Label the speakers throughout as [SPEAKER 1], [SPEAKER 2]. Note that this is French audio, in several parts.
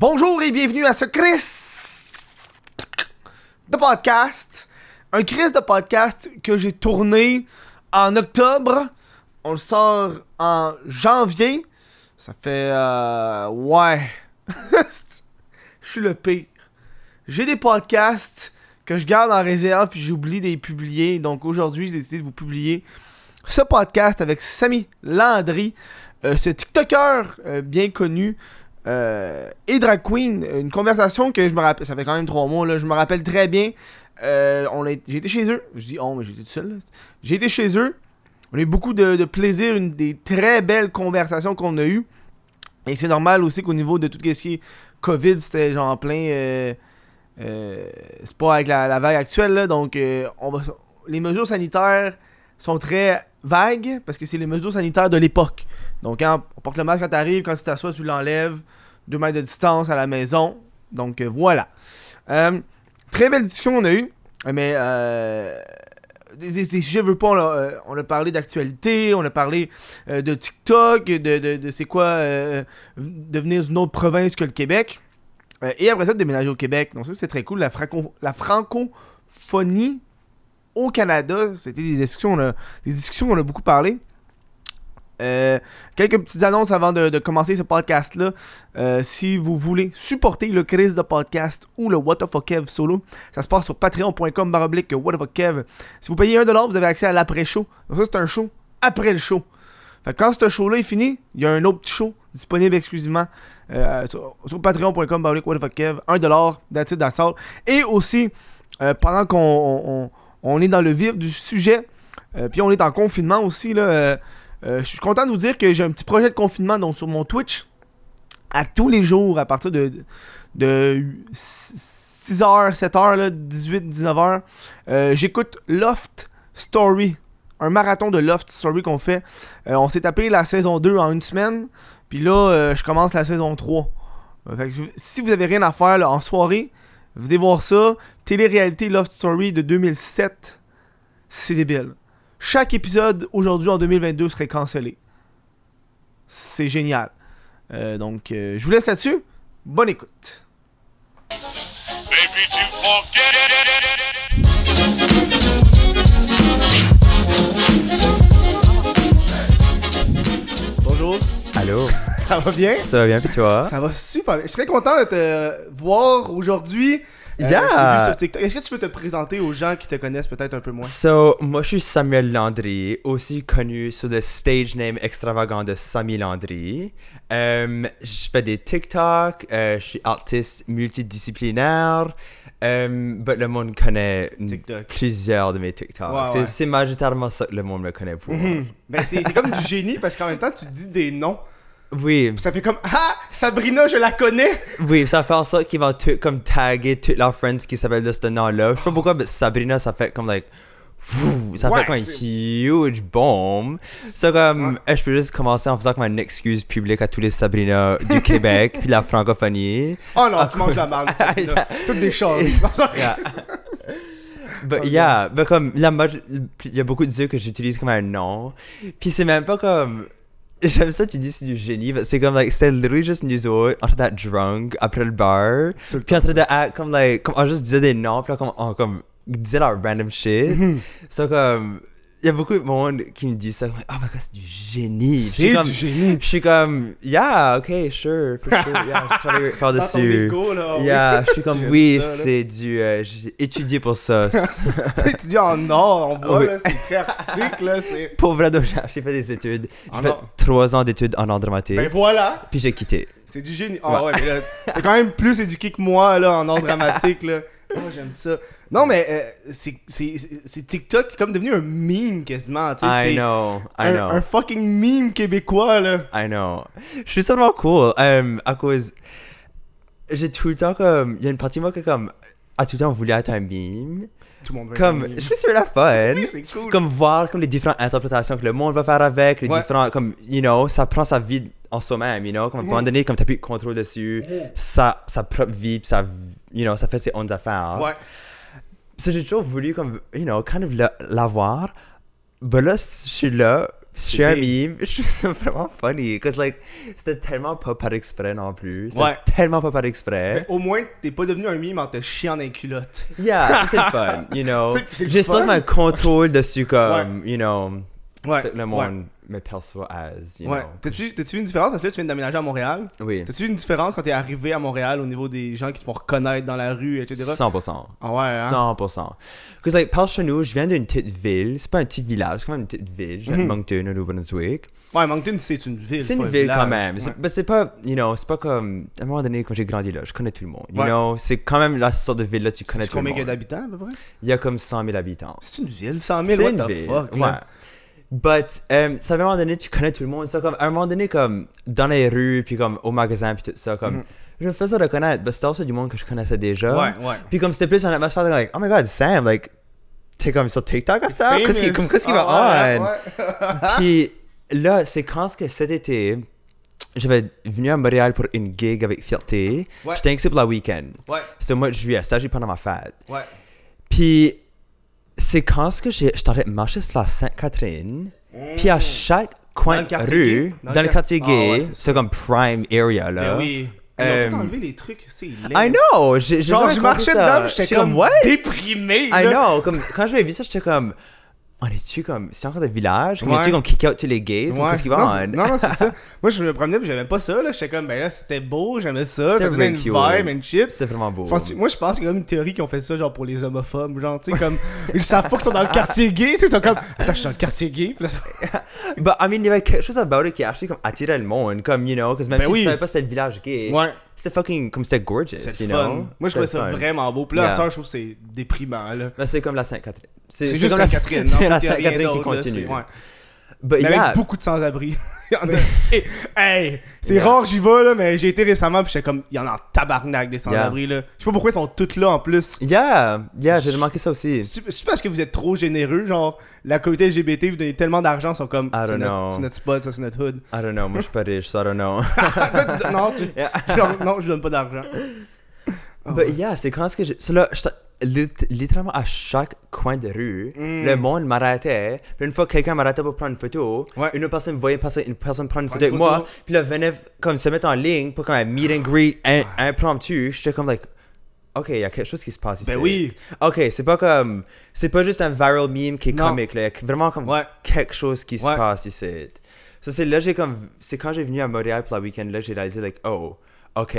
[SPEAKER 1] Bonjour et bienvenue à ce Chris de podcast. Un Chris de podcast que j'ai tourné en octobre. On le sort en janvier. Ça fait. euh, ouais. Je suis le pire. J'ai des podcasts que je garde en réserve puis j'oublie de les publier. Donc aujourd'hui, j'ai décidé de vous publier ce podcast avec Samy Landry, euh, ce TikToker euh, bien connu euh, et drag queen. Une conversation que je me rappelle, ça fait quand même trois mois, là, je me rappelle très bien. Euh, on l'a- j'ai été chez eux. Je dis on, mais j'étais tout seul. là. J'ai été chez eux. On a eu beaucoup de, de plaisir, une des très belles conversations qu'on a eues. Et c'est normal aussi qu'au niveau de tout ce qui est COVID, c'était genre en plein. euh, euh, c'est pas avec la, la vague actuelle, là, donc euh, on va, les mesures sanitaires sont très vagues parce que c'est les mesures sanitaires de l'époque. Donc, quand on porte le masque quand t'arrives, quand tu t'assois, tu l'enlèves, deux mètres de distance à la maison. Donc, euh, voilà. Euh, très belle discussion qu'on a eue, mais euh, des, des- des sujets, veux pas, on a, euh, on a parlé d'actualité, on a parlé euh, de TikTok, de, de, de c'est quoi euh, devenir une autre province que le Québec. Euh, et après ça, de déménager au Québec. Donc ça, c'est très cool. La, franco- la francophonie au Canada, c'était des discussions, on a, des discussions, on a beaucoup parlé. Euh, quelques petites annonces avant de, de commencer ce podcast-là. Euh, si vous voulez supporter le Chris de podcast ou le What the fuck Kev solo, ça se passe sur patreon.com baroblique What the fuck Kev. Si vous payez 1$, vous avez accès à l'après-show. Donc ça, c'est un show après le show. Fait que quand ce show-là est fini, il y a un autre petit show disponible exclusivement euh, sur, sur patreon.com baroblique What the fuck Kev. 1$, that's it, that's all. Et aussi, euh, pendant qu'on on- on- on est dans le vif du sujet, euh, puis on est en confinement aussi, là... euh, euh, je suis content de vous dire que j'ai un petit projet de confinement donc sur mon Twitch à tous les jours à partir de, de 6h, 7h, 18, 19h. euh, J'écoute Loft Story, un marathon de Loft Story qu'on fait. Euh, on s'est tapé la saison 2 en une semaine, puis là, euh, je commence la saison 3. Euh, fait que je- si vous avez rien à faire là, en soirée, venez voir ça. Télé-réalité Loft Story de 2007, c'est débile chaque épisode aujourd'hui en 2022 serait cancellé. C'est génial. Euh, donc, euh, je vous laisse là-dessus. Bonne écoute.
[SPEAKER 2] Baby, you forget it.
[SPEAKER 1] Bonjour.
[SPEAKER 3] Allô,
[SPEAKER 1] Ça va bien?
[SPEAKER 3] ça va bien, puis toi?
[SPEAKER 1] Ça va super bien. Je suis très content de te euh, voir aujourd'hui. Euh,
[SPEAKER 3] Yeah.
[SPEAKER 1] je t'ai vu sur TikTok. Est-ce que tu veux te présenter aux gens qui te connaissent peut-être un peu moins?
[SPEAKER 3] So, moi je suis Samuel Landry, aussi connu sous le stage name extravagant de Sami Landry. Euh, je fais des TikTok, euh, je suis artiste multidisciplinaire, euh, mais le monde connaît n-
[SPEAKER 1] TikTok.
[SPEAKER 3] plusieurs de mes TikTok.
[SPEAKER 1] Ouais,
[SPEAKER 3] C'est-
[SPEAKER 1] ouais.
[SPEAKER 3] C'est majoritairement ça que le monde me connaît pour.
[SPEAKER 1] Ben, c'est c'est comme du génie parce qu'en même temps, tu dis des noms.
[SPEAKER 3] Oui,
[SPEAKER 1] Ça fait comme Ah! Sabrina, je la connais!
[SPEAKER 3] oui, ça fait en sorte qu'ils vont tout, comme taguer toutes leurs friends qui s'appellent de ce nom-là. Je sais pas pourquoi, mais Sabrina, ça fait comme like Ouh, ça
[SPEAKER 1] Ouais,
[SPEAKER 3] fait comme une
[SPEAKER 1] c'est-
[SPEAKER 3] huge bomb. So, comme, euh, je peux juste commencer en faisant comme une excuse publique à tous les Sabrina du Québec puis de la francophonie.
[SPEAKER 1] Oh non, tu manges de la marde, Sabrina. Toutes des choses.
[SPEAKER 3] Yeah. But
[SPEAKER 1] Ok.
[SPEAKER 3] yeah, but comme, la mode, il y a beaucoup de yeux que j'utilise comme un nom. Puis c'est même pas comme. J'aime ça, tu dis c'est du génie, mais c'est comme, like, c'était literally juste nous autres, en train d'être drunk après le bar.
[SPEAKER 1] Tout le
[SPEAKER 3] Puis en train de act comme, like, comme, on juste disait des noms, puis là, comme, on comme, disait leur random shit. So, comme, il y a beaucoup de monde qui me dit ça, comme, oh my god, c'est du génie. Puis je suis
[SPEAKER 1] C'est
[SPEAKER 3] comme-
[SPEAKER 1] du génie.
[SPEAKER 3] Je suis comme, yeah, ok, sure, for sure, yeah, je travaille fort
[SPEAKER 1] Dans ton
[SPEAKER 3] dessus.
[SPEAKER 1] écho, là, oui.
[SPEAKER 3] Yeah, je suis
[SPEAKER 1] Tu
[SPEAKER 3] comme,
[SPEAKER 1] aimes
[SPEAKER 3] oui,
[SPEAKER 1] ça, là.
[SPEAKER 3] c'est du. euh, J'ai étudié pour ça.
[SPEAKER 1] tu dis en or, on voit,
[SPEAKER 3] Oui.
[SPEAKER 1] là, c'est très artistique, là, c'est...
[SPEAKER 3] Pour vrai, donc, j'ai fait des études. J'ai
[SPEAKER 1] En
[SPEAKER 3] fait
[SPEAKER 1] or.
[SPEAKER 3] trois ans d'études en art dramatique.
[SPEAKER 1] Ah Ben voilà,
[SPEAKER 3] puis j'ai quitté.
[SPEAKER 1] c'est du génie. Ah ouais, mais là, t'es quand même plus éduqué que moi, là, en or dramatique, là. Oh, j'aime ça. Non, mais euh, c'est- c'est c'est TikTok qui est comme devenu un meme, quasiment, tu sais.
[SPEAKER 3] I
[SPEAKER 1] c'est
[SPEAKER 3] know, I
[SPEAKER 1] un,
[SPEAKER 3] know.
[SPEAKER 1] un fucking meme québécois, là.
[SPEAKER 3] I know. Je suis seulement cool. euh, à cause. J'ai tout le temps comme. Il y a une partie de moi qui, comme. A tout le temps voulu être un mime.
[SPEAKER 1] Tout le monde veut être un
[SPEAKER 3] Comme.
[SPEAKER 1] meme.
[SPEAKER 3] Je trouve que c'est la fun.
[SPEAKER 1] Oui, c'est cool.
[SPEAKER 3] comme voir comme les différentes interprétations que le monde va faire avec, les
[SPEAKER 1] Ouais.
[SPEAKER 3] différents comme you know, ça prend sa vie en soi-même, you know, comme à un moment donné comme t'as plus de contrôle dessus, sa sa propre vie, puis sa v- you know, ça fait ses own affaires.
[SPEAKER 1] Ouais.
[SPEAKER 3] Ça j'ai toujours voulu comme you know, kind of le- l'avoir. Ben là je suis là, Je suis un mime. Je trouve ça vraiment funny. Cause like, c'était tellement pas par exprès non plus. C'était
[SPEAKER 1] Ouais.
[SPEAKER 3] tellement pas par exprès.
[SPEAKER 1] Mais au moins, t'es pas devenu un mime en te chiant dans les culottes.
[SPEAKER 3] Yeah, ça, c'est le fun, you know.
[SPEAKER 1] C'est- c'est le
[SPEAKER 3] J'ai
[SPEAKER 1] fun.
[SPEAKER 3] seulement un contrôle dessus comme, you know,
[SPEAKER 1] Ouais,
[SPEAKER 3] ce que le
[SPEAKER 1] ouais.
[SPEAKER 3] monde me perçoit as, you
[SPEAKER 1] Ouais.
[SPEAKER 3] know.
[SPEAKER 1] T'as-tu t'as-tu vu une différence? Parce que là, tu viens d'aménager à Montréal.
[SPEAKER 3] Oui,
[SPEAKER 1] T'as-tu vu une différence quand t'es arrivé à Montréal au niveau des gens qui te font reconnaître dans la rue, etc.?
[SPEAKER 3] 100%.
[SPEAKER 1] Ah ouais, hein?
[SPEAKER 3] 100%. Cause like, par chez nous, je viens d'une petite ville. C'est pas un petit village, c'est quand même une petite ville.
[SPEAKER 1] Mhm.
[SPEAKER 3] Je viens de Moncton, au Nouveau-Brunswick.
[SPEAKER 1] Ouais, Moncton, c'est une ville.
[SPEAKER 3] C'est
[SPEAKER 1] pas
[SPEAKER 3] une
[SPEAKER 1] un
[SPEAKER 3] ville
[SPEAKER 1] village.
[SPEAKER 3] quand même. C'est-
[SPEAKER 1] Ouais.
[SPEAKER 3] Mais c'est pas, you know, c'est pas comme. À un moment donné, quand j'ai grandi là, je connais tout le monde. You
[SPEAKER 1] Ouais.
[SPEAKER 3] know, c'est quand même la sorte de ville là, tu connais
[SPEAKER 1] Sais-tu
[SPEAKER 3] tout le
[SPEAKER 1] combien il y a
[SPEAKER 3] monde.
[SPEAKER 1] d'habitants, à peu près?
[SPEAKER 3] Il y a comme 100 000 habitants.
[SPEAKER 1] C'est une ville, 100
[SPEAKER 3] C'est
[SPEAKER 1] 000, what
[SPEAKER 3] une
[SPEAKER 1] the
[SPEAKER 3] ville.
[SPEAKER 1] fuck,
[SPEAKER 3] ouais.
[SPEAKER 1] là.
[SPEAKER 3] But, euh, ça, à un moment donné, tu connais tout le monde. Ça, comme, à un moment donné, comme, dans les rues, puis comme, au magasin, puis tout ça, comme,
[SPEAKER 1] Mhm.
[SPEAKER 3] je me faisais reconnaître. Bah, c'était aussi du monde que je connaissais déjà.
[SPEAKER 1] Ouais, ouais.
[SPEAKER 3] Puis comme, c'était plus une atmosphère de, like, oh my god, Sam, like, t'es comme sur TikTok à cette heure? Qu'est-ce qui, comme, qu'est-ce qui va
[SPEAKER 1] Ah, ouais,
[SPEAKER 3] on?
[SPEAKER 1] ouais.
[SPEAKER 3] Puis là, c'est quand ce que cet été, j'avais venu à Montréal pour une gig avec Fierté.
[SPEAKER 1] Ouais.
[SPEAKER 3] J'étais ici pour la week-end.
[SPEAKER 1] Ouais,
[SPEAKER 3] C'était au mois de juillet, c'était juste pendant ma fête.
[SPEAKER 1] ouais.
[SPEAKER 3] Puis c'est quand ce que j'ai- j'étais en train de marcher sur la Sainte-Catherine. Puis à chaque coin
[SPEAKER 1] Hmm. Dans le
[SPEAKER 3] de
[SPEAKER 1] quartier
[SPEAKER 3] rue,
[SPEAKER 1] gay.
[SPEAKER 3] dans, le quartier
[SPEAKER 1] Ah ouais,
[SPEAKER 3] gay,
[SPEAKER 1] c'est
[SPEAKER 3] c'est comme prime area
[SPEAKER 1] Ben
[SPEAKER 3] là.
[SPEAKER 1] oui. Ils ont
[SPEAKER 3] Euh,
[SPEAKER 1] tout enlevé les trucs, c'est laid.
[SPEAKER 3] I know! j'ai- j'ai
[SPEAKER 1] Genre,
[SPEAKER 3] jamais
[SPEAKER 1] je
[SPEAKER 3] compris
[SPEAKER 1] marchais
[SPEAKER 3] ça.
[SPEAKER 1] dedans, j'étais comme,
[SPEAKER 3] ouais!
[SPEAKER 1] déprimé.
[SPEAKER 3] I
[SPEAKER 1] là.
[SPEAKER 3] know, comme quand j'avais vu ça, j'étais comme on est-tu comme c'est encore des villages, comme
[SPEAKER 1] Ouais.
[SPEAKER 3] on est-tu comme kick out tous les gays,
[SPEAKER 1] Ouais.
[SPEAKER 3] ou qu'est-ce qui va
[SPEAKER 1] non,
[SPEAKER 3] on?
[SPEAKER 1] c'est- non, non, c'est ça. Moi, je me promenais, puis j'aimais pas ça. Là. J'étais comme, ben là, c'était beau, j'aimais ça.
[SPEAKER 3] C'était
[SPEAKER 1] Ça donnait une
[SPEAKER 3] really
[SPEAKER 1] vibe
[SPEAKER 3] cute.
[SPEAKER 1] and shit.
[SPEAKER 3] C'était vraiment beau.
[SPEAKER 1] Penses-tu- moi, je pense qu'il y a comme une théorie qui ont fait ça, genre pour les homophobes. Genre, tu sais, comme, ils savent pas qu'ils sont dans le quartier gay. Tu sais, ils sont comme, attends, je suis dans le quartier gay. Puis là, ça-
[SPEAKER 3] But I mean, il y avait quelque chose about it qui a acheté comme attirait le monde, comme you know, parce que même
[SPEAKER 1] Ben
[SPEAKER 3] si
[SPEAKER 1] oui.
[SPEAKER 3] tu savais pas c'était le village gay,
[SPEAKER 1] Ouais.
[SPEAKER 3] c'était fucking comme c'était gorgeous,
[SPEAKER 1] c'est
[SPEAKER 3] you
[SPEAKER 1] le fun.
[SPEAKER 3] know.
[SPEAKER 1] Moi, je trouvais
[SPEAKER 3] C'était
[SPEAKER 1] ça
[SPEAKER 3] fun.
[SPEAKER 1] vraiment beau. Puis là,
[SPEAKER 3] Yeah.
[SPEAKER 1] à cette heure, je trouve que c'est déprimant. Là.
[SPEAKER 3] Ben, c'est comme la Sainte-Catherine.
[SPEAKER 1] C'est juste
[SPEAKER 3] comme
[SPEAKER 1] la
[SPEAKER 3] la
[SPEAKER 1] Catherine.
[SPEAKER 3] C'est
[SPEAKER 1] non,
[SPEAKER 3] la
[SPEAKER 1] il y a rien
[SPEAKER 3] Sainte-Catherine qui
[SPEAKER 1] d'autre, là, c'est-
[SPEAKER 3] continue.
[SPEAKER 1] ouais.
[SPEAKER 3] But
[SPEAKER 1] Mais
[SPEAKER 3] yeah,
[SPEAKER 1] avec beaucoup de sans-abri. Il y en a- Hey, hey, c'est rare j'y vais là, mais j'ai été récemment puis j'étais comme il y en a en tabarnak des sans-abri là. Je sais pas pourquoi ils sont toutes là en plus.
[SPEAKER 3] yeah, yeah, j'ai remarqué ça aussi.
[SPEAKER 1] C'est c'est parce que vous êtes trop généreux, genre la communauté LGBT vous donnez tellement d'argent, ils sont comme
[SPEAKER 3] I
[SPEAKER 1] c'est
[SPEAKER 3] don't
[SPEAKER 1] notre,
[SPEAKER 3] know.
[SPEAKER 1] c'est notre spot, ça c'est notre hood.
[SPEAKER 3] I don't know, moi je suis pas riche, so I don't know.
[SPEAKER 1] Toi, tu don- non, tu- genre, non, je donne pas d'argent. Ah
[SPEAKER 3] But yeah, c'est quand ce que j'ai. c'est là, j'étais- lit- littéralement à chaque coin de rue,
[SPEAKER 1] Hmm.
[SPEAKER 3] le monde m'arrêtait. Puis une fois que quelqu'un m'arrêtait pour prendre une photo,
[SPEAKER 1] Ouais.
[SPEAKER 3] une autre personne voyait passer- une personne prendre une
[SPEAKER 1] Prendre
[SPEAKER 3] photo
[SPEAKER 1] une
[SPEAKER 3] avec moi.
[SPEAKER 1] photo.
[SPEAKER 3] Puis là, venait comme se mettre en ligne pour comme un meet and greet im-
[SPEAKER 1] Ah.
[SPEAKER 3] impromptu. J'étais comme, like, ok, il y a quelque chose qui se passe ici.
[SPEAKER 1] Ben oui.
[SPEAKER 3] Ok, c'est pas comme. C'est pas juste un viral meme qui est
[SPEAKER 1] Non.
[SPEAKER 3] comique. là. Il y a vraiment comme
[SPEAKER 1] Ouais.
[SPEAKER 3] quelque chose qui se
[SPEAKER 1] Ouais.
[SPEAKER 3] passe ici. Ça, c'est là, j'ai comme. C'est quand j'ai venu à Montréal pour la week-end, là, j'ai réalisé, like, oh, ok.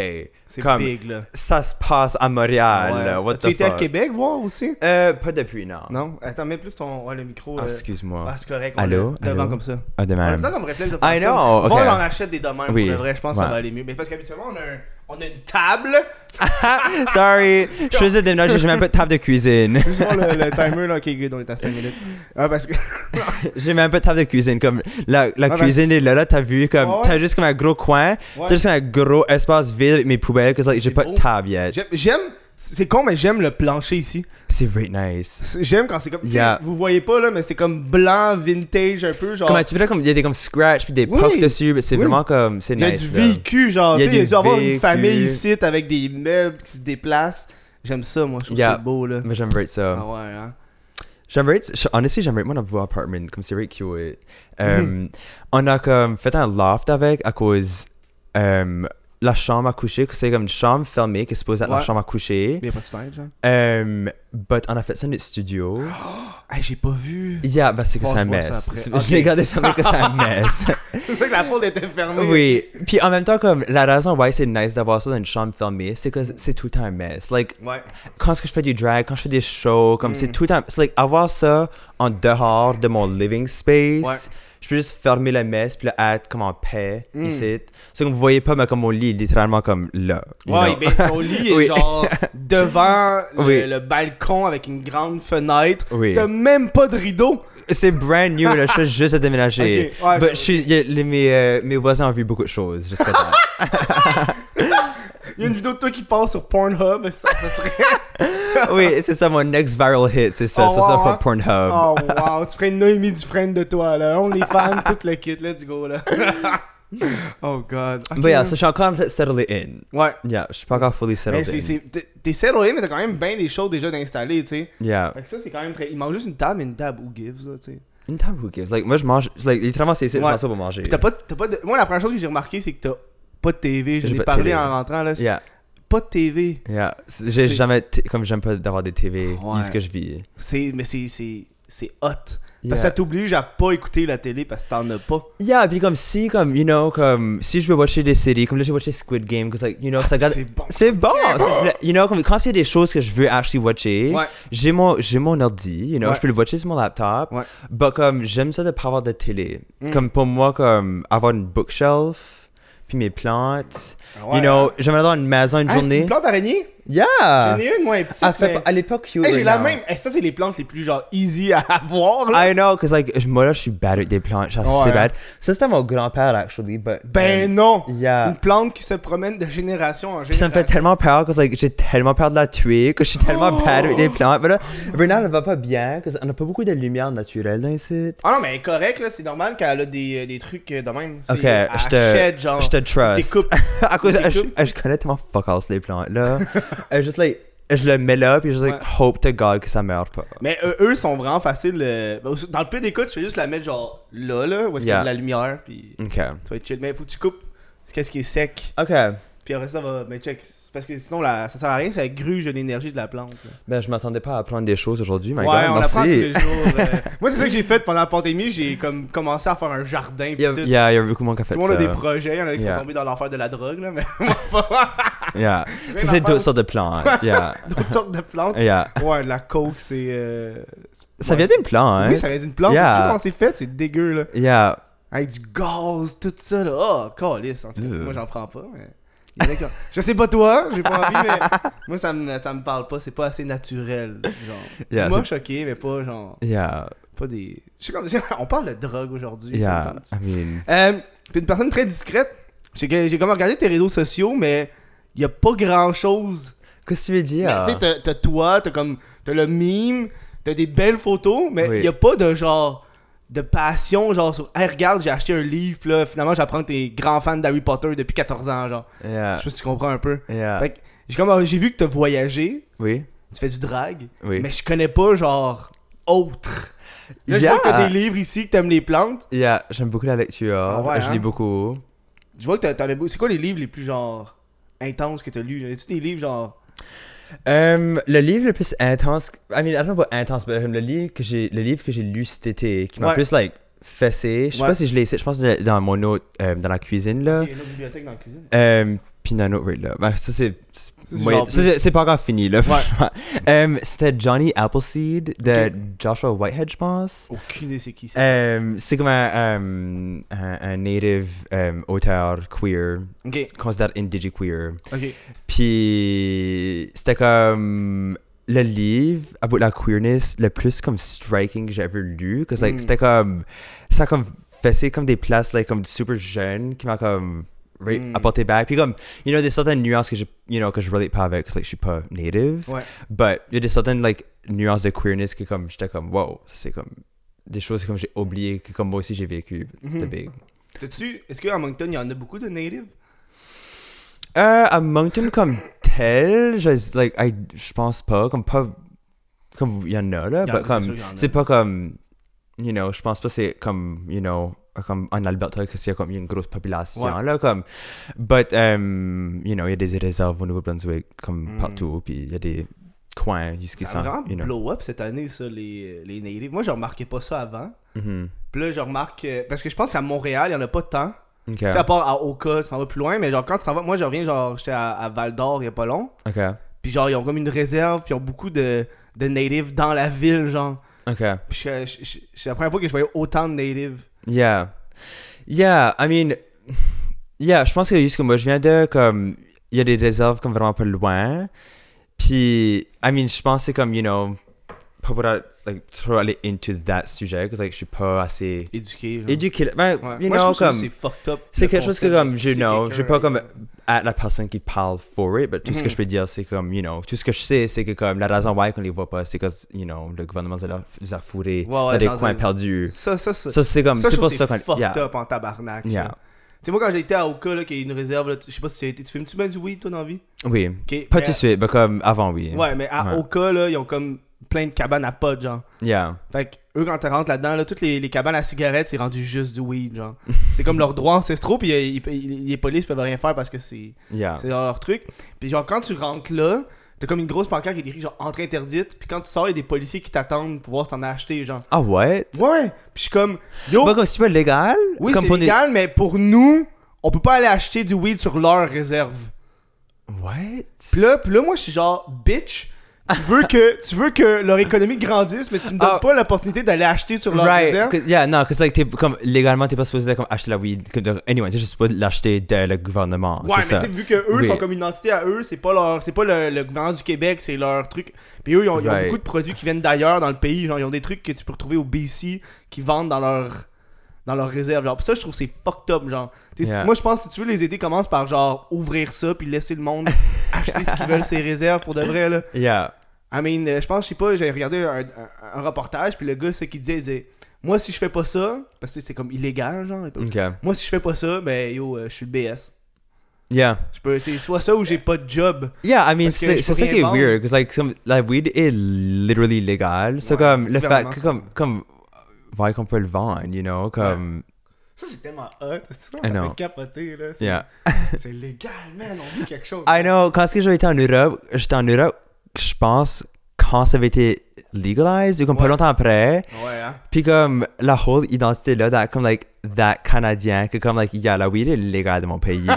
[SPEAKER 1] C'est
[SPEAKER 3] comme,
[SPEAKER 1] big là.
[SPEAKER 3] ça se passe à Montréal.
[SPEAKER 1] Ouais.
[SPEAKER 3] là, What
[SPEAKER 1] tu
[SPEAKER 3] the
[SPEAKER 1] étais à
[SPEAKER 3] fuck?
[SPEAKER 1] Québec voir aussi
[SPEAKER 3] Euh, pas depuis, non.
[SPEAKER 1] Non, attends, mets plus ton ouais, le micro.
[SPEAKER 3] Ah,
[SPEAKER 1] euh,
[SPEAKER 3] excuse-moi.
[SPEAKER 1] Ah, c'est correct. on
[SPEAKER 3] Allô?
[SPEAKER 1] l'a devant
[SPEAKER 3] Allô?
[SPEAKER 1] comme ça.
[SPEAKER 3] Ah, de
[SPEAKER 1] On a
[SPEAKER 3] même.
[SPEAKER 1] ça comme réflexe de
[SPEAKER 3] I
[SPEAKER 1] faire ça.
[SPEAKER 3] know,
[SPEAKER 1] Voir,
[SPEAKER 3] ok.
[SPEAKER 1] on en achète des domaines
[SPEAKER 3] Oui,
[SPEAKER 1] pour le vrai, je pense que ça
[SPEAKER 3] ouais.
[SPEAKER 1] va aller mieux. Mais parce qu'habituellement, on a, un- on a une table.
[SPEAKER 3] Sorry, je faisais des notes, j'ai même pas de table de cuisine.
[SPEAKER 1] Juste voir le, le timer, là, ok, good, on est à 5 minutes. Ah, parce que.
[SPEAKER 3] j'ai même pas de table de cuisine. Comme la, la
[SPEAKER 1] ben-
[SPEAKER 3] cuisine est là, là, t'as vu, comme
[SPEAKER 1] Ouais, ouais.
[SPEAKER 3] t'as juste comme un gros coin,
[SPEAKER 1] Ouais.
[SPEAKER 3] t'as juste un gros espace vide avec mes poubelles, que like, j'ai
[SPEAKER 1] C'est
[SPEAKER 3] pas
[SPEAKER 1] beau.
[SPEAKER 3] de table yet.
[SPEAKER 1] J'aime- J'aime. C'est con, mais j'aime le plancher ici.
[SPEAKER 3] C'est really nice.
[SPEAKER 1] C'est- J'aime quand c'est comme. tu sais,
[SPEAKER 3] Yeah.
[SPEAKER 1] Vous voyez pas, là, mais c'est comme blanc, vintage, un peu. Genre.
[SPEAKER 3] Comme tu vois, comme il y a des comme scratch puis des
[SPEAKER 1] Ah. Oui,
[SPEAKER 3] puffs dessus, mais c'est
[SPEAKER 1] oui.
[SPEAKER 3] vraiment comme c'est
[SPEAKER 1] il y a
[SPEAKER 3] nice.
[SPEAKER 1] du
[SPEAKER 3] là.
[SPEAKER 1] vécu, genre.
[SPEAKER 3] Il y a
[SPEAKER 1] tu sais, Il y a
[SPEAKER 3] du
[SPEAKER 1] dû avoir une
[SPEAKER 3] vécu.
[SPEAKER 1] famille ici avec des meubles qui se déplacent. J'aime ça, moi, je trouve
[SPEAKER 3] Yeah.
[SPEAKER 1] ça beau, là.
[SPEAKER 3] Mais j'aimerais ça.
[SPEAKER 1] Ah ouais, hein.
[SPEAKER 3] J'aimerais, j- honestly, j'aimerais mon nouveau appartement, comme c'est really cute.
[SPEAKER 1] Mhm.
[SPEAKER 3] Um, On a comme fait un loft avec à cause um, la chambre à coucher, que c'est comme une chambre fermée qui est supposée être la
[SPEAKER 1] Ouais.
[SPEAKER 3] chambre à coucher.
[SPEAKER 1] Mais y a pas de fenêtre, genre.
[SPEAKER 3] Um, but on a fait ça dans notre studio.
[SPEAKER 1] Ah, j'ai pas vu.
[SPEAKER 3] Yeah, bah c'est que
[SPEAKER 1] Bon,
[SPEAKER 3] c'est un
[SPEAKER 1] je vois
[SPEAKER 3] mess.
[SPEAKER 1] ça après.
[SPEAKER 3] C'est-
[SPEAKER 1] Ok.
[SPEAKER 3] Je l'ai gardé fermé que c'est un mess.
[SPEAKER 1] C'est vrai que la porte était fermée.
[SPEAKER 3] oui. Puis en même temps, comme la raison why c'est nice d'avoir ça dans une chambre fermée, c'est que c'est tout le temps un mess. Like,
[SPEAKER 1] Ouais.
[SPEAKER 3] quand est-ce que je fais du drag, quand je fais des shows, comme
[SPEAKER 1] Mm.
[SPEAKER 3] c'est tout le temps. C'est like avoir ça en dehors de mon living space.
[SPEAKER 1] Ouais. Mm.
[SPEAKER 3] Je peux juste fermer la messe puis le être comme en paix ici. C'est comme vous voyez pas, mais comme mon lit est littéralement comme là. you
[SPEAKER 1] Ouais,
[SPEAKER 3] know.
[SPEAKER 1] ben ton lit est
[SPEAKER 3] Oui.
[SPEAKER 1] genre devant le,
[SPEAKER 3] Oui.
[SPEAKER 1] le balcon avec une grande fenêtre.
[SPEAKER 3] Oui.
[SPEAKER 1] T'as même pas de rideau.
[SPEAKER 3] C'est brand new, là, je suis juste à déménager.
[SPEAKER 1] Ok, ouais,
[SPEAKER 3] But
[SPEAKER 1] je-
[SPEAKER 3] je suis- y a- les- mes, euh, mes voisins ont vu beaucoup de choses jusqu'à temps.
[SPEAKER 1] Il y a une vidéo de toi qui passe sur Pornhub. Ça, ça serait.
[SPEAKER 3] oui, c'est ça mon next viral hit, c'est ça,
[SPEAKER 1] Oh,
[SPEAKER 3] c'est ça
[SPEAKER 1] ouais,
[SPEAKER 3] pour
[SPEAKER 1] ouais.
[SPEAKER 3] Pornhub.
[SPEAKER 1] Oh wow, tu ferais une Noémie Dufresne de toi là. On les fans, tout le kit, let's go là. oh god. Ok.
[SPEAKER 3] But yeah, so je suis encore en train de settle in.
[SPEAKER 1] Ouais.
[SPEAKER 3] Yeah, Ben, ah, je hein. suis pas encore fully settled
[SPEAKER 1] Mais c'est.
[SPEAKER 3] in.
[SPEAKER 1] c'est- t'es- T'es settled, mais t'as quand même bien des choses déjà d'installer, tu sais.
[SPEAKER 3] Yeah.
[SPEAKER 1] Fait que ça, c'est quand même très. Il manque juste une table et une table, who gives, là, tu sais.
[SPEAKER 3] Une time who gives. Like, moi, je mange. Like, littéralement, c'est ici, je
[SPEAKER 1] Ouais.
[SPEAKER 3] mange ça pour manger.
[SPEAKER 1] Puis t'as pas, t'as pas de... Moi, la première chose que j'ai remarqué, c'est que t'as pas de TV.
[SPEAKER 3] J'ai
[SPEAKER 1] J'en ai
[SPEAKER 3] pas de
[SPEAKER 1] parlé
[SPEAKER 3] télé. hein.
[SPEAKER 1] en rentrant, là.
[SPEAKER 3] Yeah,
[SPEAKER 1] Pas de TV.
[SPEAKER 3] yeah. C'est- J'ai
[SPEAKER 1] C'est-
[SPEAKER 3] jamais. t- Comme j'aime pas d'avoir des TV,
[SPEAKER 1] Ouais.
[SPEAKER 3] vu ce que je vis.
[SPEAKER 1] C'est... Mais c'est... C'est, c'est hot.
[SPEAKER 3] Yeah.
[SPEAKER 1] Parce que ça t'oblige à pas écouter la télé parce que t'en as pas.
[SPEAKER 3] Yeah, puis comme si, comme, you know, comme, si je veux watcher des séries, comme là, j'ai watché Squid Game, cause like, you know, ça regarde-
[SPEAKER 1] c'est bon.
[SPEAKER 3] C'est bon! ça, je voulais- you know, comme, quand c'est des choses que je veux actually watcher,
[SPEAKER 1] Ouais.
[SPEAKER 3] j'ai mon, j'ai mon ordi, you know,
[SPEAKER 1] Ouais.
[SPEAKER 3] je peux le watcher sur mon laptop.
[SPEAKER 1] Ouais.
[SPEAKER 3] But comme, j'aime ça de pas avoir de télé. Comme, pour moi, comme, avoir une bookshelf, puis mes plantes.
[SPEAKER 1] Ah ouais,
[SPEAKER 3] you know, j'aimerais avoir une maison une
[SPEAKER 1] Ah, c'est
[SPEAKER 3] journée.
[SPEAKER 1] une plante araignée?
[SPEAKER 3] Yeah!
[SPEAKER 1] J'en ai une, moi, elle est petite,
[SPEAKER 3] Elle fait
[SPEAKER 1] mais-
[SPEAKER 3] pas- à l'époque, cute
[SPEAKER 1] Eh, j'ai
[SPEAKER 3] right
[SPEAKER 1] la
[SPEAKER 3] now.
[SPEAKER 1] même. Eh, ça, c'est les plantes les plus, genre, easy à avoir, là.
[SPEAKER 3] I know, cause like, je- moi là, je suis bad avec des plantes, genre,
[SPEAKER 1] Ouais.
[SPEAKER 3] c'est bad. Ça, c'était mon grand-père, actually, but.
[SPEAKER 1] Ben
[SPEAKER 3] um,
[SPEAKER 1] non!
[SPEAKER 3] yeah.
[SPEAKER 1] Une plante qui se promène de génération en génération.
[SPEAKER 3] Puis ça me fait tellement peur, que like, j'ai tellement peur de la tuer, que je suis tellement
[SPEAKER 1] Oh!
[SPEAKER 3] bad avec des plantes. Mais là, Renal, elle va pas bien, parce qu'on a pas beaucoup de lumière naturelle dans ici.
[SPEAKER 1] Ah non, mais elle est correcte, là. C'est normal qu'elle a des, des trucs euh, de même. C'est-
[SPEAKER 3] Ok,
[SPEAKER 1] elle
[SPEAKER 3] je te,
[SPEAKER 1] achète, genre.
[SPEAKER 3] je te trust.
[SPEAKER 1] découpes.
[SPEAKER 3] à cause,
[SPEAKER 1] Des
[SPEAKER 3] je,
[SPEAKER 1] coupes.
[SPEAKER 3] je connais tellement fuck all les plantes, là. Et juste, like, je le mets là, puis je, like, hope to God que ça meurt pas.
[SPEAKER 1] Mais eux, eux sont vraiment faciles. euh, ben, Dans le pire des cas, tu fais juste la mettre, genre, là, là, où est-ce qu'il y a
[SPEAKER 3] Yeah.
[SPEAKER 1] de la lumière, puis
[SPEAKER 3] Ok.
[SPEAKER 1] tu vas être chill. Mais faut que tu coupes qu'est-ce qui est sec,
[SPEAKER 3] Ok.
[SPEAKER 1] puis après ça va. Mais check, c'est parce que sinon, la- ça sert à rien, ça gruge l'énergie de la plante. là.
[SPEAKER 3] Ben, je m'attendais pas à apprendre des choses aujourd'hui, my
[SPEAKER 1] Ouais,
[SPEAKER 3] God,
[SPEAKER 1] on
[SPEAKER 3] merci.
[SPEAKER 1] apprend tous les jours. euh. Moi, c'est ça que j'ai fait pendant la pandémie. J'ai comme commencé à faire un jardin. puis
[SPEAKER 3] Il y a,
[SPEAKER 1] tout.
[SPEAKER 3] il y a- il y a beaucoup de monde qui a fait
[SPEAKER 1] Tout le monde a des
[SPEAKER 3] ça.
[SPEAKER 1] projets, il y en a qui
[SPEAKER 3] Yeah.
[SPEAKER 1] sont tombés dans l'enfer de la drogue, là, mais
[SPEAKER 3] Yeah. Ça, c'est
[SPEAKER 1] d'affaires.
[SPEAKER 3] d'autres sortes de plantes. Yeah.
[SPEAKER 1] d'autres sortes de plantes.
[SPEAKER 3] Yeah.
[SPEAKER 1] Ouais, la coke, c'est. euh,
[SPEAKER 3] Ça
[SPEAKER 1] ouais,
[SPEAKER 3] vient d'une plante, hein?
[SPEAKER 1] Oui, ça vient d'une plante.
[SPEAKER 3] Yeah.
[SPEAKER 1] Tu sais comment c'est fait, c'est dégueu, là.
[SPEAKER 3] Yeah.
[SPEAKER 1] Avec du gaz, tout ça, là. Oh, calice. En tout cas,
[SPEAKER 3] Ugh.
[SPEAKER 1] moi, j'en prends pas, mais. il y en a qui en- Je sais pas toi, j'ai pas envie, mais moi ça me, ça me parle pas, c'est pas assez naturel. Genre.
[SPEAKER 3] Yeah,
[SPEAKER 1] moi choqué, mais pas genre.
[SPEAKER 3] Yeah.
[SPEAKER 1] Pas des. Je sais comme- on parle de drogue aujourd'hui. ça me
[SPEAKER 3] Yeah.
[SPEAKER 1] tente.
[SPEAKER 3] I mean.
[SPEAKER 1] Euh, T'es une personne très discrète. J'ai j'ai comme regardé tes réseaux sociaux, mais il y a pas grand chose.
[SPEAKER 3] Qu'est-ce que tu veux
[SPEAKER 1] Mais
[SPEAKER 3] dire?
[SPEAKER 1] Tu sais, t'as- t'as toi, t'as comme t'as le mime, t'as des belles photos, mais il
[SPEAKER 3] Oui.
[SPEAKER 1] y a pas de genre de passion, genre sur hey, regarde, j'ai acheté un livre là, finalement j'apprends que t'es grand fan d'Harry Potter depuis 14 ans, genre.
[SPEAKER 3] Yeah.
[SPEAKER 1] Je sais pas si tu comprends un peu.
[SPEAKER 3] Yeah.
[SPEAKER 1] Fait que j'ai comme j'ai vu que t'as voyagé,
[SPEAKER 3] Oui.
[SPEAKER 1] tu fais du drag,
[SPEAKER 3] Oui.
[SPEAKER 1] mais je connais pas genre autre. Là, je
[SPEAKER 3] Yeah.
[SPEAKER 1] vois que t'as des livres ici, que t'aimes les plantes.
[SPEAKER 3] Yeah, j'aime beaucoup la lecture.
[SPEAKER 1] Ah ouais,
[SPEAKER 3] je
[SPEAKER 1] hein?
[SPEAKER 3] lis beaucoup.
[SPEAKER 1] Je vois que t'as- t'en as beau- C'est quoi les livres les plus genre intenses que t'as lus? Y a-tu des livres genre.
[SPEAKER 3] Euh, le livre le plus intense, I mean, I don't know about intense, but um, le livre que j'ai, le livre que j'ai lu cet été, qui m'a
[SPEAKER 1] Ouais.
[SPEAKER 3] plus like fessé. Je sais
[SPEAKER 1] Ouais.
[SPEAKER 3] pas si je l'ai, ici, je pense que dans mon autre, euh, dans la cuisine là.
[SPEAKER 1] Il y a une autre bibliothèque dans la cuisine.
[SPEAKER 3] Euh, puis dans notre là. Ben, ça c'est, c'est,
[SPEAKER 1] du
[SPEAKER 3] moyen-
[SPEAKER 1] genre
[SPEAKER 3] ça,
[SPEAKER 1] plus-
[SPEAKER 3] c'est- c'est pas encore fini là. franchement. Euh, c'était Johnny Appleseed de
[SPEAKER 1] Ok.
[SPEAKER 3] Joshua Whitehead, je pense.
[SPEAKER 1] Aucune idée c'est qui ça.
[SPEAKER 3] Euh, c'est comme un, euh, un, un native euh, auteur queer,
[SPEAKER 1] Ok,
[SPEAKER 3] considéré indigé queer.
[SPEAKER 1] ok.
[SPEAKER 3] Puis c'était comme le livre about la queerness le plus comme striking que j'ai ever lu. Cause like,
[SPEAKER 1] Mm.
[SPEAKER 3] c'était comme ça a comme fessé comme des places like, comme super jeunes qui m'a comme ra-
[SPEAKER 1] Mm.
[SPEAKER 3] apporté back. Puis comme, you know, des certaines nuances que je, you know, que je relate pas avec, cause like, je suis pas native.
[SPEAKER 1] Ouais.
[SPEAKER 3] But il y a des certaines like nuances de queerness que comme j'étais comme wow, ça, c'est comme des choses comme j'ai oublié que comme moi aussi j'ai vécu. C'était
[SPEAKER 1] Mhm.
[SPEAKER 3] big.
[SPEAKER 1] T'as-tu. Est-ce qu'à Moncton, il y en a beaucoup de natives
[SPEAKER 3] Euh, à Moncton comme tel, je, like, I- je pense pas, comme pas, comme il y en a là,
[SPEAKER 1] Il y en a,
[SPEAKER 3] but
[SPEAKER 1] c'est sûr
[SPEAKER 3] comme,
[SPEAKER 1] qu'il y en a.
[SPEAKER 3] c'est pas comme, you know, je pense pas c'est comme, you know, comme en Alberta, que c'est comme, il y a une grosse population
[SPEAKER 1] Ouais.
[SPEAKER 3] là, comme, but, um, you know, il y a des réserves au Nouveau-Brunswick, comme partout, puis il y a des coins jusqu'ici,
[SPEAKER 1] Mm. Ça a vraiment
[SPEAKER 3] you know.
[SPEAKER 1] blow up cette année, ça, les, les natives. Moi, je remarquais pas ça avant.
[SPEAKER 3] Mhm.
[SPEAKER 1] Puis là, je remarque. euh, Parce que je pense qu'à Montréal, il y en a pas tant.
[SPEAKER 3] Ok.
[SPEAKER 1] Tu sais, à part à Oka, ça va plus loin, mais genre quand tu t'en vas. Moi, je reviens, genre, j'étais à, à Val d'Or il y a pas long.
[SPEAKER 3] Ok.
[SPEAKER 1] Puis genre, ils ont comme une réserve, puis ils ont beaucoup de, de natives dans la ville, genre.
[SPEAKER 3] Ok.
[SPEAKER 1] Puis je- je- je- c'est la première fois que je voyais autant de natives.
[SPEAKER 3] Yeah. Yeah, I mean, yeah, je pense que juste que moi, je viens de, comme, il y a des réserves comme vraiment pas loin. Puis, I mean, je pense que c'est comme, you know, pas pour like, trop aller into that sujet, parce que like, je suis pas assez
[SPEAKER 1] Éduquées. genre.
[SPEAKER 3] éduqué. Ben,
[SPEAKER 1] Ouais.
[SPEAKER 3] you
[SPEAKER 1] Moi,
[SPEAKER 3] know,
[SPEAKER 1] je trouve ça,
[SPEAKER 3] comme,
[SPEAKER 1] c'est fucked up.
[SPEAKER 3] c'est
[SPEAKER 1] le
[SPEAKER 3] quelque chose que,
[SPEAKER 1] concept
[SPEAKER 3] comme,
[SPEAKER 1] de
[SPEAKER 3] je
[SPEAKER 1] pousser
[SPEAKER 3] know, je suis pas
[SPEAKER 1] quelqu'un Mhm.
[SPEAKER 3] comme à la personne qui parle for it, mais tout ce que je peux dire, c'est comme, you know, tout ce que je sais, c'est que, comme, la raison why qu'on les voit pas, c'est que, you know, le gouvernement les a- les a fourrés
[SPEAKER 1] Ouais, ouais,
[SPEAKER 3] dans des
[SPEAKER 1] dans
[SPEAKER 3] coins
[SPEAKER 1] un-
[SPEAKER 3] perdus.
[SPEAKER 1] Ça, ça, ça.
[SPEAKER 3] Ça, c'est comme,
[SPEAKER 1] je
[SPEAKER 3] c'est
[SPEAKER 1] trouve
[SPEAKER 3] pour
[SPEAKER 1] que
[SPEAKER 3] ça qu'on.
[SPEAKER 1] fucked
[SPEAKER 3] yeah.
[SPEAKER 1] up en tabarnak.
[SPEAKER 3] Yeah.
[SPEAKER 1] ça. Tu sais, moi, quand j'étais à Oka, là, qui est une réserve, là, tu- je sais pas si tu as été. Tu fumes-tu bien du weed, toi, dans la vie
[SPEAKER 3] Oui.
[SPEAKER 1] Ok,
[SPEAKER 3] Pas
[SPEAKER 1] mais-
[SPEAKER 3] tout de suite, mais comme avant, oui.
[SPEAKER 1] Ouais, mais à
[SPEAKER 3] Ouais.
[SPEAKER 1] Oka, là, ils ont comme plein de cabanes à potes, genre.
[SPEAKER 3] Yeah.
[SPEAKER 1] Fait que eux, quand tu rentres là-dedans, là, toutes les, les cabanes à cigarettes, c'est rendu juste du weed, genre. c'est comme leurs droits ancestraux, puis euh, ils- ils- les polices peuvent rien faire parce que c'est
[SPEAKER 3] Yeah.
[SPEAKER 1] c'est dans leur truc. Puis genre, quand tu rentres là, t'as comme une grosse pancarte qui est écrit genre entrée interdite, puis quand tu sors, il y a des policiers qui t'attendent pour voir si t'en as acheté, genre.
[SPEAKER 3] Ah ouais?
[SPEAKER 1] Ouais! Puis je suis comme, yo,
[SPEAKER 3] Pas Bah, comme si tu veux légal?
[SPEAKER 1] oui,
[SPEAKER 3] comme
[SPEAKER 1] c'est
[SPEAKER 3] pour des-
[SPEAKER 1] légal, mais pour nous, on peut pas aller acheter du weed sur leur réserve.
[SPEAKER 3] What?
[SPEAKER 1] Puis là, puis là, moi, je suis genre, bitch, tu veux que, tu veux que leur économie grandisse, mais tu me donnes
[SPEAKER 3] Ah.
[SPEAKER 1] pas l'opportunité d'aller acheter sur leur
[SPEAKER 3] Right,
[SPEAKER 1] réserve.
[SPEAKER 3] 'cause- yeah, non, parce like, t'es comme légalement t'es pas supposé like, comme, acheter la weed, comme, de- anyway, t'es juste pas l'acheter de le gouvernement,
[SPEAKER 1] Ouais, mais
[SPEAKER 3] Ah, c'est ça.
[SPEAKER 1] tu sais, vu que eux
[SPEAKER 3] Oui.
[SPEAKER 1] sont comme une entité à eux, c'est pas leur, c'est pas le, le gouvernement du Québec, c'est leur truc. Puis eux, ils ont, ils ont
[SPEAKER 3] Right.
[SPEAKER 1] beaucoup de produits qui viennent d'ailleurs dans le pays, genre ils ont des trucs que tu peux retrouver au BC qui vendent dans leur dans leur réserve. Genre, Puis ça, je trouve que c'est fucked up, genre. Tu sais,
[SPEAKER 3] Yeah.
[SPEAKER 1] si- Moi, je pense que si tu veux les aider, commence par genre ouvrir ça puis laisser le monde acheter ce qu'ils veulent ces réserves pour de vrai là.
[SPEAKER 3] Yeah,
[SPEAKER 1] I mean, euh, je pense, je sais pas, j'ai regardé un, un- un reportage puis le gars, ce qu'il disait, il disait, moi si je fais pas ça, parce que c'est comme illégal, genre.
[SPEAKER 3] ok,
[SPEAKER 1] Moi si je fais pas ça, ben yo, euh, je suis le BS.
[SPEAKER 3] yeah.
[SPEAKER 1] Je peux, c'est soit ça ou j'ai pas de job.
[SPEAKER 3] Yeah, I mean,
[SPEAKER 1] Parce que
[SPEAKER 3] c'est
[SPEAKER 1] je
[SPEAKER 3] c'est
[SPEAKER 1] peux
[SPEAKER 3] ça
[SPEAKER 1] rien
[SPEAKER 3] qui est
[SPEAKER 1] vendre.
[SPEAKER 3] weird, parce like, comme, la weed est literally légale, c'est
[SPEAKER 1] Ouais,
[SPEAKER 3] comme le fait
[SPEAKER 1] gouvernement,
[SPEAKER 3] que
[SPEAKER 1] c'est
[SPEAKER 3] comme, comme, ouais, qu'on peut le vendre, you know, comme,
[SPEAKER 1] Ça, c'est tellement hot. Ça,
[SPEAKER 3] I
[SPEAKER 1] ça
[SPEAKER 3] know.
[SPEAKER 1] fait capoter, là. C'est,
[SPEAKER 3] yeah.
[SPEAKER 1] c'est légal, man. On vit quelque chose.
[SPEAKER 3] I know, quand est-ce que j'ai été en Europe, j'étais en Europe, je pense, quand ça avait été legalized, ou comme pas
[SPEAKER 1] Ouais.
[SPEAKER 3] longtemps après,
[SPEAKER 1] Ouais, hein.
[SPEAKER 3] puis comme, la whole identité-là, that, comme, like, that Canadien, que comme, like, yeah, la weed est légale de mon pays.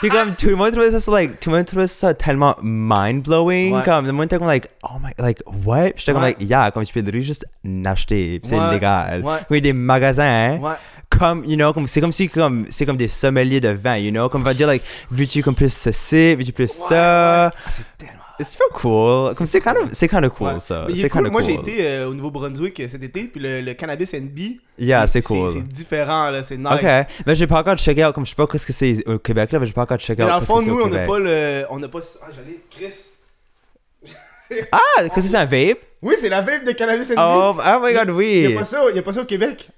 [SPEAKER 3] puis comme, tout le monde trouvait ça, c'est, like, tout le monde trouvait ça tellement mind-blowing,
[SPEAKER 1] Ouais.
[SPEAKER 3] comme, le monde était comme, like, oh my, like, what? Puis J'étais comme,
[SPEAKER 1] Ouais.
[SPEAKER 3] like, yeah, comme, tu peux literally juste l'acheter, puis c'est
[SPEAKER 1] Ouais.
[SPEAKER 3] légal.
[SPEAKER 1] Ouais.
[SPEAKER 3] Puis des magasins, hein,
[SPEAKER 1] Ouais.
[SPEAKER 3] comme you know comme c'est comme si comme c'est comme des sommeliers de vin you know comme on va dire like veux-tu comme plus ceci veux-tu plus ça
[SPEAKER 1] Ah, c'est tellement.
[SPEAKER 3] c'est pas cool comme c'est kind of c'est kind of cool
[SPEAKER 1] Ouais.
[SPEAKER 3] ça
[SPEAKER 1] Mais il est
[SPEAKER 3] c'est
[SPEAKER 1] cool.
[SPEAKER 3] kind of
[SPEAKER 1] Moi,
[SPEAKER 3] cool
[SPEAKER 1] j'ai été euh, au Nouveau-Brunswick euh, cet été, puis le, le cannabis NB.
[SPEAKER 3] yeah c'est
[SPEAKER 1] C'est,
[SPEAKER 3] cool
[SPEAKER 1] différent, là. C'est nice.
[SPEAKER 3] ok mais j'ai pas encore checké out comme je sais pas qu'est-ce que c'est au Québec là mais j'ai pas encore checké
[SPEAKER 1] Mais
[SPEAKER 3] out
[SPEAKER 1] dans le
[SPEAKER 3] qu'est-ce
[SPEAKER 1] fond,
[SPEAKER 3] que c'est au
[SPEAKER 1] nous, on n'a
[SPEAKER 3] Québec.
[SPEAKER 1] pas le. On n'a pas. Ah, j'allais. Chris.
[SPEAKER 3] ah qu'est-ce que c'est un vape
[SPEAKER 1] Oui, c'est la vape de cannabis NB.
[SPEAKER 3] oh oh my god
[SPEAKER 1] Il
[SPEAKER 3] oui
[SPEAKER 1] n'y a, pas ça- il y a pas ça au Québec.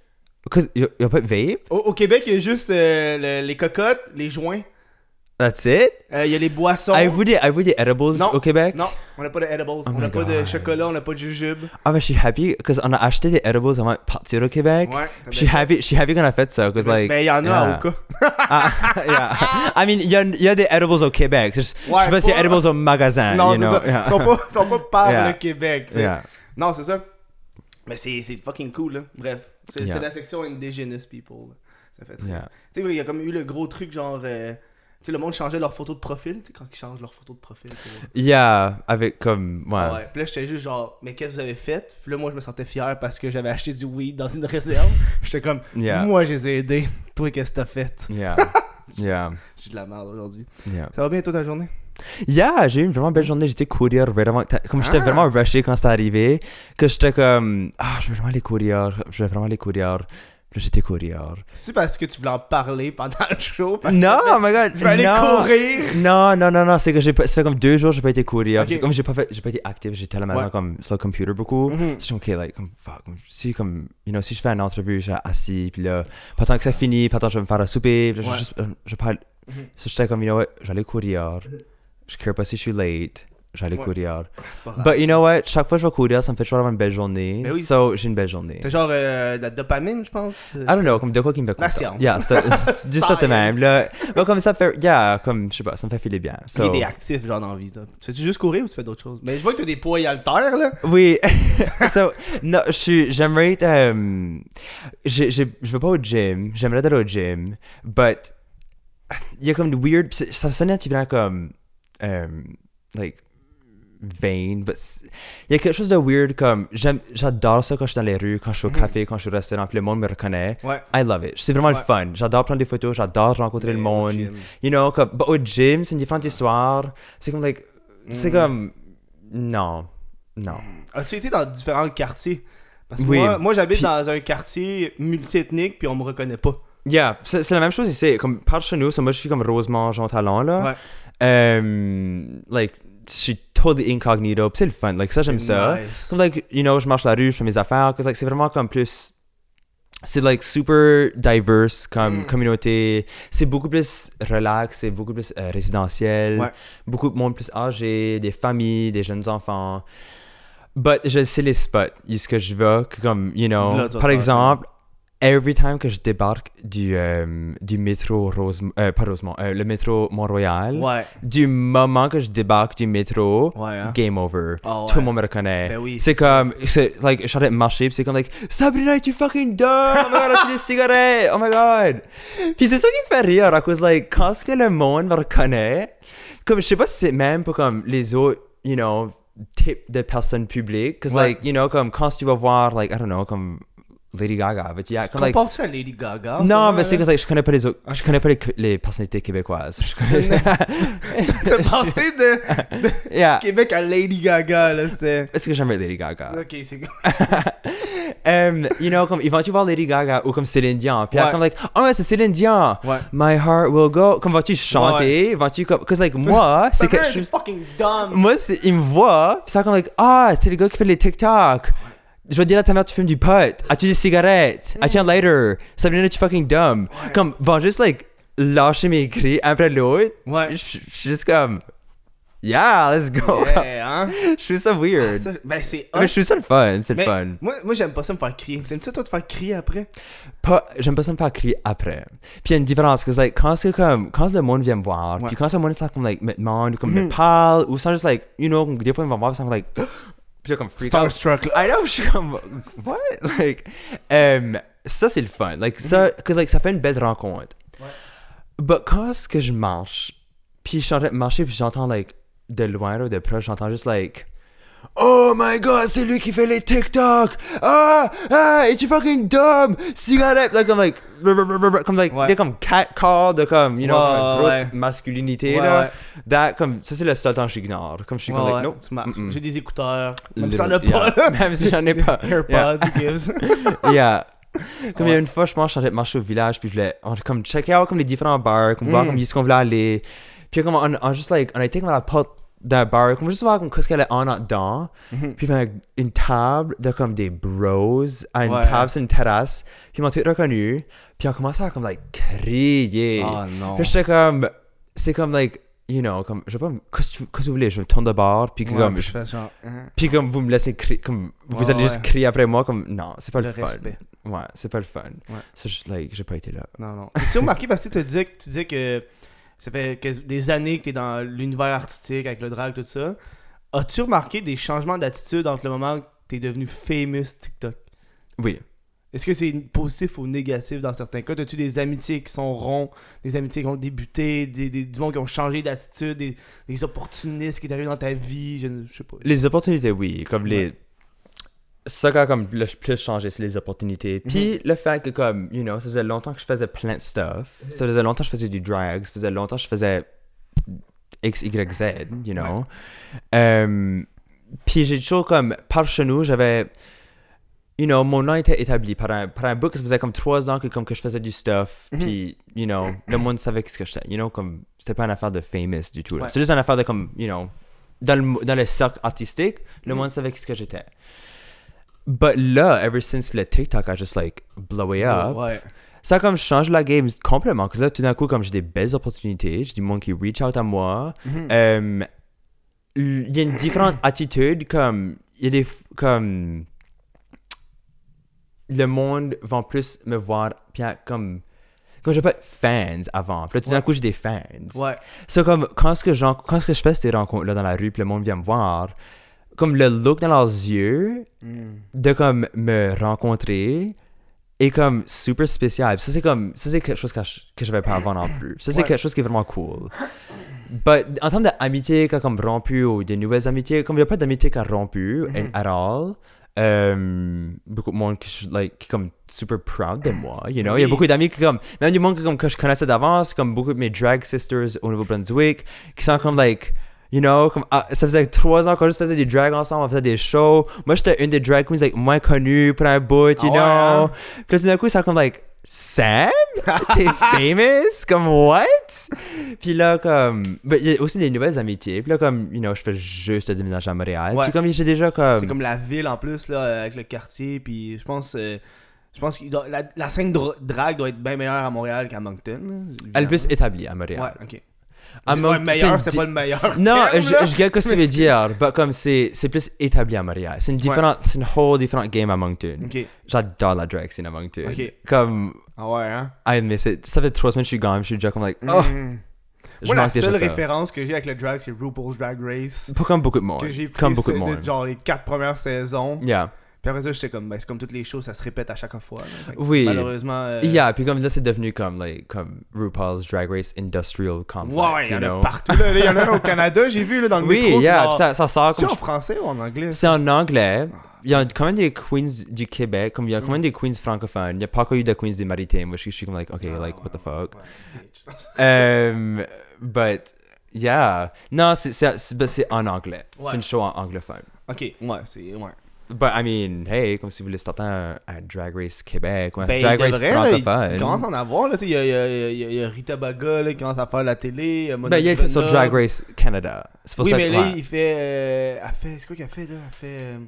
[SPEAKER 3] Qu'est-ce- y a y a pas de vape
[SPEAKER 1] Au, au Québec, il y a juste euh, le- les cocottes, les joints,
[SPEAKER 3] that's it
[SPEAKER 1] euh, il y a les boissons.
[SPEAKER 3] avez-vous des avez-vous des edibles
[SPEAKER 1] Non.
[SPEAKER 3] au Québec
[SPEAKER 1] Non, on n'a pas de edibles. on
[SPEAKER 3] my
[SPEAKER 1] n'a pas de
[SPEAKER 3] God.
[SPEAKER 1] chocolat, on n'a pas de jujube.
[SPEAKER 3] ah mais je suis happy parce qu'on a acheté des edibles avant de partir au Québec
[SPEAKER 1] Ouais, t'as
[SPEAKER 3] je suis
[SPEAKER 1] bien
[SPEAKER 3] happy je suis happy qu'on a fait ça cause like
[SPEAKER 1] mais il y en a
[SPEAKER 3] yeah. Ah,
[SPEAKER 1] à Oka.
[SPEAKER 3] yeah. I mean, il y, a- il y a des edibles au Québec. Je, je
[SPEAKER 1] Ouais,
[SPEAKER 3] sais pas s'il y a
[SPEAKER 1] pas-
[SPEAKER 3] edibles au magasin.
[SPEAKER 1] Non,
[SPEAKER 3] you
[SPEAKER 1] c'est
[SPEAKER 3] know?
[SPEAKER 1] ça.
[SPEAKER 3] Yeah.
[SPEAKER 1] Ils sont pas, ils sont pas par
[SPEAKER 3] Yeah.
[SPEAKER 1] le Québec. tu sais.
[SPEAKER 3] Yeah.
[SPEAKER 1] Non, c'est ça. Mais c'est c'est fucking cool, là. Bref. C'est
[SPEAKER 3] Yeah.
[SPEAKER 1] c'est la section Indigenous People. là. Ça fait très
[SPEAKER 3] Yeah.
[SPEAKER 1] Tu sais, il y a comme eu le gros truc, genre. euh, Tu sais, le monde changeait leur photo de profil. Tu sais, quand ils changent leur photo de profil. tu sais.
[SPEAKER 3] Yeah, avec comme. Ouais.
[SPEAKER 1] Ouais. Puis là, j'étais juste genre, mais qu'est-ce que vous avez fait? Puis là, moi, je me sentais fier parce que j'avais acheté du weed dans une réserve. J'étais comme,
[SPEAKER 3] Yeah.
[SPEAKER 1] moi, je les ai aidés. Toi, qu'est-ce que t'as fait?
[SPEAKER 3] Yeah. yeah.
[SPEAKER 1] J'ai de la merde aujourd'hui.
[SPEAKER 3] Yeah.
[SPEAKER 1] Ça va bien, toi, ta journée?
[SPEAKER 3] Yeah, j'ai eu une vraiment belle journée. J'étais courir vraiment. Comme j'étais
[SPEAKER 1] Ah.
[SPEAKER 3] vraiment rushé quand c'est arrivé, que j'étais comme. Ah, je veux vraiment aller courir. Je veux vraiment aller courir. Puis là, j'étais courir.
[SPEAKER 1] C'est parce que tu voulais en parler pendant le show. parce que
[SPEAKER 3] Non,
[SPEAKER 1] t'avais-
[SPEAKER 3] oh my god.
[SPEAKER 1] Je vais aller
[SPEAKER 3] non.
[SPEAKER 1] courir.
[SPEAKER 3] Non, non, non, non, c'est que j'ai pas, ça fait comme deux jours, j'ai pas été courir.
[SPEAKER 1] Ok.
[SPEAKER 3] C'est Comme j'ai pas fait, j'ai pas été actif, j'étais à la maison
[SPEAKER 1] Ouais.
[SPEAKER 3] comme sur le computer beaucoup.
[SPEAKER 1] Mhm.
[SPEAKER 3] Je suis ok, like, comme fuck, comme, si comme, you know, si je fais une entrevue, je suis assis, puis là, pas tant que ça finit, pas tant que je vais me faire à souper, puis là,
[SPEAKER 1] Ouais. Mm-hmm.
[SPEAKER 3] je, juste, euh, je parle. So, j'étais comme, you know what, j'allais courir. Je care pas si je suis late. J'allais
[SPEAKER 1] Ouais.
[SPEAKER 3] courir.
[SPEAKER 1] C'est pas grave.
[SPEAKER 3] But you know what? Chaque fois que je vais courir, ça me fait toujours avoir une belle journée.
[SPEAKER 1] Ben oui.
[SPEAKER 3] So, j'ai une belle journée.
[SPEAKER 1] T'as genre euh, de la dopamine, je pense. Euh,
[SPEAKER 3] I don't know, comme de quoi qui me fait
[SPEAKER 1] La
[SPEAKER 3] content.
[SPEAKER 1] science.
[SPEAKER 3] Yeah, so, c'est juste ça de
[SPEAKER 1] Science.
[SPEAKER 3] même, là. Mais comme ça fait, yeah, comme, je sais pas, ça me fait filer bien. So,
[SPEAKER 1] Il est actif, genre dans la vie. toi. Tu fais-tu juste courir ou tu fais d'autres choses? Mais je vois que t'as des poids et haltères, là.
[SPEAKER 3] Oui, so, non, je suis- j'aimerais être, euh, j'ai- j'ai- je vais pas au gym, j'aimerais aller au gym, but il y a comme de weird, pis c'est- ça sonne naturellement comme, euh, like, vain, but c'est- il y a quelque chose de weird comme, j'aime- j'adore ça quand je suis dans les rues, quand
[SPEAKER 1] Mm-hmm.
[SPEAKER 3] je suis au café, quand je suis au restaurant, puis le monde me reconnaît.
[SPEAKER 1] Ouais.
[SPEAKER 3] I love it. C'est vraiment le
[SPEAKER 1] Ouais.
[SPEAKER 3] fun. J'adore prendre des photos, j'adore rencontrer le
[SPEAKER 1] Mais au
[SPEAKER 3] monde.
[SPEAKER 1] gym.
[SPEAKER 3] You know, comme, but au gym, c'est une différente histoire. C'est comme, like,
[SPEAKER 1] Mm.
[SPEAKER 3] c'est comme, non, non.
[SPEAKER 1] As-tu été dans différents quartiers? Parce que
[SPEAKER 3] Oui.
[SPEAKER 1] moi, moi j'habite
[SPEAKER 3] Puis-
[SPEAKER 1] dans un quartier multiethnique, puis on me reconnaît pas.
[SPEAKER 3] Yeah, c'est c'est la même chose ici. Comme par chez nous, so moi je suis comme Rosemont, Jean Talon là.
[SPEAKER 1] Ouais.
[SPEAKER 3] Euh, like, je suis totally incognito. pis C'est le fun. Like ça, j'aime
[SPEAKER 1] C'est
[SPEAKER 3] ça.
[SPEAKER 1] nice.
[SPEAKER 3] Comme like, you know, je marche la rue, je fais mes affaires. Cause like, c'est vraiment comme plus. C'est like super diverse comme
[SPEAKER 1] Mm.
[SPEAKER 3] communauté. C'est beaucoup plus relax, c'est beaucoup plus euh, résidentiel.
[SPEAKER 1] Ouais.
[SPEAKER 3] Beaucoup de monde plus âgé, des familles, des jeunes enfants. But je sais les spots, où ce que je vais, que comme, you know.
[SPEAKER 1] Là, tu vas
[SPEAKER 3] par
[SPEAKER 1] te
[SPEAKER 3] exemple, every time que je débarque du, euh, du métro Rosemont, euh, pas Rosemont, euh, le métro Mont-Royal,
[SPEAKER 1] Ouais.
[SPEAKER 3] du moment que je débarque du métro,
[SPEAKER 1] Ouais, hein.
[SPEAKER 3] game over.
[SPEAKER 1] Ah ouais.
[SPEAKER 3] Tout le monde me reconnaît.
[SPEAKER 1] Ben oui,
[SPEAKER 3] c'est
[SPEAKER 1] c'est ça.
[SPEAKER 3] comme, c'est, Um, like, je suis en train de marcher, puis c'est comme, like, Sabrina, tu fucking dumb! Oh my god, on fait des cigarettes! Oh my god! Puis c'est ça qui me fait rire, à cause, like, quand ce que le monde me reconnaît, comme, je sais pas si c'est même pour, comme, les autres, you know, types de personnes publiques, cause,
[SPEAKER 1] Ouais.
[SPEAKER 3] like, you know, comme, quand tu vas voir, like, I don't know, comme, Lady Gaga, but yeah, comme, like,
[SPEAKER 1] Comportes-tu à Lady Gaga? en ce
[SPEAKER 3] non,
[SPEAKER 1] moment,
[SPEAKER 3] mais c'est
[SPEAKER 1] là?
[SPEAKER 3] que ça, je connais pas les autres, je connais pas les, les personnalités québécoises. Je connais...
[SPEAKER 1] T'as passé de
[SPEAKER 3] yeah.
[SPEAKER 1] Québec à Lady Gaga, là, c'était.
[SPEAKER 3] Est-ce que j'aime Lady Gaga?
[SPEAKER 1] Ok, c'est
[SPEAKER 3] Ah, Um, you know, comme ils vont-tu voir Lady Gaga ou comme Céline Dion? Puis là,
[SPEAKER 1] Ouais.
[SPEAKER 3] comme, like, oh ouais, c'est Céline Dion!
[SPEAKER 1] Ouais.
[SPEAKER 3] My heart will go. Comme vas-tu chanter? Vas-tu comme. Cause, like, moi, c'est que. je-
[SPEAKER 1] fucking dumb.
[SPEAKER 3] Moi, c'est- ils me voient, puis ça, comme, like, ah, t'es le gars qui fait les TikTok. Je vais dire à ta mère, tu fumes du pot. As-tu des cigarettes? As-tu un
[SPEAKER 1] Mm.
[SPEAKER 3] lighter? Ça me donne tu fucking dumb. Comme, bon, juste, like, lâcher mes cris un après l'autre.
[SPEAKER 1] Ouais.
[SPEAKER 3] Je je suis juste comme. Yeah, let's go.
[SPEAKER 1] Ouais, hein?
[SPEAKER 3] je trouve ça weird.
[SPEAKER 1] Ça, ben, Ah, c'est
[SPEAKER 3] mais
[SPEAKER 1] hot.
[SPEAKER 3] je trouve ça le fun, c'est le
[SPEAKER 1] Mais
[SPEAKER 3] fun.
[SPEAKER 1] moi, moi j'aime pas ça me faire crier. T'aimes-tu toi te faire crier après?
[SPEAKER 3] pas, j'aime pas ça me faire crier après. Puis il y a une différence, parce que like, quand, c'est comme, quand le monde vient me voir,
[SPEAKER 1] Ouais.
[SPEAKER 3] puis quand le monde ça, comme, like, me demande, ou comme me parle, ou ça, juste, like, you know, comme, des fois ils vont me voir, puis ça, comme, like, puis là, comme, freak out.
[SPEAKER 1] Starstruck, là.
[SPEAKER 3] I know, je suis comme, what? Like, um, ça, c'est le fun. Like, ça,
[SPEAKER 1] Mm-hmm.
[SPEAKER 3] cause, like, ça fait une belle rencontre. But quand est-ce que je marche, puis je suis en train de marcher, puis j'entends, like, de loin, là, de proche, j'entends juste, like, Oh my god, c'est lui qui fait les TikTok! Ah! Ah! Et tu fucking dumb! Cigarette! Like, comme, like, brr, brr, brr, brr, comme, like,
[SPEAKER 1] Ouais.
[SPEAKER 3] des comme cat call de comme, you know,
[SPEAKER 1] Ouais,
[SPEAKER 3] comme une
[SPEAKER 1] ouais,
[SPEAKER 3] grosse
[SPEAKER 1] ouais.
[SPEAKER 3] masculinité,
[SPEAKER 1] Ouais,
[SPEAKER 3] là.
[SPEAKER 1] ouais.
[SPEAKER 3] That, comme, ça, c'est le seul temps que j'ignore. Comme, je suis
[SPEAKER 1] Ouais,
[SPEAKER 3] comme,
[SPEAKER 1] ouais,
[SPEAKER 3] like, nope.
[SPEAKER 1] tu marches.
[SPEAKER 3] mm-mm.
[SPEAKER 1] J'ai des écouteurs. Même si t'en as
[SPEAKER 3] Little-
[SPEAKER 1] pas,
[SPEAKER 3] yeah.
[SPEAKER 1] là.
[SPEAKER 3] Même si j'en ai pas. Yeah.
[SPEAKER 1] AirPods, who gives?
[SPEAKER 3] yeah. Comme il y a
[SPEAKER 1] Ouais.
[SPEAKER 3] une fois, je pense, j'étais marché au village, puis je voulais on, comme check out comme les différents bars, comme voir
[SPEAKER 1] Mm.
[SPEAKER 3] comme où est-ce qu'on voulait aller. Puis comme on, on juste like on était comme à la porte d'un bar, comme juste voir comme qu'est-ce qu'elle est en dedans.
[SPEAKER 1] Mm-hmm.
[SPEAKER 3] Puis il y avait une table de comme des bros à une
[SPEAKER 1] Ouais.
[SPEAKER 3] table sur une terrasse. Puis ils m'ont tout reconnu. Puis on commençait à comme like crier.
[SPEAKER 1] Oh, non.
[SPEAKER 3] Puis j'étais comme c'est comme like you know comme je sais pas qu'est-ce que tu- qu'est-ce que vous voulez, je me tourne de bord puis que,
[SPEAKER 1] Ouais,
[SPEAKER 3] comme
[SPEAKER 1] puis
[SPEAKER 3] je-
[SPEAKER 1] je fais genre. hein.
[SPEAKER 3] puis comme vous me laissez crier, comme vous
[SPEAKER 1] Ouais,
[SPEAKER 3] allez juste
[SPEAKER 1] ouais.
[SPEAKER 3] crier après moi, comme non, c'est pas le,
[SPEAKER 1] Le
[SPEAKER 3] fun.
[SPEAKER 1] respect.
[SPEAKER 3] Ouais, c'est pas le fun.
[SPEAKER 1] Ouais.
[SPEAKER 3] C'est juste, like, j'ai pas été là.
[SPEAKER 1] Non, non. Tu as remarqué parce que tu disais que, tu disais que ça fait quasi- des années que tu es dans l'univers artistique avec le drag, tout ça. As-tu remarqué des changements d'attitude entre le moment que tu es devenu famous TikTok
[SPEAKER 3] Oui.
[SPEAKER 1] Est-ce que c'est positif ou négatif dans certains cas As-tu des amitiés qui sont ronds, des amitiés qui ont débuté, des, des- du monde qui ont changé d'attitude, des, des opportunistes qui t'arrivent dans ta vie Je ne je sais pas.
[SPEAKER 3] Les opportunités, oui. Comme les. Ça, qui a comme le plus changé, c'est les opportunités.
[SPEAKER 1] Mhm.
[SPEAKER 3] Puis le fait que, comme, you know, ça faisait longtemps que je faisais plein de stuff.
[SPEAKER 1] Mhm.
[SPEAKER 3] Ça faisait longtemps que je faisais du drag. Ça faisait longtemps que je faisais X, Y, Z, you know. Euh, puis j'ai toujours, comme, par chez nous, j'avais. You know, mon nom était établi par un, par un book. Ça faisait comme trois ans que, comme, que je faisais du stuff. Puis, you know, le monde savait ce que j'étais. You know, comme, c'était pas une affaire de famous du tout. là.
[SPEAKER 1] Ouais.
[SPEAKER 3] C'est juste une affaire de, comme, you know, dans le, dans le cercle artistique, le monde savait ce que j'étais. But là, ever since le TikTok a just like blowé up,
[SPEAKER 1] Ouais.
[SPEAKER 3] ça comme change la game complètement. Parce que là, tout d'un coup, comme j'ai des belles opportunités, j'ai du monde qui reach out à moi. Euh, Il y a une différente attitude, comme. Il y a des. f- Comme. Le monde va plus me voir, puis à- comme. Comme j'avais pas de fans avant. Puis là, tout d'un coup, j'ai des fans.
[SPEAKER 1] Ouais.
[SPEAKER 3] C'est comme, quand ce que, j'en- quand ce que je fais ces rencontres-là dans la rue, puis le monde vient me voir, comme le look dans leurs yeux, de comme me rencontrer, est comme super spécial. Puis Ça, c'est comme, ça, c'est quelque chose que, je- que j'avais pas avant non plus. Ça, c'est quelque chose qui est vraiment cool. But en termes d'amitié qui a comme rompu ou de nouvelles amitiés, comme il n'y a pas d'amitié qui a rompu and at all, euh, beaucoup de monde qui, je- like, qui est comme super proud de moi, you know. Il y
[SPEAKER 1] Oui.
[SPEAKER 3] a beaucoup d'amis qui comme, même du monde que, comme, que je connaissais d'avance, comme beaucoup de mes drag sisters au Nouveau-Brunswick, qui sont comme like, you know, comme, ah, ça faisait trois ans qu'on juste faisait du drag ensemble, on faisait des shows. Moi, j'étais une des drag queens like, moins connue pour un bout, you
[SPEAKER 1] Ah ouais,
[SPEAKER 3] know.
[SPEAKER 1] hein?
[SPEAKER 3] Puis là, tout d'un coup, ils sont comme like, Sam? T'es famous? Comme, what? Puis là, comme. ben, Il y a aussi des nouvelles amitiés. Puis là, comme, you know, je fais juste le déménage à Montréal.
[SPEAKER 1] Ouais.
[SPEAKER 3] Puis comme j'ai déjà comme.
[SPEAKER 1] C'est comme la ville en plus, là, euh, avec le quartier. Puis je pense. euh, je pense que la, la scène dra- drag doit être bien meilleure à Montréal qu'à Moncton. là,
[SPEAKER 3] Elle est plus établie à Montréal.
[SPEAKER 1] Ouais, ok. Ouais,
[SPEAKER 3] Among-
[SPEAKER 1] meilleur,
[SPEAKER 3] c'est
[SPEAKER 1] c'était
[SPEAKER 3] di-
[SPEAKER 1] pas le meilleur.
[SPEAKER 3] Non,
[SPEAKER 1] terme,
[SPEAKER 3] je,
[SPEAKER 1] là.
[SPEAKER 3] je get ce que tu veux dire, mais comme c'est, c'est plus établi à Montréal. C'est une différente, c'est une whole différente game à Moncton.
[SPEAKER 1] Ok.
[SPEAKER 3] J'adore la drag scene à Moncton.
[SPEAKER 1] Ok.
[SPEAKER 3] Comme,
[SPEAKER 1] Ah ouais, hein.
[SPEAKER 3] I miss it. Ça fait trois semaines que je suis gone, je suis déjà comme like, oh,
[SPEAKER 1] Mm.
[SPEAKER 3] je
[SPEAKER 1] Moi, la
[SPEAKER 3] manque déjà
[SPEAKER 1] seule
[SPEAKER 3] ça.
[SPEAKER 1] référence que j'ai avec le drag, c'est RuPaul's Drag Race.
[SPEAKER 3] Pour comme beaucoup de monde.
[SPEAKER 1] Que j'ai pris
[SPEAKER 3] Comme beaucoup de
[SPEAKER 1] c'est-
[SPEAKER 3] monde.
[SPEAKER 1] genre les quatre premières saisons.
[SPEAKER 3] Yeah.
[SPEAKER 1] Puis après ça, j'étais comme, ben, c'est comme toutes les choses, ça se répète à chaque fois. là. Fait que
[SPEAKER 3] Oui.
[SPEAKER 1] Malheureusement. euh,
[SPEAKER 3] Yeah, puis comme là, c'est devenu comme, like, comme RuPaul's Drag Race Industrial Complex.
[SPEAKER 1] Ouais, il y
[SPEAKER 3] you
[SPEAKER 1] en
[SPEAKER 3] know?
[SPEAKER 1] a partout. là. Il y en a un au Canada, j'ai vu là, dans le
[SPEAKER 3] Oui,
[SPEAKER 1] métro. c'est
[SPEAKER 3] yeah,
[SPEAKER 1] genre-
[SPEAKER 3] puis ça, ça sort
[SPEAKER 1] C'est
[SPEAKER 3] comme.
[SPEAKER 1] en français ou en anglais
[SPEAKER 3] C'est en anglais.
[SPEAKER 1] Ah.
[SPEAKER 3] Il y a quand même des queens du Québec, comme il y a quand
[SPEAKER 1] Mm.
[SPEAKER 3] même des queens francophones. Il n'y a pas encore eu de queens du Maritime, which je suis comme, like, okay, like,
[SPEAKER 1] Ah.
[SPEAKER 3] what the fuck. Um, but, yeah. Non, c'est- c'est c'est- but c'est en anglais.
[SPEAKER 1] Ouais.
[SPEAKER 3] C'est une show en anglophone.
[SPEAKER 1] Ok, ouais, c'est. Ouais.
[SPEAKER 3] But, I mean, hey, comme si vous voulez starter un, un Drag Race Québec ou un
[SPEAKER 1] Ben,
[SPEAKER 3] Drag
[SPEAKER 1] il
[SPEAKER 3] Race
[SPEAKER 1] devrait, là, il- Il
[SPEAKER 3] francophone.
[SPEAKER 1] commence à en avoir, là. tu sais, Il y, a- il y a- il y a- il y a Rita Baga, là, qui commence à faire la télé. Il y a Mona
[SPEAKER 3] Ben, il y a écrit sur
[SPEAKER 1] Grenoble.
[SPEAKER 3] Drag Race Canada. C'est pour
[SPEAKER 1] Oui,
[SPEAKER 3] ça
[SPEAKER 1] mais
[SPEAKER 3] que.
[SPEAKER 1] là,
[SPEAKER 3] ouais.
[SPEAKER 1] il fait. euh, elle fait. C'est quoi qu'elle fait, là Elle fait. euh,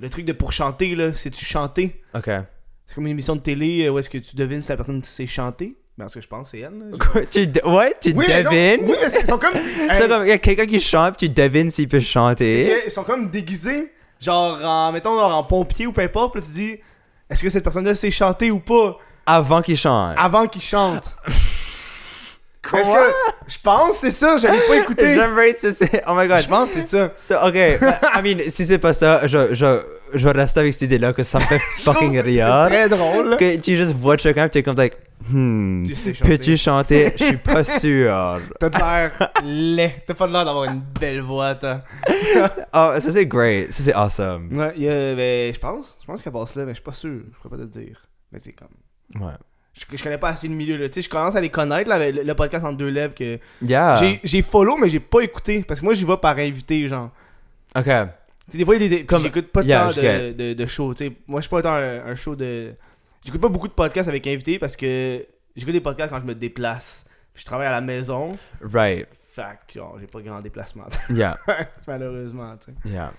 [SPEAKER 1] le truc de pour chanter, là. C'est-tu chanter
[SPEAKER 3] Ok.
[SPEAKER 1] C'est comme une émission de télé euh, où est-ce que tu devines si la personne sait chanter Ben, ce que je pense, c'est elle, là.
[SPEAKER 3] Quoi, tu, de- ouais, tu
[SPEAKER 1] Oui, mais non,
[SPEAKER 3] devines?
[SPEAKER 1] Oui, parce qu'ils sont comme.
[SPEAKER 3] C'est
[SPEAKER 1] Hey,
[SPEAKER 3] comme, il y a quelqu'un qui chante, puis tu devines s'il peut
[SPEAKER 1] c'est
[SPEAKER 3] chanter.
[SPEAKER 1] que Ils sont comme déguisés, genre en, mettons, genre en pompier ou peu importe, puis là, tu dis, est-ce que cette personne-là sait chanter ou pas
[SPEAKER 3] Avant qu'il chante.
[SPEAKER 1] avant qu'il chante? Ah, Est-ce que je pense que c'est ça, j'avais pas écouté.
[SPEAKER 3] J'aimerais que ce- c'est- Oh my god.
[SPEAKER 1] Je pense que c'est ça.
[SPEAKER 3] So, ok, bah, I mean, si c'est pas ça, je, je, je vais rester avec cette idée-là que ça me fait fucking
[SPEAKER 1] C'est-
[SPEAKER 3] rire.
[SPEAKER 1] C'est très drôle. là.
[SPEAKER 3] Que tu juste vois chacun, puis t'es comme, like, hmm,
[SPEAKER 1] Tu sais chanter.
[SPEAKER 3] peux-tu chanter? Je suis pas sûr.
[SPEAKER 1] T'as de l'air laid. T'as pas de l'air d'avoir une belle voix, toi.
[SPEAKER 3] Oh, ça c'est great, ça c'est awesome.
[SPEAKER 1] Ouais, il y a- ben, je pense. Je pense qu'elle passe là, mais je suis pas sûr. Je pourrais pas te dire. Mais c'est comme.
[SPEAKER 3] Ouais.
[SPEAKER 1] Je, je connais pas assez le milieu, là. Tu sais, je commence à les connaître, là, avec le, le podcast en deux lèvres que.
[SPEAKER 3] Yeah.
[SPEAKER 1] J'ai- J'ai follow, mais j'ai pas écouté. Parce que moi, j'y vais par invité, genre.
[SPEAKER 3] Ok.
[SPEAKER 1] Tu sais, des fois, il y a des-
[SPEAKER 3] Comme-
[SPEAKER 1] j'écoute pas
[SPEAKER 3] Yeah,
[SPEAKER 1] tant
[SPEAKER 3] je
[SPEAKER 1] de,
[SPEAKER 3] get.
[SPEAKER 1] de, de shows. tu sais. Moi, je suis pas tant un, un show de. J'écoute pas beaucoup de podcasts avec invités parce que j'écoute des podcasts quand je me déplace. Puis je travaille à la maison.
[SPEAKER 3] Right.
[SPEAKER 1] Fait que, genre, j'ai pas grand déplacement.
[SPEAKER 3] Yeah.
[SPEAKER 1] Malheureusement, tu sais.
[SPEAKER 3] Yeah.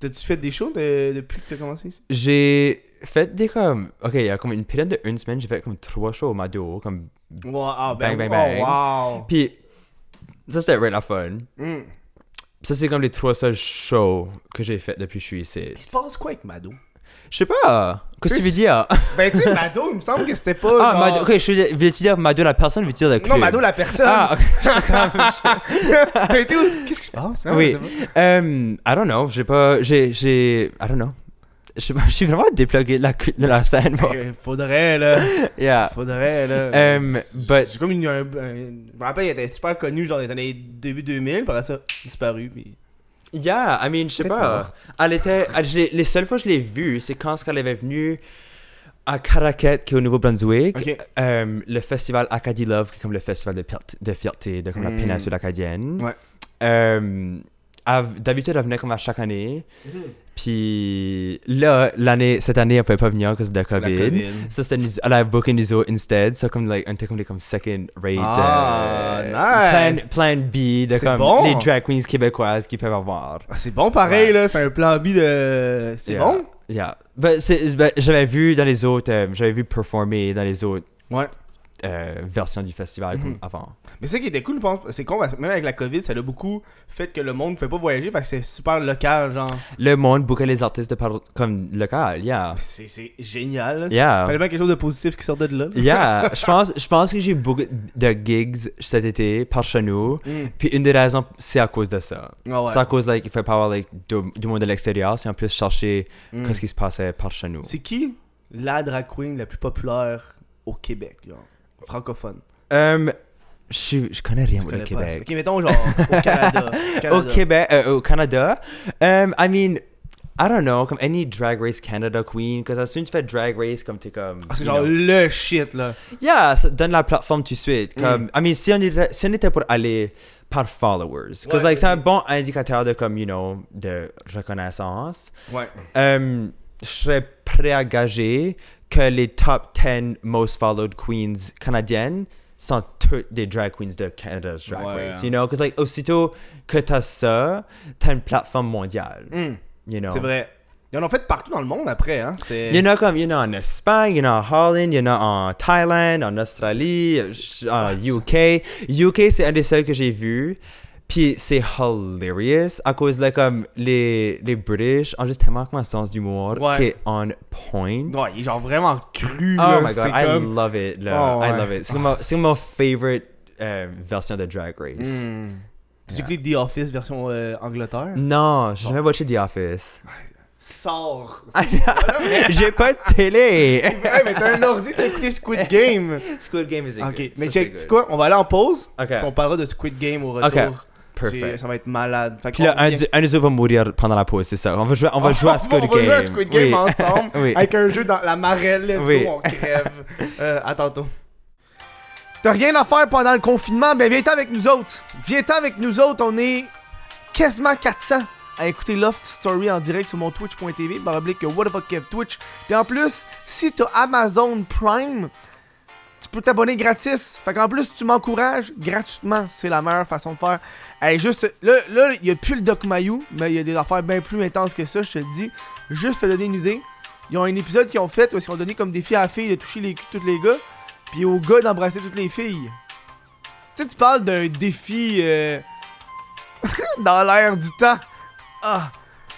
[SPEAKER 1] T'as-tu fait des shows de- depuis que t'as commencé ici?
[SPEAKER 3] J'ai fait des comme. Ok, il y a comme une période de une semaine, j'ai fait comme trois shows au Mado. Comme...
[SPEAKER 1] Wow, ah, ben,
[SPEAKER 3] Bang, bang,
[SPEAKER 1] oh,
[SPEAKER 3] Puis, ça c'était really la fun.
[SPEAKER 1] wow. Mm.
[SPEAKER 3] Ça c'est comme les trois seuls shows que j'ai fait depuis que je suis ici.
[SPEAKER 1] Il se passe quoi avec Mado?
[SPEAKER 3] Je sais pas. Qu'est-ce que tu veux dire?
[SPEAKER 1] Ben, tu sais, Mado, il me semble que c'était pas.
[SPEAKER 3] Ah,
[SPEAKER 1] Oh, genre...
[SPEAKER 3] Mado, ok, je veux veux-tu dire Mado la personne, veux-tu dire le club?
[SPEAKER 1] Non, Mado, la personne.
[SPEAKER 3] Ah, ok.
[SPEAKER 1] T'as été où? Qu'est-ce qui se passe? hein?
[SPEAKER 3] oui.
[SPEAKER 1] Je sais pas.
[SPEAKER 3] Um, I don't know, j'ai pas, j'ai, j'ai, I don't know. Je sais pas, je suis vraiment déplugué de la, cu- de la scène, moi.
[SPEAKER 1] Ben, Faudrait, là.
[SPEAKER 3] Yeah.
[SPEAKER 1] Faudrait, là.
[SPEAKER 3] Um, Ah. but,
[SPEAKER 1] J'ai comme une. un- un- je me rappelle, il était super connu, genre, dans les années début 2000, par ça, disparu, puis.
[SPEAKER 3] yeah, I mean, je sais
[SPEAKER 1] Peut-être
[SPEAKER 3] pas. Elle était, elle- je l'ai- les seules fois que je l'ai vue, c'est quand elle avait venu à Caracat, qui est au Nouveau-Brunswick.
[SPEAKER 1] Ok.
[SPEAKER 3] Um, le festival Acadie Love, qui est comme le festival de, fierté- de fierté de comme
[SPEAKER 1] Mm.
[SPEAKER 3] la péninsule acadienne.
[SPEAKER 1] Ouais.
[SPEAKER 3] Um, av- D'habitude, elle venait comme à chaque année. Puis là, l'année, cette année, elle pouvait pas venir à cause de la COVID. Ça, c'était nous- elle a booké nous autres instead. Ça, comme, like, on était comme les comme second rate.
[SPEAKER 1] Ah,
[SPEAKER 3] euh,
[SPEAKER 1] nice.
[SPEAKER 3] plan, plan B de
[SPEAKER 1] C'est
[SPEAKER 3] comme
[SPEAKER 1] bon.
[SPEAKER 3] les drag queens québécoises qui peuvent avoir.
[SPEAKER 1] Ah, c'est bon, pareil,
[SPEAKER 3] Ouais.
[SPEAKER 1] là. C'est un plan B de. C'est
[SPEAKER 3] Yeah.
[SPEAKER 1] bon?
[SPEAKER 3] Yeah. Ben, c'est- ben, j'avais vu dans les autres, euh, j'avais vu performer dans les autres
[SPEAKER 1] Ouais.
[SPEAKER 3] euh, versions du festival
[SPEAKER 1] Mhm.
[SPEAKER 3] comme avant.
[SPEAKER 1] Mais c'est ça qui était cool, je pense. C'est con, parce que même avec la COVID, ça a beaucoup fait que le monde ne fait pas voyager, fait que c'est super local, genre.
[SPEAKER 3] Le monde bookait les artistes de par comme local, yeah.
[SPEAKER 1] C'est c'est génial, là.
[SPEAKER 3] Yeah.
[SPEAKER 1] Fallait bien quelque chose de positif qui sortait de là. là.
[SPEAKER 3] Yeah, je pense, je pense que j'ai beaucoup de gigs cet été par chez nous.
[SPEAKER 1] Mm.
[SPEAKER 3] Puis une des raisons, c'est à cause de ça.
[SPEAKER 1] Ah ouais.
[SPEAKER 3] C'est à cause like, il faut pas avoir like, du, du monde de l'extérieur, c'est en plus chercher
[SPEAKER 1] Mm.
[SPEAKER 3] qu'est-ce qui se passait par chez nous.
[SPEAKER 1] C'est qui la drag queen la plus populaire au Québec, genre? Francophone.
[SPEAKER 3] Um, je, je connais rien
[SPEAKER 1] Tu
[SPEAKER 3] au
[SPEAKER 1] connais pas,
[SPEAKER 3] Québec.
[SPEAKER 1] Ok, mettons genre au Canada. Au Canada.
[SPEAKER 3] Au Québec, euh, au Canada, um, I mean, I don't know, comme any Drag Race Canada queen, parce que soon tu fais Drag Race, comme t'es comme.
[SPEAKER 1] Ah, c'est
[SPEAKER 3] you
[SPEAKER 1] genre
[SPEAKER 3] know.
[SPEAKER 1] le shit, là.
[SPEAKER 3] Yeah, ça te donne la plateforme tout
[SPEAKER 1] Mm.
[SPEAKER 3] de suite. Comme, I mean, si on, était, si on était pour aller par followers, parce
[SPEAKER 1] Ouais,
[SPEAKER 3] like, c'est
[SPEAKER 1] ouais.
[SPEAKER 3] un bon indicateur de, comme, you know, de reconnaissance.
[SPEAKER 1] Ouais.
[SPEAKER 3] Euh, je serais prêt à gager que les top 10 most followed queens canadiennes sont toutes des drag queens de Canada's Drag
[SPEAKER 1] Ouais.
[SPEAKER 3] Race, you know? Because, like, aussitôt que t'as ça, t'as une plateforme mondiale, you know?
[SPEAKER 1] Hmm. C'est vrai. Ils en ont fait partout dans le monde après, hein. C'est...
[SPEAKER 3] Il y en a comme, il y en a en Espagne, il y en a en Hollande, il y en a en Thaïlande, en Australie, en UK. UK, c'est un des seuls que j'ai vu. Puis c'est hilarious à cause de comme les, les British ont juste tellement comme un sens d'humour
[SPEAKER 1] Ouais.
[SPEAKER 3] qui est on point.
[SPEAKER 1] Ouais, il est genre vraiment cru, là.
[SPEAKER 3] Oh my god,
[SPEAKER 1] c'est
[SPEAKER 3] I
[SPEAKER 1] comme...
[SPEAKER 3] love it. Là.
[SPEAKER 1] Oh,
[SPEAKER 3] I
[SPEAKER 1] ouais.
[SPEAKER 3] love it. C'est comme mon- c'est comme mon favorite euh, version de Drag Race.
[SPEAKER 1] Hmm. T'as-tu écouté The Office version euh, Angleterre?
[SPEAKER 3] Mm. Non, j'ai jamais watché The Office.
[SPEAKER 1] Sors!
[SPEAKER 3] j'ai pas de télé.
[SPEAKER 1] ouais, mais t'as un ordi, t'as écouté Squid Game!
[SPEAKER 3] Squid Game is
[SPEAKER 1] Ok, mais check, tu sais quoi, on va aller en pause,
[SPEAKER 3] Ok.
[SPEAKER 1] puis on parlera de Squid Game au retour.
[SPEAKER 3] Ok,
[SPEAKER 1] J'ai-
[SPEAKER 3] Perfect.
[SPEAKER 1] Ça va être malade. Fait
[SPEAKER 3] Puis
[SPEAKER 1] qu'on
[SPEAKER 3] là, un,
[SPEAKER 1] revient-
[SPEAKER 3] du- un des deux va mourir pendant la pause, c'est ça. On va jouer, on va jouer à Squid Game.
[SPEAKER 1] Oh, On va jouer à Squid Game
[SPEAKER 3] Oui.
[SPEAKER 1] ensemble,
[SPEAKER 3] Oui.
[SPEAKER 1] avec un jeu dans la marelle, let's
[SPEAKER 3] Oui.
[SPEAKER 1] go, on crève. Euh, à tantôt.
[SPEAKER 4] T'as rien à faire pendant le confinement, ben viens-t'en avec nous autres. Viens-t'en avec nous autres, on est quasiment 400 à écouter Loft Story en direct sur mon twitch.tv, barre oblique, what the fuck Kev Twitch. Puis en plus, si t'as Amazon Prime, tu peux t'abonner gratis. Fait qu'en plus, tu m'encourages gratuitement. C'est la meilleure façon de faire. Hey, juste, là, là, il y a plus le Doc Mayou, mais il y a des affaires bien plus intenses que ça, je te le dis. Juste te donner une idée. Ils ont un épisode qu'ils ont fait où ils ont donné comme défi à la fille de toucher les culs de tous les gars, puis au gars d'embrasser toutes les filles. Tu sais, tu parles d'un défi euh, dans l'air du temps. Ah,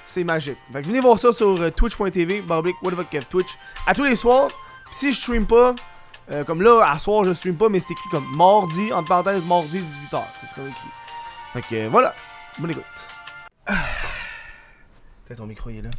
[SPEAKER 4] c'est magique. Fait que venez voir ça sur euh, twitch.tv, barblick, what the fuck, Kev, Twitch. À tous les soirs, Pis si je stream pas, euh, comme là, à soir, je stream pas, mais c'est écrit comme mardi, en parenthèse, mardi 18h. C'est ce qu'on a écrit. Fait que euh, voilà, bonne écoute.
[SPEAKER 1] Peut-être ton micro, il est là.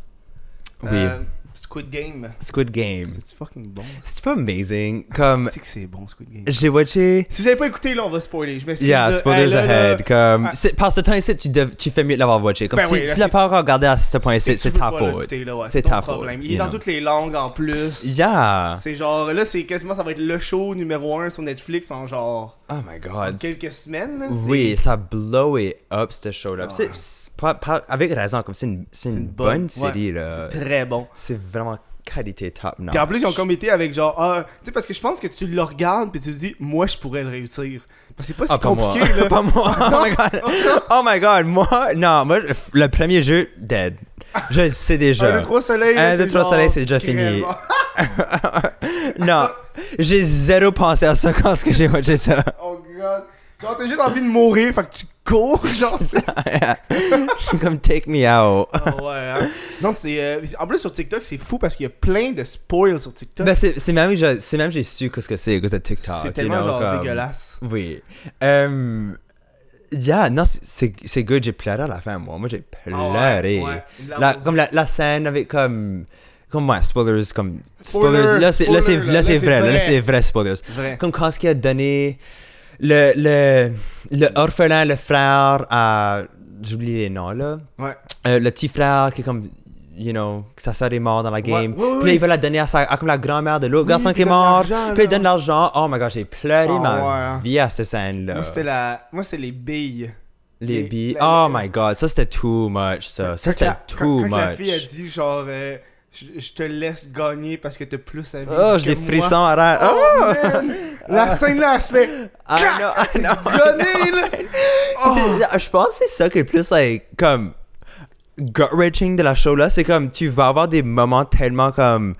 [SPEAKER 3] Oui.
[SPEAKER 1] Euh, Squid Game.
[SPEAKER 3] Squid Game.
[SPEAKER 1] C'est fucking bon.
[SPEAKER 3] C'est pas amazing. Comme,
[SPEAKER 1] C'est que c'est bon, Squid Game.
[SPEAKER 3] j'ai watché.
[SPEAKER 1] Si vous avez pas écouté, là, on va spoiler. Je m'excuse.
[SPEAKER 3] Yeah,
[SPEAKER 1] là.
[SPEAKER 3] spoilers
[SPEAKER 1] Hey, là, là,
[SPEAKER 3] ahead. Comme,
[SPEAKER 1] Ah.
[SPEAKER 3] c'est- par ce temps ici, tu, dev- tu fais mieux de l'avoir watché. Comme
[SPEAKER 1] Ben
[SPEAKER 3] si
[SPEAKER 1] oui, là,
[SPEAKER 3] tu l'as
[SPEAKER 1] c'est-
[SPEAKER 3] pas encore regardé à ce point
[SPEAKER 1] si
[SPEAKER 3] ici,
[SPEAKER 1] tu
[SPEAKER 3] c'est
[SPEAKER 1] veux
[SPEAKER 3] ta
[SPEAKER 1] pas
[SPEAKER 3] faute.
[SPEAKER 1] l'écouter, là, ouais,
[SPEAKER 3] C'est
[SPEAKER 1] ton
[SPEAKER 3] ta faute,
[SPEAKER 1] problème. Il
[SPEAKER 3] you
[SPEAKER 1] est dans
[SPEAKER 3] know.
[SPEAKER 1] toutes les langues en plus.
[SPEAKER 3] Yeah.
[SPEAKER 1] C'est genre, là, c'est quasiment, ça va être le show numéro 1 sur Netflix en genre
[SPEAKER 3] Oh my god.
[SPEAKER 1] quelques semaines. là. C'est- Ah.
[SPEAKER 3] Oui, ça blow it up, ce show-là. C'est- c'est pas- pas- avec raison, comme c'est une, c'est une bonne, série,
[SPEAKER 1] ouais.
[SPEAKER 3] là. Ah.
[SPEAKER 1] C'est très bon.
[SPEAKER 3] C'est vraiment qualité top notch.
[SPEAKER 1] Puis en plus, ils ont comme été avec genre, ah, tu sais, parce que je pense que tu le regardes puis tu te dis, moi, je pourrais le réussir. Parce que c'est pas si
[SPEAKER 3] Ah, pas
[SPEAKER 1] compliqué,
[SPEAKER 3] moi.
[SPEAKER 1] là.
[SPEAKER 3] pas moi. Oh my god. Oh my god. Moi, non, moi, le premier jeu, dead. Je le sais déjà.
[SPEAKER 1] Un, deux, trois soleils. là,
[SPEAKER 3] Un, deux,
[SPEAKER 1] c'est
[SPEAKER 3] trois
[SPEAKER 1] genre
[SPEAKER 3] soleils, c'est déjà fini.
[SPEAKER 1] crève.
[SPEAKER 3] non. J'ai zéro pensé à ça quand ce que j'ai watché ça.
[SPEAKER 1] Oh god. Genre, t'as juste envie de mourir, fait que tu cours, genre.
[SPEAKER 3] comme take me out.
[SPEAKER 1] Ah ouais, hein. Non, c'est. euh, en plus, sur TikTok, c'est fou parce qu'il y a plein de spoils sur TikTok.
[SPEAKER 3] Ben, c'est c'est même, je- c'est même j'ai su qu'est-ce que c'est à cause de TikTok.
[SPEAKER 1] c'est
[SPEAKER 3] you
[SPEAKER 1] tellement
[SPEAKER 3] know,
[SPEAKER 1] genre
[SPEAKER 3] comme-
[SPEAKER 1] dégueulasse.
[SPEAKER 3] Oui. Euh yeah, non, c'est- c'est c'est good. J'ai pleuré à la fin, moi. Moi, j'ai
[SPEAKER 1] Ah ouais,
[SPEAKER 3] pleuré.
[SPEAKER 1] ouais. Une larme
[SPEAKER 3] La-
[SPEAKER 1] aux
[SPEAKER 3] comme la, la scène avec comme. Comme ouais, spoilers, comme.
[SPEAKER 1] Spoiler,
[SPEAKER 3] Spoilers. Là, c'est là, c'est-
[SPEAKER 1] spoiler,
[SPEAKER 3] là, c'est vrai. Là, c'est vrai, spoilers.
[SPEAKER 1] Vrai.
[SPEAKER 3] Comme quand ce qu'il a donné le, le, le orphelin, le frère à. J'oublie les noms, là.
[SPEAKER 1] Ouais.
[SPEAKER 3] Euh, le petit frère qui est comme. You know, que sa soeur est morte dans la game.
[SPEAKER 1] oui, oui.
[SPEAKER 3] Puis là, il va la donner à, sa, à comme la grand-mère de l'autre garçon
[SPEAKER 1] puis
[SPEAKER 3] qui est
[SPEAKER 1] il donne
[SPEAKER 3] mort. Puis
[SPEAKER 1] l'argent,
[SPEAKER 3] là, il
[SPEAKER 1] là.
[SPEAKER 3] donne l'argent. Oh my god, j'ai pleuré
[SPEAKER 1] Ah
[SPEAKER 3] ma
[SPEAKER 1] ouais, hein.
[SPEAKER 3] vie à cette scène-là.
[SPEAKER 1] Moi, c'était la. Moi, c'est les billes.
[SPEAKER 3] Les
[SPEAKER 1] les-
[SPEAKER 3] billes.
[SPEAKER 1] la-
[SPEAKER 3] Oh my god, ça c'était too much, ça.
[SPEAKER 1] Ben, Quand
[SPEAKER 3] Ah, Ça c'était
[SPEAKER 1] la-
[SPEAKER 3] too
[SPEAKER 1] quand- quand La
[SPEAKER 3] much.
[SPEAKER 1] fille, elle dit genre, euh, je, je te laisse gagner parce que t'as plus à vivre.
[SPEAKER 3] Oh,
[SPEAKER 1] que
[SPEAKER 3] j'ai des
[SPEAKER 1] moi.
[SPEAKER 3] frissons à l'air.
[SPEAKER 1] Oh,
[SPEAKER 3] Oh!
[SPEAKER 1] man. La scène là, elle se fait
[SPEAKER 3] Ah non, ah non.
[SPEAKER 1] gonner, là. Ah.
[SPEAKER 3] C'est- Je pense que c'est ça qui est le plus, like, comme, gut-wrenching de la show, là. C'est comme, tu vas avoir des moments tellement, comme,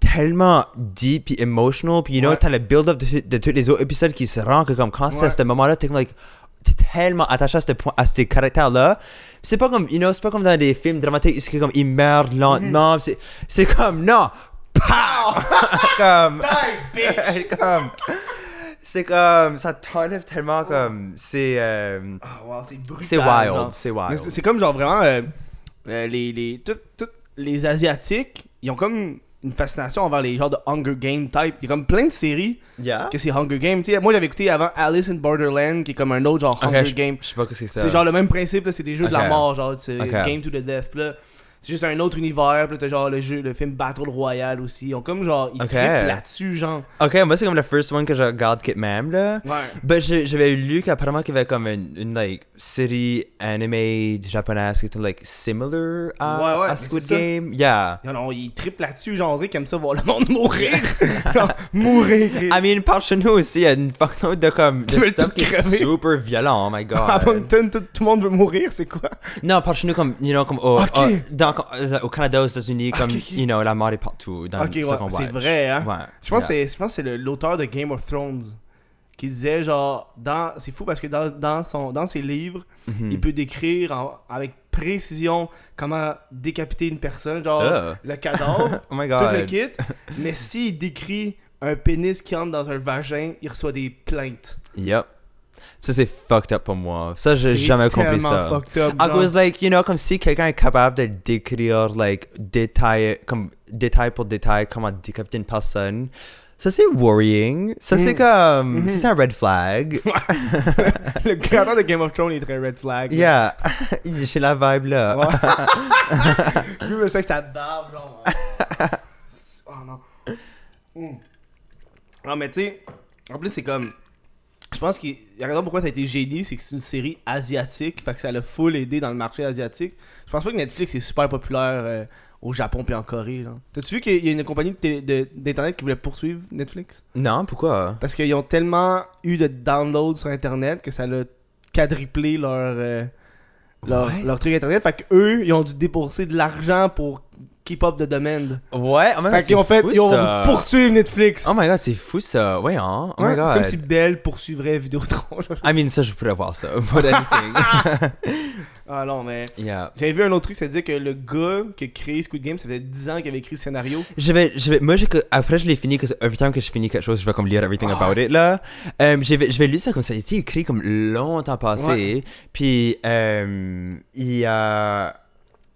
[SPEAKER 3] tellement deep et emotional. Puis, you know,
[SPEAKER 1] Ouais.
[SPEAKER 3] t'as le build-up de, de tous les autres épisodes qui se rend que, comme, quand c'est à
[SPEAKER 1] Ouais.
[SPEAKER 3] ce moment-là, t'es comme, like, t'es tellement attaché à ce point, à ces caractères-là. Puis c'est pas comme, you know, c'est pas comme dans des films dramatiques, où c'est comme, ils meurent lentement.
[SPEAKER 1] Mm-hmm.
[SPEAKER 3] puis C'est, c'est comme, non! Pow!
[SPEAKER 1] Oh,
[SPEAKER 3] comme, comme, c'est comme, ça t'enlève tellement, comme, c'est, euh,
[SPEAKER 1] Ah, wow, c'est brutal.
[SPEAKER 3] c'est wild,
[SPEAKER 1] genre.
[SPEAKER 3] c'est
[SPEAKER 1] Mais
[SPEAKER 3] wild.
[SPEAKER 1] C'est c'est comme genre vraiment euh, euh, les les tout- tout- les asiatiques, ils ont comme une fascination envers les genres de Hunger Game type. Il y a comme plein de séries
[SPEAKER 3] Yeah.
[SPEAKER 1] que c'est Hunger Game. Tu sais, moi j'avais écouté avant Alice in Borderland qui est comme un autre genre Hunger Game.
[SPEAKER 3] Je sais pas ce que c'est ça.
[SPEAKER 1] C'est genre le même principe, là, c'est des jeux de
[SPEAKER 3] Ok.
[SPEAKER 1] la mort, genre c'est
[SPEAKER 3] Ok.
[SPEAKER 1] Game to the Death. Puis là, c'est juste un autre univers, puis là, t'as genre le jeu, le film Battle Royale aussi. Ils ont comme genre, ils
[SPEAKER 3] Ok.
[SPEAKER 1] trippent là-dessus, genre.
[SPEAKER 3] Ok, moi c'est comme le first one que je regarde qui même là.
[SPEAKER 1] Ouais.
[SPEAKER 3] Ben, je- j'avais lu qu'apparemment qu'il y avait comme une, une like, série anime japonaise qui était like similar à,
[SPEAKER 1] Ouais, ouais,
[SPEAKER 3] à
[SPEAKER 1] mais
[SPEAKER 3] Squid
[SPEAKER 1] c'est ça.
[SPEAKER 3] Game. Yeah.
[SPEAKER 1] Non, non, ils trippent là-dessus, genre, on dirait qu'ils aiment ça voir le monde mourir. genre, mourir.
[SPEAKER 3] I mean, par chez nous aussi, il y a une fuckload de comme.
[SPEAKER 1] Qui
[SPEAKER 3] de
[SPEAKER 1] veulent
[SPEAKER 3] stuff
[SPEAKER 1] tout
[SPEAKER 3] qui est
[SPEAKER 1] crever. Ah,
[SPEAKER 3] super violent, oh my
[SPEAKER 1] À
[SPEAKER 3] god.
[SPEAKER 1] Moncton, tout, tout le monde veut mourir, c'est quoi?
[SPEAKER 3] non, par chez nous, comme, you know, comme. oh,
[SPEAKER 1] Ok.
[SPEAKER 3] oh, dans en- au Canada, aux États-Unis,
[SPEAKER 1] Ah,
[SPEAKER 3] comme,
[SPEAKER 1] ok, ok.
[SPEAKER 3] you know, la mort est partout dans
[SPEAKER 1] Ok,
[SPEAKER 3] ce
[SPEAKER 1] ouais,
[SPEAKER 3] qu'on
[SPEAKER 1] c'est
[SPEAKER 3] watch.
[SPEAKER 1] vrai, hein?
[SPEAKER 3] Ouais.
[SPEAKER 1] Je pense
[SPEAKER 3] Yeah.
[SPEAKER 1] que c'est- je pense que c'est le- l'auteur de Game of Thrones qui disait genre dans c'est fou parce que dans, dans son dans ses livres
[SPEAKER 3] Mhm.
[SPEAKER 1] il peut décrire en- avec précision comment décapiter une personne genre
[SPEAKER 3] Ah.
[SPEAKER 1] le cadavre
[SPEAKER 3] Oh my
[SPEAKER 1] tout le
[SPEAKER 3] god.
[SPEAKER 1] kit mais s'il décrit un pénis qui entre dans un vagin il reçoit des plaintes
[SPEAKER 3] Yep. Ça, c'est fucked up pour moi. Ça, j'ai
[SPEAKER 1] C'est
[SPEAKER 3] jamais compris
[SPEAKER 1] tellement
[SPEAKER 3] ça.
[SPEAKER 1] fucked up,
[SPEAKER 3] I
[SPEAKER 1] genre.
[SPEAKER 3] was like, you know, comme si quelqu'un est capable de décrire, like, détail, comme, détail pour détail, comment décapiter une personne. Ça, c'est worrying. Ça, c'est
[SPEAKER 1] Mm-hmm.
[SPEAKER 3] comme, ça, c'est un red flag.
[SPEAKER 1] le créateur de Game of Thrones est très red flag
[SPEAKER 3] yeah. J'ai la vibe là.
[SPEAKER 1] Ouais. Lui, mais ça avec sa barbe, genre. oh non. Mm. Non, mais tu sais, en plus, c'est comme. Je pense que la raison pourquoi ça a été génie, c'est que c'est une série asiatique, fait que ça l'a full aidé dans le marché asiatique. Je pense pas que Netflix est super populaire euh, au Japon puis en Corée. genre. T'as-tu vu qu'il y a une compagnie de télé- de- d'internet qui voulait poursuivre Netflix
[SPEAKER 3] Non, pourquoi?
[SPEAKER 1] Parce qu'ils ont tellement eu de downloads sur internet que ça l'a quadruplé leur. euh, leur,
[SPEAKER 3] What?
[SPEAKER 1] leur truc internet. Fait que eux, ils ont dû débourser de l'argent pour keep up the demand.
[SPEAKER 3] Ouais, oh my god.
[SPEAKER 1] Fait
[SPEAKER 3] c'est
[SPEAKER 1] qu'ils ont fait,
[SPEAKER 3] fou,
[SPEAKER 1] ils ont
[SPEAKER 3] ça.
[SPEAKER 1] poursuivre Netflix.
[SPEAKER 3] Oh my god, c'est fou ça. Ouais, hein? Oh
[SPEAKER 1] Ouais,
[SPEAKER 3] my god.
[SPEAKER 1] C'est comme si Belle poursuivrait Vidéotron. genre.
[SPEAKER 3] I mean, ça, je pourrais voir ça. But anything.
[SPEAKER 1] ah non, mais.
[SPEAKER 3] yeah.
[SPEAKER 1] J'avais vu un autre truc, ça disait que le gars qui a créé Squid Game, ça faisait 10 ans qu'il avait écrit le scénario.
[SPEAKER 3] Je vais, je vais, moi, j'ai que- après, je l'ai fini, que every time que je finis quelque chose, je vais comme lire everything about it, là. Euh, je vais, je vais lire ça comme ça. Il a été écrit comme longtemps passé. Puis, euh, il y a.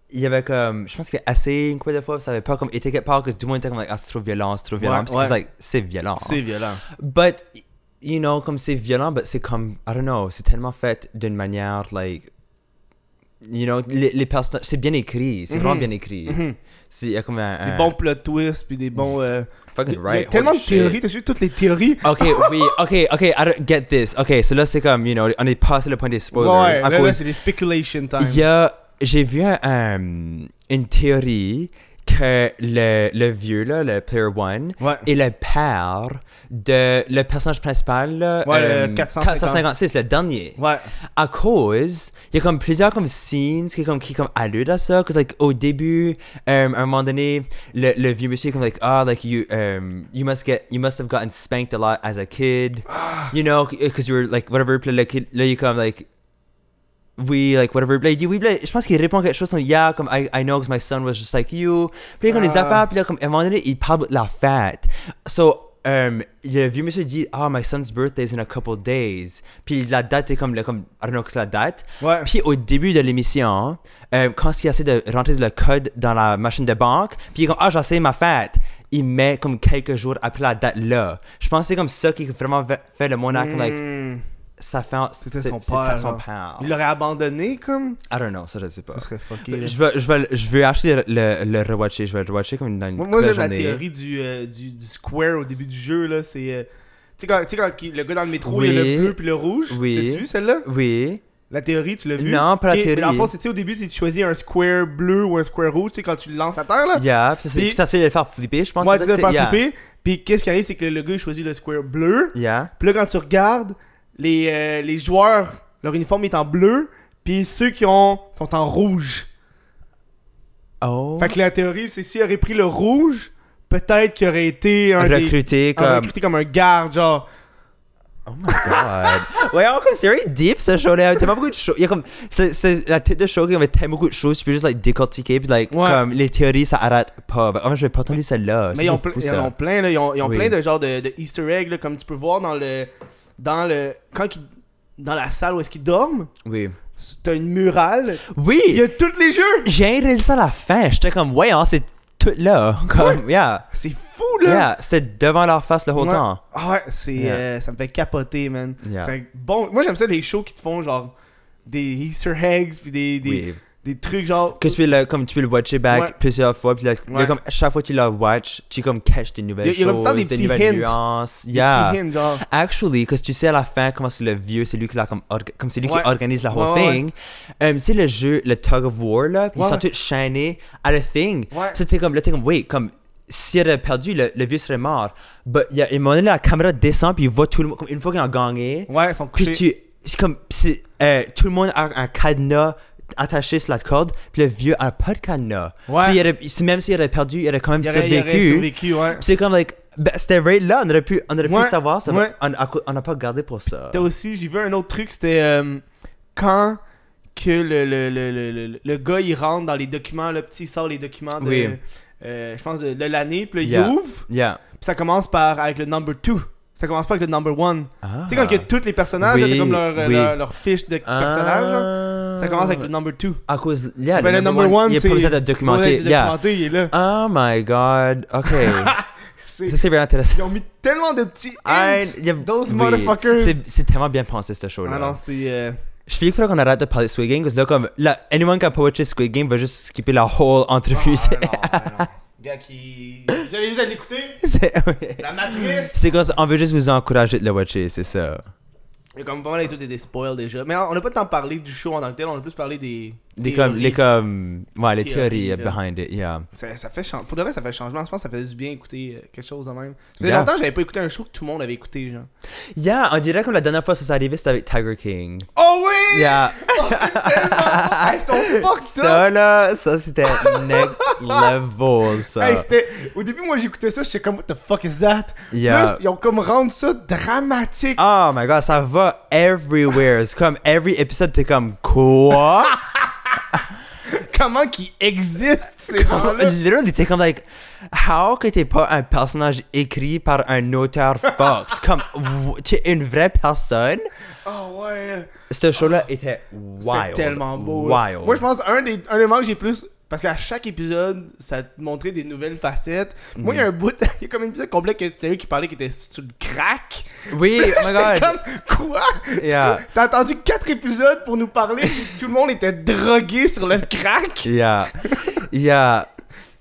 [SPEAKER 3] Il y avait comme, je pense que assez une fois de fois, ça avait pas comme été quelque part, que tout le monde était comme, like, ah, c'est trop violent, c'est trop violent.
[SPEAKER 1] Ouais,
[SPEAKER 3] Parce que c'est
[SPEAKER 1] ouais.
[SPEAKER 3] like, c'est violent.
[SPEAKER 1] violent.
[SPEAKER 3] But, you know, comme c'est violent, but c'est comme, I don't know, c'est tellement fait d'une manière, like, you know, les, les personnages, c'est bien écrit, c'est vraiment bien écrit. C'est, il y a comme un...
[SPEAKER 1] Mhm. Des
[SPEAKER 3] un-
[SPEAKER 1] bons plot twists, puis des bons. euh, il y
[SPEAKER 3] Fucking
[SPEAKER 1] a
[SPEAKER 3] hein. right.
[SPEAKER 1] tellement
[SPEAKER 3] holy
[SPEAKER 1] de
[SPEAKER 3] shit. Ah,
[SPEAKER 1] théories, t'as vu toutes les théories.
[SPEAKER 3] Ok, oui, ok, ok, I don't get this. Ok, so là, c'est comme, you know, on est passé le point des spoilers.
[SPEAKER 1] ouais,
[SPEAKER 3] à
[SPEAKER 1] là, là,
[SPEAKER 3] cause
[SPEAKER 1] c'est des speculation time.
[SPEAKER 3] il y a, j'ai vu un, un- une théorie que le, le vieux, là, le Player One,
[SPEAKER 1] Ouais.
[SPEAKER 3] est le père de le personnage principal, là, euh,
[SPEAKER 1] Ouais, le 450.
[SPEAKER 3] 456, le dernier.
[SPEAKER 1] Ouais.
[SPEAKER 3] À cause, il y a comme plusieurs comme scenes qui comme qui comme alludent à ça, cause like au début, um, à un moment donné, le, le vieux monsieur est comme like ah like you um you must get you must have gotten spanked a lot as a kid, you know, cause you were like whatever, puis là, le kid- là il est comme like oui, like whatever. Puis là, il dit oui, puis là, je pense qu'il répond quelque chose comme yeah, comme I, I know, cause my son was just like you. Puis là, comme les
[SPEAKER 1] Ah.
[SPEAKER 3] affaires, puis là, comme à un moment donné, il parle de la fête. So, um, le vieux monsieur dit ah, my son's birthday is in a couple days. Puis la date est comme, le, comme I don't know, que c'est la date.
[SPEAKER 1] Ouais.
[SPEAKER 3] Puis au début de l'émission, euh, quand il essaie de rentrer le code dans la machine de banque, puis il est comme ah, j'essaie ma fête. Il met comme quelques jours après la date là. Je pense que c'est comme ça qui vraiment fait- fait le monarque, like,
[SPEAKER 1] Mm.
[SPEAKER 3] ça fait. en-
[SPEAKER 1] C'était
[SPEAKER 3] c'est-
[SPEAKER 1] son
[SPEAKER 3] c'est
[SPEAKER 1] père.
[SPEAKER 3] son
[SPEAKER 1] là.
[SPEAKER 3] père.
[SPEAKER 1] Il l'aurait abandonné, comme. Ben,
[SPEAKER 3] I don't know, ça je sais pas.
[SPEAKER 1] Ça serait fucké. là.
[SPEAKER 3] Je veux, je veux, je veux acheter le, le, le rewatcher, je vais le rewatcher comme dans une
[SPEAKER 1] Moi, moi
[SPEAKER 3] belle
[SPEAKER 1] j'aime la
[SPEAKER 3] journée.
[SPEAKER 1] théorie du, euh, du, du square au début du jeu, là. C'est. euh, tu sais, quand, tu sais, quand qui- le gars dans le métro, il y a
[SPEAKER 3] Oui.
[SPEAKER 1] le bleu puis le rouge.
[SPEAKER 3] Oui.
[SPEAKER 1] T'as-tu vu celle-là
[SPEAKER 3] Oui.
[SPEAKER 1] La théorie, tu l'as vu
[SPEAKER 3] Non, pas la
[SPEAKER 1] Ok, mais Dans le
[SPEAKER 3] théorie.
[SPEAKER 1] fond, c'est- tu sais, au début, c'est tu choisis un square bleu ou un square rouge, tu sais, quand tu le lances à terre, là.
[SPEAKER 3] Yeah, puis ça, c'est
[SPEAKER 1] Puis-
[SPEAKER 3] tu essaies de le faire flipper, je pense.
[SPEAKER 1] Moi,
[SPEAKER 3] c'est
[SPEAKER 1] tu te
[SPEAKER 3] ça que
[SPEAKER 1] faire
[SPEAKER 3] c'est- yeah.
[SPEAKER 1] flipper. Puis qu'est-ce qui arrive, c'est que le gars, il choisit le square bleu.
[SPEAKER 3] Yeah.
[SPEAKER 1] Puis là, quand tu regardes, les, euh, les joueurs, leur uniforme est en bleu. Puis ceux qui ont sont en rouge.
[SPEAKER 3] Oh.
[SPEAKER 1] Fait que la théorie, c'est s'il aurait pris le rouge, peut-être qu'il aurait été un des-
[SPEAKER 3] Recruter
[SPEAKER 1] Ah,
[SPEAKER 3] comme.
[SPEAKER 1] recruté comme un garde, genre.
[SPEAKER 3] Oh my god. ouais, encore, c'est very deep ce show-là. T'as pas beaucoup de choses. Il y a comme. C'est, c'est la tête de show qui avait tellement beaucoup de choses, tu peux juste like décortiquer, puis like,
[SPEAKER 1] Ouais.
[SPEAKER 3] comme les théories, ça arrête pas. Bah, Oh, mais je vais pas entendu celle-là. Ça,
[SPEAKER 1] Mais ils ont,
[SPEAKER 3] c'est
[SPEAKER 1] ple-
[SPEAKER 3] fou,
[SPEAKER 1] ils
[SPEAKER 3] ça.
[SPEAKER 1] en ont plein, là. Ils ont, ils ont
[SPEAKER 3] Oui.
[SPEAKER 1] plein de genres de, de Easter eggs, là, comme tu peux voir dans le. Dans le. Quand ils- dans la salle où est-ce qu'ils dorment,
[SPEAKER 3] Oui.
[SPEAKER 1] t'as une murale.
[SPEAKER 3] Oui!
[SPEAKER 1] Il y a tous les jeux!
[SPEAKER 3] J'ai réalisé ça à la fin. J'étais comme, ouais, hein, c'est tout là. Comme, yeah.
[SPEAKER 1] C'est fou, là!
[SPEAKER 3] Yeah, c'est devant leur face le whole
[SPEAKER 1] Ouais.
[SPEAKER 3] temps.
[SPEAKER 1] Ah ouais, c'est.
[SPEAKER 3] Yeah.
[SPEAKER 1] euh, ça me fait capoter, man.
[SPEAKER 3] Yeah.
[SPEAKER 1] C'est un bon. Moi, j'aime ça, les shows qui te font, genre. Des Easter eggs, puis des. Des,
[SPEAKER 3] Oui.
[SPEAKER 1] des trucs, genre.
[SPEAKER 3] Que tu peux le, comme tu peux le watcher back
[SPEAKER 1] Ouais.
[SPEAKER 3] plusieurs fois, puis là, là,
[SPEAKER 1] Ouais.
[SPEAKER 3] comme chaque fois que tu le watch, tu comme catch des nouvelles
[SPEAKER 1] Il y a- il y a comme
[SPEAKER 3] choses,
[SPEAKER 1] tant des petits
[SPEAKER 3] nouvelles
[SPEAKER 1] hints.
[SPEAKER 3] nuances.
[SPEAKER 1] des
[SPEAKER 3] yeah.
[SPEAKER 1] petits hints, genre.
[SPEAKER 3] Actually, parce que tu sais à la fin comment c'est le vieux, c'est lui qui l'a comme, orga- comme c'est lui
[SPEAKER 1] Ouais.
[SPEAKER 3] qui organise la whole
[SPEAKER 1] Ouais, ouais,
[SPEAKER 3] thing. Um, c'est le jeu, le tug of war là, puis
[SPEAKER 1] Ouais,
[SPEAKER 3] ils sont
[SPEAKER 1] ouais.
[SPEAKER 3] tous chaînés à le thing.
[SPEAKER 1] Ouais.
[SPEAKER 3] C'était comme, là t'es comme, wait, comme s'il avait perdu, le, le vieux serait mort. But il y a un moment donné, la caméra descend puis il voit tout le monde, comme une fois qu'ils ont gagné,
[SPEAKER 1] Ouais, ils sont
[SPEAKER 3] puis
[SPEAKER 1] couchés.
[SPEAKER 3] tu, c'est comme, c'est, euh, tout le monde a un cadenas attaché sur la corde, puis le vieux a pas de cadenas.
[SPEAKER 1] Ouais.
[SPEAKER 3] So, il aurait- si- même s'il aurait perdu, il aurait quand même
[SPEAKER 1] Il aurait, il aurait
[SPEAKER 3] survécu.
[SPEAKER 1] survécu, ouais.
[SPEAKER 3] Puis c'est comme, like, ben, c'était right là, on aurait pu, on aurait pu
[SPEAKER 1] Ouais,
[SPEAKER 3] savoir, ça, mais
[SPEAKER 1] ouais.
[SPEAKER 3] on a- on n'a pas gardé pour ça.
[SPEAKER 1] T'as aussi, j'ai vu un autre truc, c'était euh, quand que le, le, le, le, le- le gars il rentre dans les documents, le petit il sort les documents de,
[SPEAKER 3] Oui.
[SPEAKER 1] euh, je pense, de, de l'année, puis là,
[SPEAKER 3] Yeah.
[SPEAKER 1] il ouvre,
[SPEAKER 3] Yeah.
[SPEAKER 1] puis ça commence par avec le number 2. Ça commence pas avec le number 1. Tu sais, quand il
[SPEAKER 3] Ah.
[SPEAKER 1] y a tous les personnages, là,
[SPEAKER 3] Oui,
[SPEAKER 1] t'as comme leur, euh,
[SPEAKER 3] oui.
[SPEAKER 1] leur, leur fiche de personnages, là, ça commence avec le number 2.
[SPEAKER 3] Ah. À cause, yeah,
[SPEAKER 1] Ben, le number one,
[SPEAKER 3] il est
[SPEAKER 1] c'est-
[SPEAKER 3] pas besoin d'être documenté. Yeah.
[SPEAKER 1] documenté, il est là.
[SPEAKER 3] Oh my god, ok.
[SPEAKER 1] C'est-
[SPEAKER 3] ça Ah, c'est bien intéressant.
[SPEAKER 1] Ils ont mis tellement de petits hints.
[SPEAKER 3] I- yeah,
[SPEAKER 1] Those
[SPEAKER 3] oui.
[SPEAKER 1] motherfuckers.
[SPEAKER 3] C'est c'est tellement bien pensé, ce show-là.
[SPEAKER 1] Ah non, c'est... euh,
[SPEAKER 3] Je suis qu'on arrête de parler de Squid Game, parce que là, comme, là, anyone qui a pas watché Squid Game va juste skipper la whole entrevue.
[SPEAKER 1] Ah, non, non, non. Gars qui... Vous allez juste aller l'écouter.
[SPEAKER 3] C'est ouais.
[SPEAKER 1] La matrice.
[SPEAKER 3] C'est quoi, ça, on veut juste vous encourager de le watcher, c'est ça.
[SPEAKER 1] Il y a comme pas mal et tout des, des spoils déjà. Mais on n'a pas tant parlé du show en tant que tel, on a plus parlé des...
[SPEAKER 3] Les
[SPEAKER 1] théories.
[SPEAKER 3] comme, les comme, ouais, les
[SPEAKER 1] Théories,
[SPEAKER 3] théories euh,
[SPEAKER 1] là.
[SPEAKER 3] behind it, yeah.
[SPEAKER 1] Ça, ça fait chan- Pour le vrai, ça fait changement. Je pense que ça fait du bien écouter euh, quelque chose de même. Ça fait
[SPEAKER 3] Yeah.
[SPEAKER 1] longtemps que j'avais pas écouté un show que tout le monde avait écouté, genre.
[SPEAKER 3] Yeah, on dirait comme la dernière fois ça s'est arrivé, c'était avec Tiger King.
[SPEAKER 1] Oh oui!
[SPEAKER 3] Yeah.
[SPEAKER 1] Ils sont fucked up!
[SPEAKER 3] Ça là, ça c'était next level, ça.
[SPEAKER 1] Hey, c'était- Au début, moi j'écoutais ça, j'étais comme, what the fuck is that?
[SPEAKER 3] Yeah.
[SPEAKER 1] Là, ils ont comme rendu ça dramatique.
[SPEAKER 3] Oh my god, ça va everywhere. C'est comme every épisode, t'es comme quoi?
[SPEAKER 1] Comment qu'ils existent, ces gens-là?
[SPEAKER 3] Literally, t'es comme like, how que t'es pas un personnage écrit par un auteur fucked? comme, w- t'es une vraie personne?
[SPEAKER 1] Oh ouais!
[SPEAKER 3] Ce show-là était wild.
[SPEAKER 1] Ah. C'était tellement beau. là.
[SPEAKER 3] Wild.
[SPEAKER 1] Moi, je pense un des, un des moments que j'ai plus. Parce qu'à chaque épisode, ça te montrait des nouvelles facettes. Moi, il y a un
[SPEAKER 3] Mhm.
[SPEAKER 1] bout. Il y a comme un épisode complet que c'était eux qui parlaient qui étaient sur le crack.
[SPEAKER 3] Oui, oh my
[SPEAKER 1] J'étais
[SPEAKER 3] god.
[SPEAKER 1] comme quoi?
[SPEAKER 3] Yeah.
[SPEAKER 1] T'as attendu quatre épisodes pour nous parler. Tout le monde était drogué sur le crack.
[SPEAKER 3] Yeah. Yeah.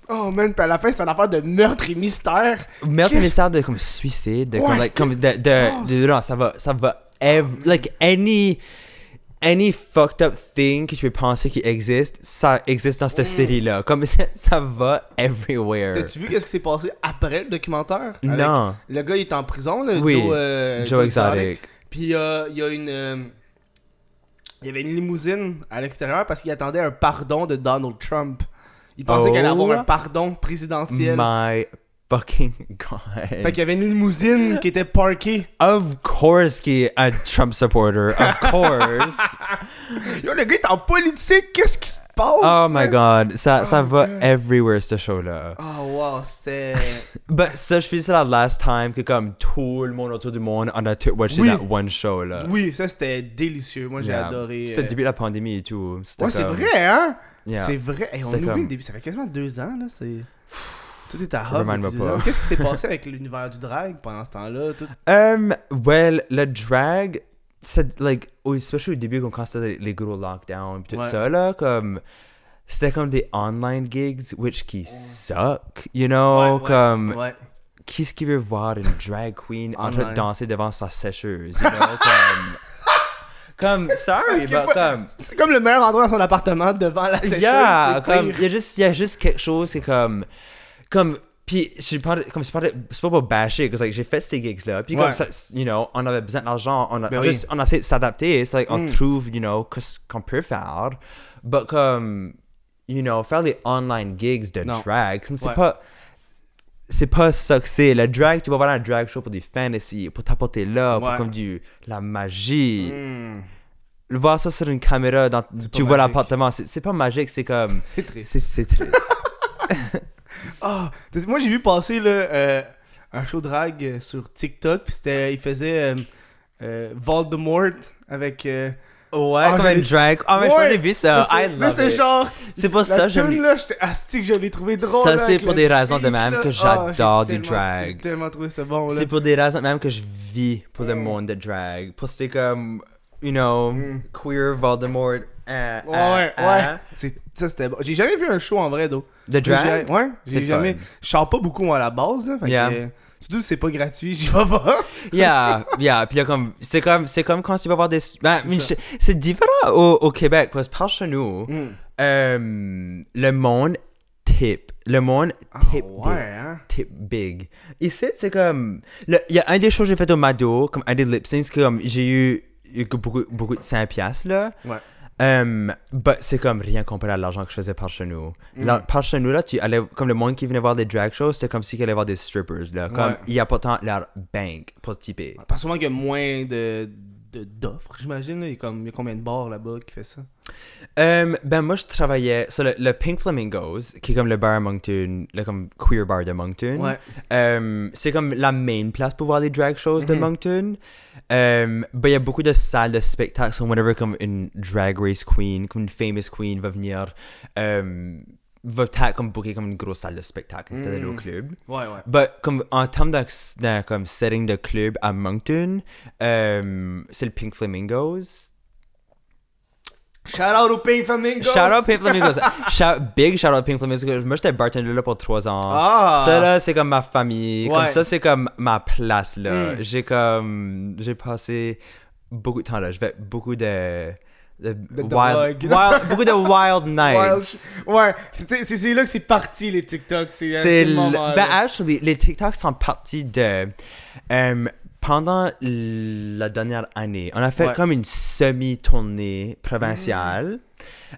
[SPEAKER 1] Oh man, puis à la fin, c'est une affaire de meurtre et mystère.
[SPEAKER 3] Meurtre et
[SPEAKER 1] Qu'est-ce-
[SPEAKER 3] mystère de comme suicide, de comme,
[SPEAKER 1] Ouais,
[SPEAKER 3] like, comme de,
[SPEAKER 1] qu'est-ce
[SPEAKER 3] de,
[SPEAKER 1] qui se
[SPEAKER 3] de- non, ça va, ça va, ev- like any, any fucked up thing que tu peux penser qui existe, ça existe dans cette série-là. Comme ça, ça va everywhere.
[SPEAKER 1] Mm. T'as-tu vu qu'est-ce qui s'est passé après le documentaire? Avec-
[SPEAKER 3] Euh, Non.
[SPEAKER 1] Le gars, il est en prison, là.
[SPEAKER 3] Oui.
[SPEAKER 1] Joe, euh,
[SPEAKER 3] Joe Exotic.
[SPEAKER 1] Puis euh, il y a une. euh, il y avait une limousine à l'extérieur parce qu'il attendait un pardon de Donald Trump. Il pensait
[SPEAKER 3] Oh.
[SPEAKER 1] qu'il allait avoir un pardon présidentiel.
[SPEAKER 3] My fucking
[SPEAKER 1] Fait
[SPEAKER 3] god.
[SPEAKER 1] qu'il y avait une limousine qui était parkée.
[SPEAKER 3] Of course qu'il est un Trump supporter. Of course.
[SPEAKER 1] Yo, le gars est en politique, qu'est-ce qui se passe?
[SPEAKER 3] oh my god. Ça, ça
[SPEAKER 1] Oh
[SPEAKER 3] va
[SPEAKER 1] God.
[SPEAKER 3] everywhere, ce show-là.
[SPEAKER 1] Oh wow, c'est.
[SPEAKER 3] Ben, ça, je faisais la last time que comme tout le monde autour du monde, on a tout watché
[SPEAKER 1] Oui.
[SPEAKER 3] that one show là.
[SPEAKER 1] oui, ça c'était délicieux. Moi j'ai
[SPEAKER 3] Yeah.
[SPEAKER 1] adoré.
[SPEAKER 3] C'était
[SPEAKER 1] euh,
[SPEAKER 3] le début de la pandémie et tout. C'était
[SPEAKER 1] Ouais, c'est
[SPEAKER 3] comme-
[SPEAKER 1] vrai, hein?
[SPEAKER 3] Yeah.
[SPEAKER 1] C'est vrai. Hey, on
[SPEAKER 3] C'était
[SPEAKER 1] oublie
[SPEAKER 3] comme-
[SPEAKER 1] le début, ça fait quasiment deux ans, là. C'est. Tout est à hop.
[SPEAKER 3] Remind-moi
[SPEAKER 1] depuis deux
[SPEAKER 3] pas.
[SPEAKER 1] ans. Qu'est-ce qui s'est passé avec l'univers du drag pendant ce temps-là? Tout...
[SPEAKER 3] Um, well, le drag, c'est, like, oh, au- surtout au début, quand c'était les, les gros lockdowns pis tout
[SPEAKER 1] Ouais.
[SPEAKER 3] ça, là, comme, c'était comme des online gigs, which qui
[SPEAKER 1] Mm.
[SPEAKER 3] suck, you know,
[SPEAKER 1] Ouais, ouais,
[SPEAKER 3] Oh, comme,
[SPEAKER 1] ouais.
[SPEAKER 3] qui ce qui veut voir une drag queen en train
[SPEAKER 1] Online.
[SPEAKER 3] de danser devant sa sécheuse, you know, comme, comme, sorry,
[SPEAKER 1] qu'il y a
[SPEAKER 3] but
[SPEAKER 1] pas-
[SPEAKER 3] comme,
[SPEAKER 1] C'est comme le meilleur endroit dans son appartement devant la sécheuse.
[SPEAKER 3] Yeah,
[SPEAKER 1] Yeah,
[SPEAKER 3] comme il y a juste il y a juste quelque chose qui est comme comme puis je parle comme je parlais c'est pas pour basher parce que like, j'ai fait ces gigs là puis
[SPEAKER 1] Ouais.
[SPEAKER 3] comme ça you know on avait besoin d'argent on a
[SPEAKER 1] Ben oui. Mm.
[SPEAKER 3] juste on a essayé de s'adapter c'est like on trouve you know qu'est-ce qu'on peut faire mais comme you know faire les online gigs de
[SPEAKER 1] Non.
[SPEAKER 3] drag comme c'est
[SPEAKER 1] Ouais.
[SPEAKER 3] pas c'est pas ça que c'est. Le drag, tu vas voir un drag show pour du fantasy, pour t'apporter là, pour
[SPEAKER 1] Ouais. Mm.
[SPEAKER 3] comme du, la magie. Le Voir ça sur une caméra, dans, tu vois
[SPEAKER 1] magique.
[SPEAKER 3] l'appartement, c'est c'est pas magique, c'est comme.
[SPEAKER 1] C'est triste.
[SPEAKER 3] C'est- C'est triste.
[SPEAKER 1] T'as- Ah, Moi, j'ai vu passer là, euh, un show drag euh, sur TikTok, puis c'était, il faisait euh, euh, Voldemort avec... euh,
[SPEAKER 3] ouais,
[SPEAKER 1] Ah,
[SPEAKER 3] comme
[SPEAKER 1] je
[SPEAKER 3] un
[SPEAKER 1] l'ai-
[SPEAKER 3] drag. Oh, mais
[SPEAKER 1] ouais,
[SPEAKER 3] je l'ai vu ça.
[SPEAKER 1] là,
[SPEAKER 3] I
[SPEAKER 1] c'est- là,
[SPEAKER 3] love
[SPEAKER 1] c'est
[SPEAKER 3] it.
[SPEAKER 1] genre...
[SPEAKER 3] C'est pour
[SPEAKER 1] la
[SPEAKER 3] ça que j'aime-
[SPEAKER 1] tune, là, j'étais asti que je l'ai trouvé drôle.
[SPEAKER 3] Ça,
[SPEAKER 1] là,
[SPEAKER 3] c'est
[SPEAKER 1] avec
[SPEAKER 3] pour
[SPEAKER 1] le
[SPEAKER 3] des raisons de
[SPEAKER 1] beat,
[SPEAKER 3] même
[SPEAKER 1] là.
[SPEAKER 3] que
[SPEAKER 1] Ah,
[SPEAKER 3] j'adore
[SPEAKER 1] j'ai
[SPEAKER 3] du
[SPEAKER 1] tellement-
[SPEAKER 3] drag.
[SPEAKER 1] J'ai tellement trouvé ça bon, là.
[SPEAKER 3] C'est pour des raisons même que je vis pour le monde de drag. Pour c'était comme, you know, queer Voldemort. euh,
[SPEAKER 1] Ouais,
[SPEAKER 3] euh,
[SPEAKER 1] ouais,
[SPEAKER 3] euh,
[SPEAKER 1] ouais. hein? C'est- Ça, c'était bon. J'ai jamais vu un show en vrai, d'eau.
[SPEAKER 3] De drag?
[SPEAKER 1] J'ai- Ouais, j'ai
[SPEAKER 3] C'est
[SPEAKER 1] jamais.
[SPEAKER 3] fun.
[SPEAKER 1] Je sors pas beaucoup, moi, à la base, là. Fait
[SPEAKER 3] Yeah.
[SPEAKER 1] que, euh, surtout, si c'est pas gratuit, j'y vais pas.
[SPEAKER 3] Yeah, yeah. Puis il y a comme, c'est comme, c'est comme quand tu vas voir des, ben, mais je- c'est différent au, au Québec parce que par chez nous, euh, le monde tip, le monde tip, big.
[SPEAKER 1] ouais, hein?
[SPEAKER 3] tip big. Ici, c'est comme, le- il y a un des choses que j'ai fait au Mado, comme un des lip syncs, que comme j'ai eu, eu beaucoup, beaucoup de 5 piastres là.
[SPEAKER 1] Ouais.
[SPEAKER 3] Um, but c'est comme rien comparé à l'argent que je faisais par chez nous.
[SPEAKER 1] Mm.
[SPEAKER 3] Là, par chez nous, là, tu allais, comme le monde qui venait voir des drag shows, c'était comme si qu'ils allaient voir des strippers, là. Comme,
[SPEAKER 1] Ouais.
[SPEAKER 3] ils apportant leur bank pour typer.
[SPEAKER 1] Parce sûrement qu'il y a moins de de- d'offres, j'imagine. là. Il, y a comme- il y a combien de bars là-bas qui fait ça?
[SPEAKER 3] Um, ben, moi, je travaillais sur le, le Pink Flamingos, qui est comme le bar à Moncton, le comme queer bar de Moncton.
[SPEAKER 1] Ouais.
[SPEAKER 3] Um, c'est comme la main place pour voir des drag shows de
[SPEAKER 1] Mhm.
[SPEAKER 3] Moncton. Um, ben, il y a beaucoup de salles de spectacle. So, whenever comme une drag race queen, comme une famous queen va venir, um, va ta- comme booker comme une grosse salle de spectacle instead d'aller au
[SPEAKER 1] Mm.
[SPEAKER 3] club.
[SPEAKER 1] Ouais, ouais.
[SPEAKER 3] Ben, comme, en termes de, de- comme setting de club à Moncton, um, c'est le Pink Flamingos.
[SPEAKER 1] Shout out au Pink Flamingo!
[SPEAKER 3] Shout out Pink Flamingos. shout, big shout out Pink Flamingos. Moi, j'étais bartender là pour 3 ans.
[SPEAKER 1] Ah!
[SPEAKER 3] Ça, là, c'est comme ma famille. Comme
[SPEAKER 1] Ouais.
[SPEAKER 3] ça, c'est comme ma place, là.
[SPEAKER 1] Mm.
[SPEAKER 3] J'ai comme. J'ai passé beaucoup de temps, là. Je fais beaucoup de. de wild,
[SPEAKER 1] drogue.
[SPEAKER 3] wild- beaucoup de wild nights.
[SPEAKER 1] Ouais, c'était- c'est c'est là que c'est parti les TikTok. C'est
[SPEAKER 3] C'est.
[SPEAKER 1] le
[SPEAKER 3] l-
[SPEAKER 1] moment,
[SPEAKER 3] Ben,
[SPEAKER 1] là.
[SPEAKER 3] actually, les TikToks sont partis de. euh, pendant la dernière année, on a fait
[SPEAKER 1] Ouais. Mm.
[SPEAKER 3] comme une semi-tournée provinciale.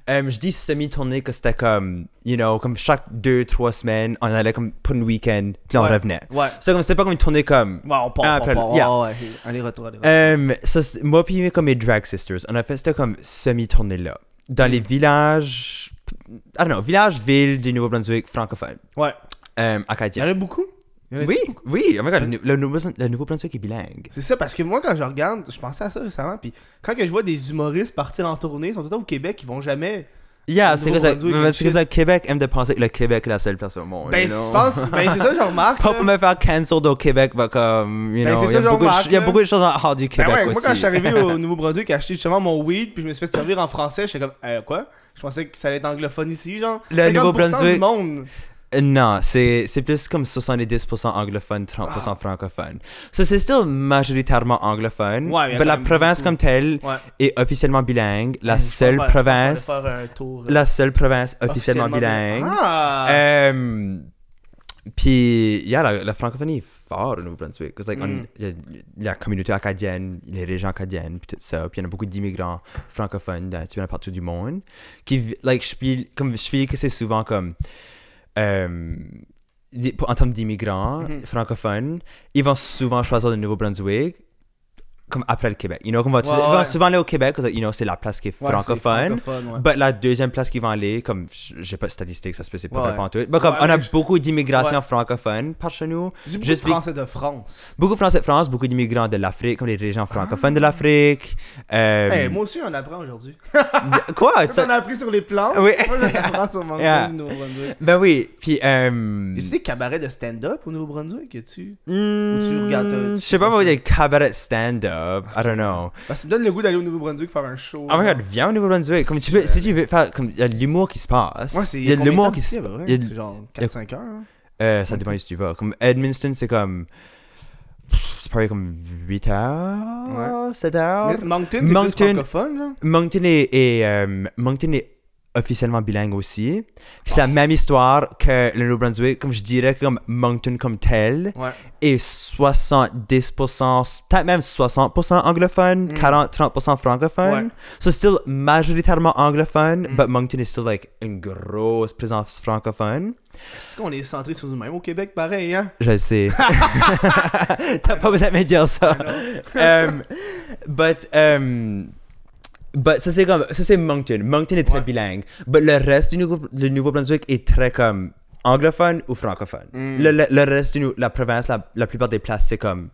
[SPEAKER 3] Euh, je dis semi-tournée que c'était comme, you know, comme chaque deux, trois semaines, on allait comme pour un week-end, puis on
[SPEAKER 1] Ouais.
[SPEAKER 3] revenait.
[SPEAKER 1] Ouais.
[SPEAKER 3] C'est comme, c'était pas comme une tournée comme.
[SPEAKER 1] Ouais, on part,
[SPEAKER 3] Ah,
[SPEAKER 1] on
[SPEAKER 3] après-
[SPEAKER 1] part.
[SPEAKER 3] ah, yeah.
[SPEAKER 1] Ouais, ouais, ouais. Aller-retour, aller-retour.
[SPEAKER 3] Euh, ça, c'est- moi puis mes- comme mes drag sisters, on a fait cette comme semi-tournée là dans
[SPEAKER 1] Mm.
[SPEAKER 3] les villages, I don't know, villages, villes du Nouveau-Brunswick francophone,
[SPEAKER 1] Ouais.
[SPEAKER 3] euh,
[SPEAKER 1] Il y en
[SPEAKER 3] acadien.
[SPEAKER 1] a beaucoup? Il y en a
[SPEAKER 3] Oui,
[SPEAKER 1] beaucoup?
[SPEAKER 3] oui, oh my God, le Nouveau- le Nouveau-Brunswick est bilingue.
[SPEAKER 1] C'est ça, parce que moi, quand je regarde, je pensais à ça récemment, puis quand que je vois des humoristes partir en tournée, ils sont tout le temps au Québec, ils vont jamais.
[SPEAKER 3] Yeah,
[SPEAKER 1] Le
[SPEAKER 3] c'est que ça-
[SPEAKER 1] Nouveau-Brunswick est
[SPEAKER 3] mais c'est que
[SPEAKER 1] shit.
[SPEAKER 3] ça, le Québec aime de penser que le Québec est la seule place au monde.
[SPEAKER 1] Ben,
[SPEAKER 3] you know?
[SPEAKER 1] je pense- ben, c'est ça que je remarque.
[SPEAKER 3] Pas
[SPEAKER 1] là.
[SPEAKER 3] pour me faire cancel au Québec, mais comme, you
[SPEAKER 1] Ben,
[SPEAKER 3] know,
[SPEAKER 1] c'est
[SPEAKER 3] il y,
[SPEAKER 1] ça,
[SPEAKER 3] a
[SPEAKER 1] je
[SPEAKER 3] beaucoup de
[SPEAKER 1] remarque,
[SPEAKER 3] ch- il y a
[SPEAKER 1] là.
[SPEAKER 3] beaucoup de choses en hors du
[SPEAKER 1] Ben
[SPEAKER 3] Québec
[SPEAKER 1] ouais,
[SPEAKER 3] aussi.
[SPEAKER 1] moi, quand je suis arrivé au Nouveau-Brunswick, j'ai acheté justement mon weed, puis je me suis fait servir en français, j'étais comme, euh, quoi? Je pensais que ça allait être anglophone ici, genre.
[SPEAKER 3] Le
[SPEAKER 1] 50%
[SPEAKER 3] Nouveau-Brunswick.
[SPEAKER 1] du monde.
[SPEAKER 3] Euh, Non, c'est c'est plus comme 70% anglophone, 30%
[SPEAKER 1] Ah.
[SPEAKER 3] francophone. Ça, c'est still majoritairement anglophone.
[SPEAKER 1] Ouais, il y a
[SPEAKER 3] mais la
[SPEAKER 1] quand même
[SPEAKER 3] province
[SPEAKER 1] beaucoup.
[SPEAKER 3] comme telle
[SPEAKER 1] Ouais. Ben,
[SPEAKER 3] est officiellement bilingue. La
[SPEAKER 1] Je
[SPEAKER 3] seule
[SPEAKER 1] pourrais faire-
[SPEAKER 3] province.
[SPEAKER 1] je pourrais faire un tour, euh,
[SPEAKER 3] La seule province officiellement, bilingue.
[SPEAKER 1] Ah!
[SPEAKER 3] Euh, Puis, yeah, la, la francophonie est forte au Nouveau-Brunswick. Parce que, like, on-
[SPEAKER 1] Mm.
[SPEAKER 3] il y a la communauté acadienne, les régions acadiennes, puis tout ça. Puis il y en a beaucoup d'immigrants francophones dans, tu viens partout du monde. Qui, vi- like, je feel, comme, je feel que c'est souvent comme. euh, des- pour- en termes d'immigrants
[SPEAKER 1] Mhm.
[SPEAKER 3] francophones, ils vont souvent choisir le Nouveau-Brunswick. Comme après le Québec. You know, comme on va-
[SPEAKER 1] Ouais,
[SPEAKER 3] Ils vont
[SPEAKER 1] ouais.
[SPEAKER 3] souvent aller au Québec, parce que, you know, c'est la place qui est
[SPEAKER 1] Ouais, c'est
[SPEAKER 3] francophone. Ben,
[SPEAKER 1] ouais.
[SPEAKER 3] But la deuxième place qui va aller, comme j- j'ai pas de statistiques, ça se peut, c'est pas
[SPEAKER 1] Ouais.
[SPEAKER 3] vrai pas en tout. Mais comme
[SPEAKER 1] Ouais,
[SPEAKER 3] on a
[SPEAKER 1] mais je-
[SPEAKER 3] beaucoup d'immigration
[SPEAKER 1] Ouais.
[SPEAKER 3] francophone par chez nous.
[SPEAKER 1] J'ai
[SPEAKER 3] Juste
[SPEAKER 1] juste
[SPEAKER 3] des-
[SPEAKER 1] français de France.
[SPEAKER 3] Beaucoup de Français de France, beaucoup d'immigrants de l'Afrique, comme les régions francophones de l'Afrique. Euh, ah,
[SPEAKER 1] Eh, Ah. moi aussi, on apprend aujourd'hui.
[SPEAKER 3] Quoi?
[SPEAKER 1] Toi,
[SPEAKER 3] ça-
[SPEAKER 1] t'en as appris sur les plantes.
[SPEAKER 3] Oui.
[SPEAKER 1] Moi, j'en apprends sur mon
[SPEAKER 3] Yeah.
[SPEAKER 1] au Nouveau-Brunswick.
[SPEAKER 3] Ben oui, puis. Euh...
[SPEAKER 1] Y a-tu des cabarets de stand-up au Nouveau-Brunswick? Y a-tu?
[SPEAKER 3] hmm,
[SPEAKER 1] tu regardes, euh, tu
[SPEAKER 3] Je
[SPEAKER 1] fais
[SPEAKER 3] sais pas,
[SPEAKER 1] comme
[SPEAKER 3] moi,
[SPEAKER 1] ça?
[SPEAKER 3] des cabarets stand-up. I don't know.
[SPEAKER 1] Bah, ça me donne le goût d'aller au Nouveau-Brunswick faire un show.
[SPEAKER 3] Oh my god, viens au Nouveau-Brunswick. Comme tu peux, si tu veux faire. comme, Il y a de l'humour qui se passe.
[SPEAKER 1] Moi, c'est.
[SPEAKER 3] Il y a de
[SPEAKER 1] combien
[SPEAKER 3] l'humour
[SPEAKER 1] temps
[SPEAKER 3] qui
[SPEAKER 1] d'ici,
[SPEAKER 3] se
[SPEAKER 1] à peu près?
[SPEAKER 3] il y a de-
[SPEAKER 1] C'est genre
[SPEAKER 3] il y a-
[SPEAKER 1] 4-5 heures. hein?
[SPEAKER 3] Euh, ça dépend où tu vas. Comme Edmundston, c'est comme. Pff, C'est pareil comme 8 heures, 7 heures.
[SPEAKER 1] Mais Moncton, c'est plus
[SPEAKER 3] Moncton-
[SPEAKER 1] francophone, là.
[SPEAKER 3] Moncton est, est, euh, Moncton est officiellement bilingue aussi.
[SPEAKER 1] Ah.
[SPEAKER 3] Puis c'est la même histoire que le Nouveau-Brunswick. Comme je dirais, que comme Moncton comme tel
[SPEAKER 1] Ouais.
[SPEAKER 3] est 70%, peut-être même 60% anglophone, 40-30% francophone.
[SPEAKER 1] Mm. Ouais. Mm.
[SPEAKER 3] So still majoritairement anglophone, but Moncton is still like une grosse présence francophone.
[SPEAKER 1] C'est qu'on est centré sur nous-mêmes au Québec, pareil, hein.
[SPEAKER 3] Je le sais. T'as pas besoin de me dire ça. um, but, um, but ça c'est comme ça c'est Moncton. Moncton est très
[SPEAKER 1] Ouais.
[SPEAKER 3] bilingue. But le reste du nouveau le Nouveau-Brunswick est très comme anglophone ou francophone. Le, le- le reste du Nou- la province la, la plupart des places c'est comme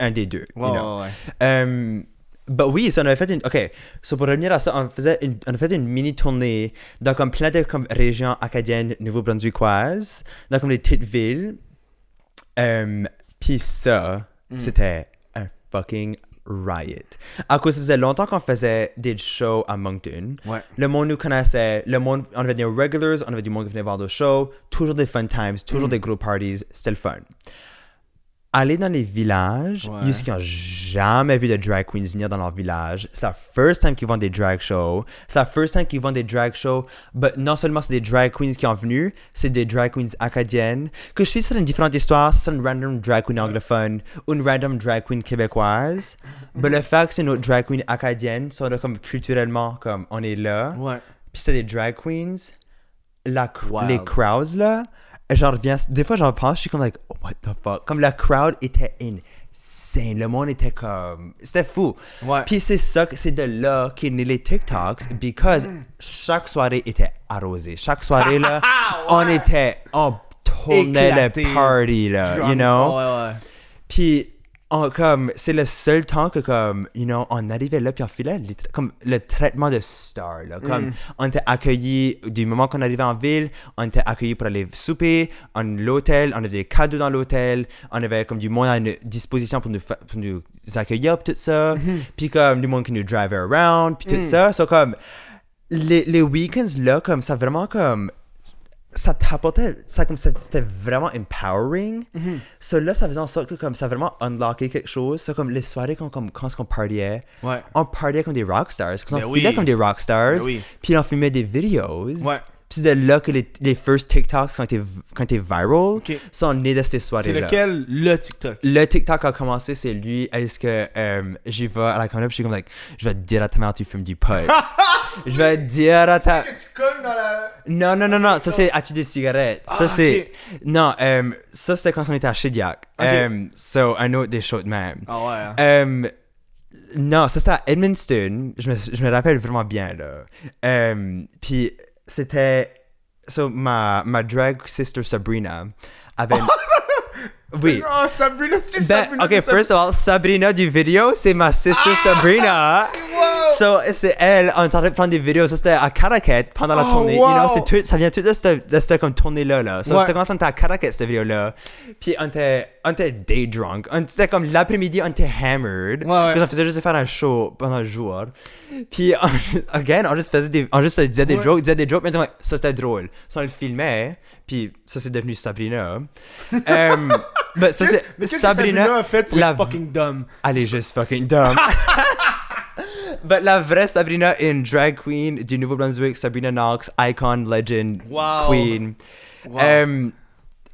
[SPEAKER 3] un des deux. you know.
[SPEAKER 1] ouais.
[SPEAKER 3] Um, bah oui, ça, on avait fait une. Ok, so pour revenir à ça, on, faisait une, on a fait une mini tournée dans comme plein de comme, régions acadiennes nouveau-brunswickoises, dans comme des petites villes. Um, Puis ça, c'était un fucking riot. À cause, ça faisait longtemps qu'on faisait des shows à Moncton.
[SPEAKER 1] Ouais.
[SPEAKER 3] Le monde nous connaissait. Le monde, on avait des regulars, on avait du monde qui venait voir nos shows. Toujours des fun times, toujours des gros parties. C'était le fun. aller dans les villages,
[SPEAKER 1] Ouais.
[SPEAKER 3] il y a ceux qui n'ont jamais vu de drag queens venir dans leur village. C'est la first time qu'ils vont des drag shows. C'est la first time qu'ils vont des drag shows. But non seulement c'est des drag queens qui sont venues, c'est des drag queens acadiennes. Que je suis sur une différente histoire, c'est une random drag queen anglophone ou une random drag queen québécoise. Mais le fait que c'est notre drag queen acadienne, ça on a comme culturellement, comme on est là.
[SPEAKER 1] Ouais.
[SPEAKER 3] Puis c'est des drag queens. La cr-
[SPEAKER 1] Wow.
[SPEAKER 3] Les crowds, là, j'en reviens. Des fois, j'en pense, je suis comme, like, oh, what the fuck. Comme la crowd était insane. Le monde était comme. C'était fou.
[SPEAKER 1] Ouais.
[SPEAKER 3] Puis c'est ça, que- c'est de là qu'est né les TikToks, because chaque soirée était arrosée. Chaque soirée, là, on était. On tournait
[SPEAKER 1] Éclaté.
[SPEAKER 3] le party, là, Euh, you know?
[SPEAKER 1] Ouais, ouais.
[SPEAKER 3] Puis, on, comme, c'est le seul temps que, comme, you know, on arrivait là, puis on filait les tra- comme, le traitement de star, là. Comme, on était accueillis, du moment qu'on arrivait en ville, on était accueillis pour aller souper, en l'hôtel, on avait des cadeaux dans l'hôtel, on avait, comme, du monde à notre disposition pour nous, fa- pour nous accueillir, puis tout ça. Puis, comme, du monde qui nous drive around, puis tout ça. So, comme, les, les week-ends, là, comme, ça vraiment, comme, ça t'apportait ça comme ça- c'était vraiment empowering
[SPEAKER 1] Mhm.
[SPEAKER 3] so là ça faisait en sorte que comme ça vraiment unlocké quelque chose ça comme les soirées quand comme quand on partiait
[SPEAKER 1] Ouais.
[SPEAKER 3] on partiait comme des rockstars parce
[SPEAKER 1] Ben
[SPEAKER 3] qu'on
[SPEAKER 1] oui.
[SPEAKER 3] filait comme des rockstars
[SPEAKER 1] Ben oui.
[SPEAKER 3] puis on filmait des videos
[SPEAKER 1] Ouais.
[SPEAKER 3] puis c'est de là que les, les first TikToks quand t'es quand t'es viral
[SPEAKER 1] Ok.
[SPEAKER 3] sont nés de ces
[SPEAKER 1] C'est
[SPEAKER 3] soirées là
[SPEAKER 1] lequel le TikTok
[SPEAKER 3] le TikTok a commencé, c'est lui. Est-ce que euh, j'y vais à la commune, puis je suis comme, like, je vais te dire à ta mère, tu fumes du pot. je vais te dire à ta.
[SPEAKER 4] Tu colles dans la.
[SPEAKER 3] Non, non, non, non, ça c'est as-tu des cigarettes? ça
[SPEAKER 1] Ah,
[SPEAKER 3] c'est. Non, euh, ça c'était quand on était à Shediac. Euh, so, un autre des shows de même.
[SPEAKER 1] Ah ouais, hein.
[SPEAKER 3] Euh, non, ça c'était à Edmundston. Je me, je me rappelle vraiment bien, là. Euh, Puis c'était. So, ma, ma drag sister Sabrina avait. oui.
[SPEAKER 1] Ah,
[SPEAKER 4] Oh, Sabrina, c'est juste
[SPEAKER 3] Ben,
[SPEAKER 4] Sabrina.
[SPEAKER 3] ok,
[SPEAKER 4] c'est
[SPEAKER 3] first of all, Sabrina du vidéo, c'est ma sister Sabrina.
[SPEAKER 4] Wow.
[SPEAKER 3] So, c'est elle, on est en train de prendre des vidéos. Ça, c'était à Caracat pendant la
[SPEAKER 4] Oh,
[SPEAKER 3] tournée. You know,
[SPEAKER 4] wow.
[SPEAKER 3] c'est tout, ça vient tout de cette, de cette comme tournée-là. Là. So,
[SPEAKER 4] Ouais.
[SPEAKER 3] c'est quand on était à Caracat, cette vidéo-là. Puis, on était, on était day drunk. On- C'était comme l'après-midi, on était hammered.
[SPEAKER 1] Ouais, ouais.
[SPEAKER 3] Parce qu'on faisait juste faire un show pendant le jour. Puis, on, again, on juste faisait des, on juste disait des jokes, disait des jokes, mais on était like, ça, c'était drôle. So, on le filmait, puis ça, c'est devenu Sabrina. um, mais ça, c'est
[SPEAKER 1] Mais qu'est-ce que
[SPEAKER 3] Sabrina,
[SPEAKER 1] a fait pour
[SPEAKER 3] la Ah,
[SPEAKER 1] être fucking dumb.
[SPEAKER 3] elle est juste fucking dumb. But la vraie Sabrina est une drag queen du Nouveau-Brunswick, Sabrina Knox, icon, legend,
[SPEAKER 1] Wow.
[SPEAKER 3] queen.
[SPEAKER 1] Wow.
[SPEAKER 3] Um,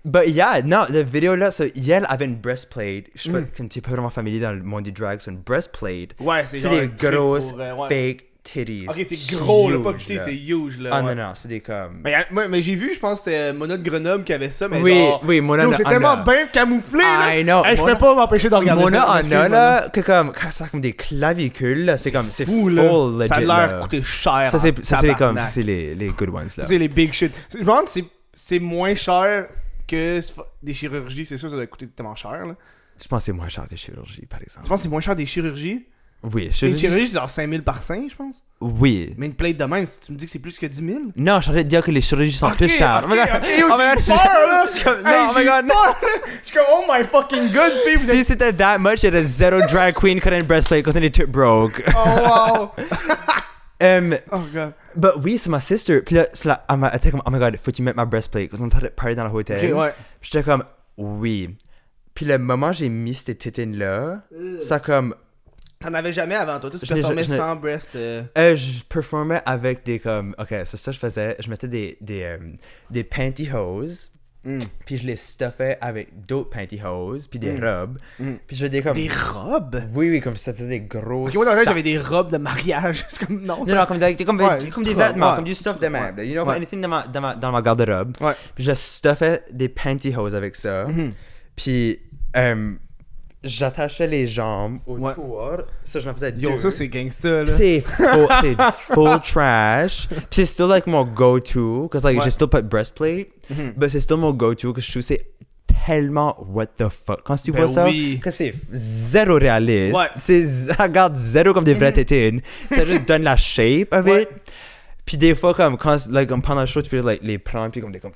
[SPEAKER 3] but yeah, non, la vidéo là, so, Yael avait une breastplate. Je sais pas si tu es pas vraiment familier dans le monde du drag, c'est une breastplate.
[SPEAKER 1] Mm. Ouais, c'est
[SPEAKER 3] C'est
[SPEAKER 1] genre
[SPEAKER 3] des
[SPEAKER 1] un truc
[SPEAKER 3] grosses
[SPEAKER 1] pour, euh, ouais.
[SPEAKER 3] fake titties.
[SPEAKER 1] Ok, c'est gros, là, pas
[SPEAKER 3] Huge,
[SPEAKER 1] petit,
[SPEAKER 3] là.
[SPEAKER 1] c'est huge, là.
[SPEAKER 3] Ah
[SPEAKER 1] ouais.
[SPEAKER 3] non, non, c'est des comme.
[SPEAKER 1] Mais, y a- ouais, mais j'ai vu, je pense que c'était euh, Mona de Grenoble qui avait ça, mais
[SPEAKER 3] Oui,
[SPEAKER 1] genre...
[SPEAKER 3] oui, Mona
[SPEAKER 1] Yo,
[SPEAKER 3] de
[SPEAKER 1] C'est
[SPEAKER 3] Anna.
[SPEAKER 1] tellement bien camouflé, là.
[SPEAKER 3] I know,
[SPEAKER 1] Hey, je
[SPEAKER 3] Mona-
[SPEAKER 1] peux pas m'empêcher de regarder
[SPEAKER 3] Mona
[SPEAKER 1] ça.
[SPEAKER 3] en
[SPEAKER 1] excuse-moi,
[SPEAKER 3] a là, que comme, quand ça a comme des clavicules, là, c'est comme, c'est
[SPEAKER 1] Fou,
[SPEAKER 3] full
[SPEAKER 1] là. Ça a
[SPEAKER 3] legit,
[SPEAKER 1] l'air
[SPEAKER 3] là.
[SPEAKER 1] coûter cher.
[SPEAKER 3] Ça,
[SPEAKER 1] en
[SPEAKER 3] c'est, ça, c'est
[SPEAKER 1] tabarnak.
[SPEAKER 3] comme, ça, c'est les, les good ones, là.
[SPEAKER 1] Ça, c'est les big shit. Je me demande si c'est moins cher que se fa- des chirurgies. C'est sûr, ça doit coûter tellement cher, là.
[SPEAKER 3] Je pense que c'est moins cher des chirurgies, par exemple.
[SPEAKER 1] Tu penses que c'est moins cher des chirurgies?
[SPEAKER 3] Oui,
[SPEAKER 1] Une
[SPEAKER 3] chirurgie.
[SPEAKER 1] chirurgie, c'est genre 5000 par 5, je pense.
[SPEAKER 3] Oui.
[SPEAKER 1] Mais une plate de même, si tu me dis que c'est plus que 10 000...
[SPEAKER 3] Non, je suis en train de dire que les chirurgies sont plus chères.
[SPEAKER 4] ok,
[SPEAKER 3] oh my god.
[SPEAKER 4] ok, yo,
[SPEAKER 3] oh my
[SPEAKER 4] j'ai
[SPEAKER 3] god.
[SPEAKER 4] peur, là.
[SPEAKER 3] Je suis comme,
[SPEAKER 4] Hey,
[SPEAKER 3] non, oh my
[SPEAKER 4] j'ai
[SPEAKER 3] god. non.
[SPEAKER 4] Je suis comme, oh my fucking god, fille, vous êtes.
[SPEAKER 3] Si c'était that much, j'aurais zéro drag queen qui aurait une breastplate quand on est tout broke.
[SPEAKER 4] Oh wow.
[SPEAKER 3] Um,
[SPEAKER 1] Oh, God.
[SPEAKER 3] but oui, c'est ma sister. Puis là, c'est là, elle m'a- elle était comme, oh my god, faut que tu mettes ma breastplate. Parce qu'on est en train de parler dans le hôtel.
[SPEAKER 1] Ok, ouais.
[SPEAKER 3] Puis j'étais comme, oui. Puis le moment où j'ai mis ces tétines-là, ça comme,
[SPEAKER 1] T'en avais jamais avant, toi. Toi, tu
[SPEAKER 3] Je n'ai-
[SPEAKER 1] performais
[SPEAKER 3] je n'ai-
[SPEAKER 1] sans breast. euh,
[SPEAKER 3] Euh, je performais avec des comme. Ok, c'est ça que je faisais. Je mettais des, des, euh, des pantyhose.
[SPEAKER 1] Mm.
[SPEAKER 3] Puis je les stuffais avec d'autres pantyhose. Puis des robes. Puis je faisais des comme.
[SPEAKER 1] Mm. Des robes?
[SPEAKER 3] Oui, oui, comme ça faisait des gros.
[SPEAKER 1] Ok, moi, dans la tête,
[SPEAKER 3] sacs.
[SPEAKER 1] j'avais des robes de mariage. C'est comme, non.
[SPEAKER 3] Non, non, comme, des- comme,
[SPEAKER 1] Ouais,
[SPEAKER 3] comme des
[SPEAKER 1] juste
[SPEAKER 3] vêtements,
[SPEAKER 1] robes,
[SPEAKER 3] comme
[SPEAKER 1] ouais.
[SPEAKER 3] du stuff de même. là, You know,
[SPEAKER 1] Ouais.
[SPEAKER 3] anything dans ma, dans ma, dans ma garde-robe.
[SPEAKER 1] Ouais.
[SPEAKER 3] Puis je stuffais des pantyhose avec ça.
[SPEAKER 1] Mm-hmm.
[SPEAKER 3] Puis. euh, J'attachais les jambes au
[SPEAKER 1] Ouais.
[SPEAKER 3] couloir. Ça, je m'en faisais
[SPEAKER 1] Yo,
[SPEAKER 3] deux.
[SPEAKER 1] ça, c'est gangsta, là.
[SPEAKER 3] C'est full, c'est full trash. Puis c'est still like mon go-to, cause like
[SPEAKER 1] Ouais.
[SPEAKER 3] j'ai still pas de breastplate,
[SPEAKER 1] Mm-hmm.
[SPEAKER 3] but c'est still mon go-to que je trouve c'est tellement what the fuck. Quand tu
[SPEAKER 1] Ben
[SPEAKER 3] vois ça,
[SPEAKER 1] oui.
[SPEAKER 3] que c'est zéro réaliste.
[SPEAKER 1] Ouais.
[SPEAKER 3] C'est z- ça regarde zéro comme des vraies
[SPEAKER 1] Mm-hmm.
[SPEAKER 3] tétines. Ça juste donne la shape avec.
[SPEAKER 1] Ouais.
[SPEAKER 3] Puis des fois comme quand like comme pendant le show tu peux like, les prendre puis comme des comme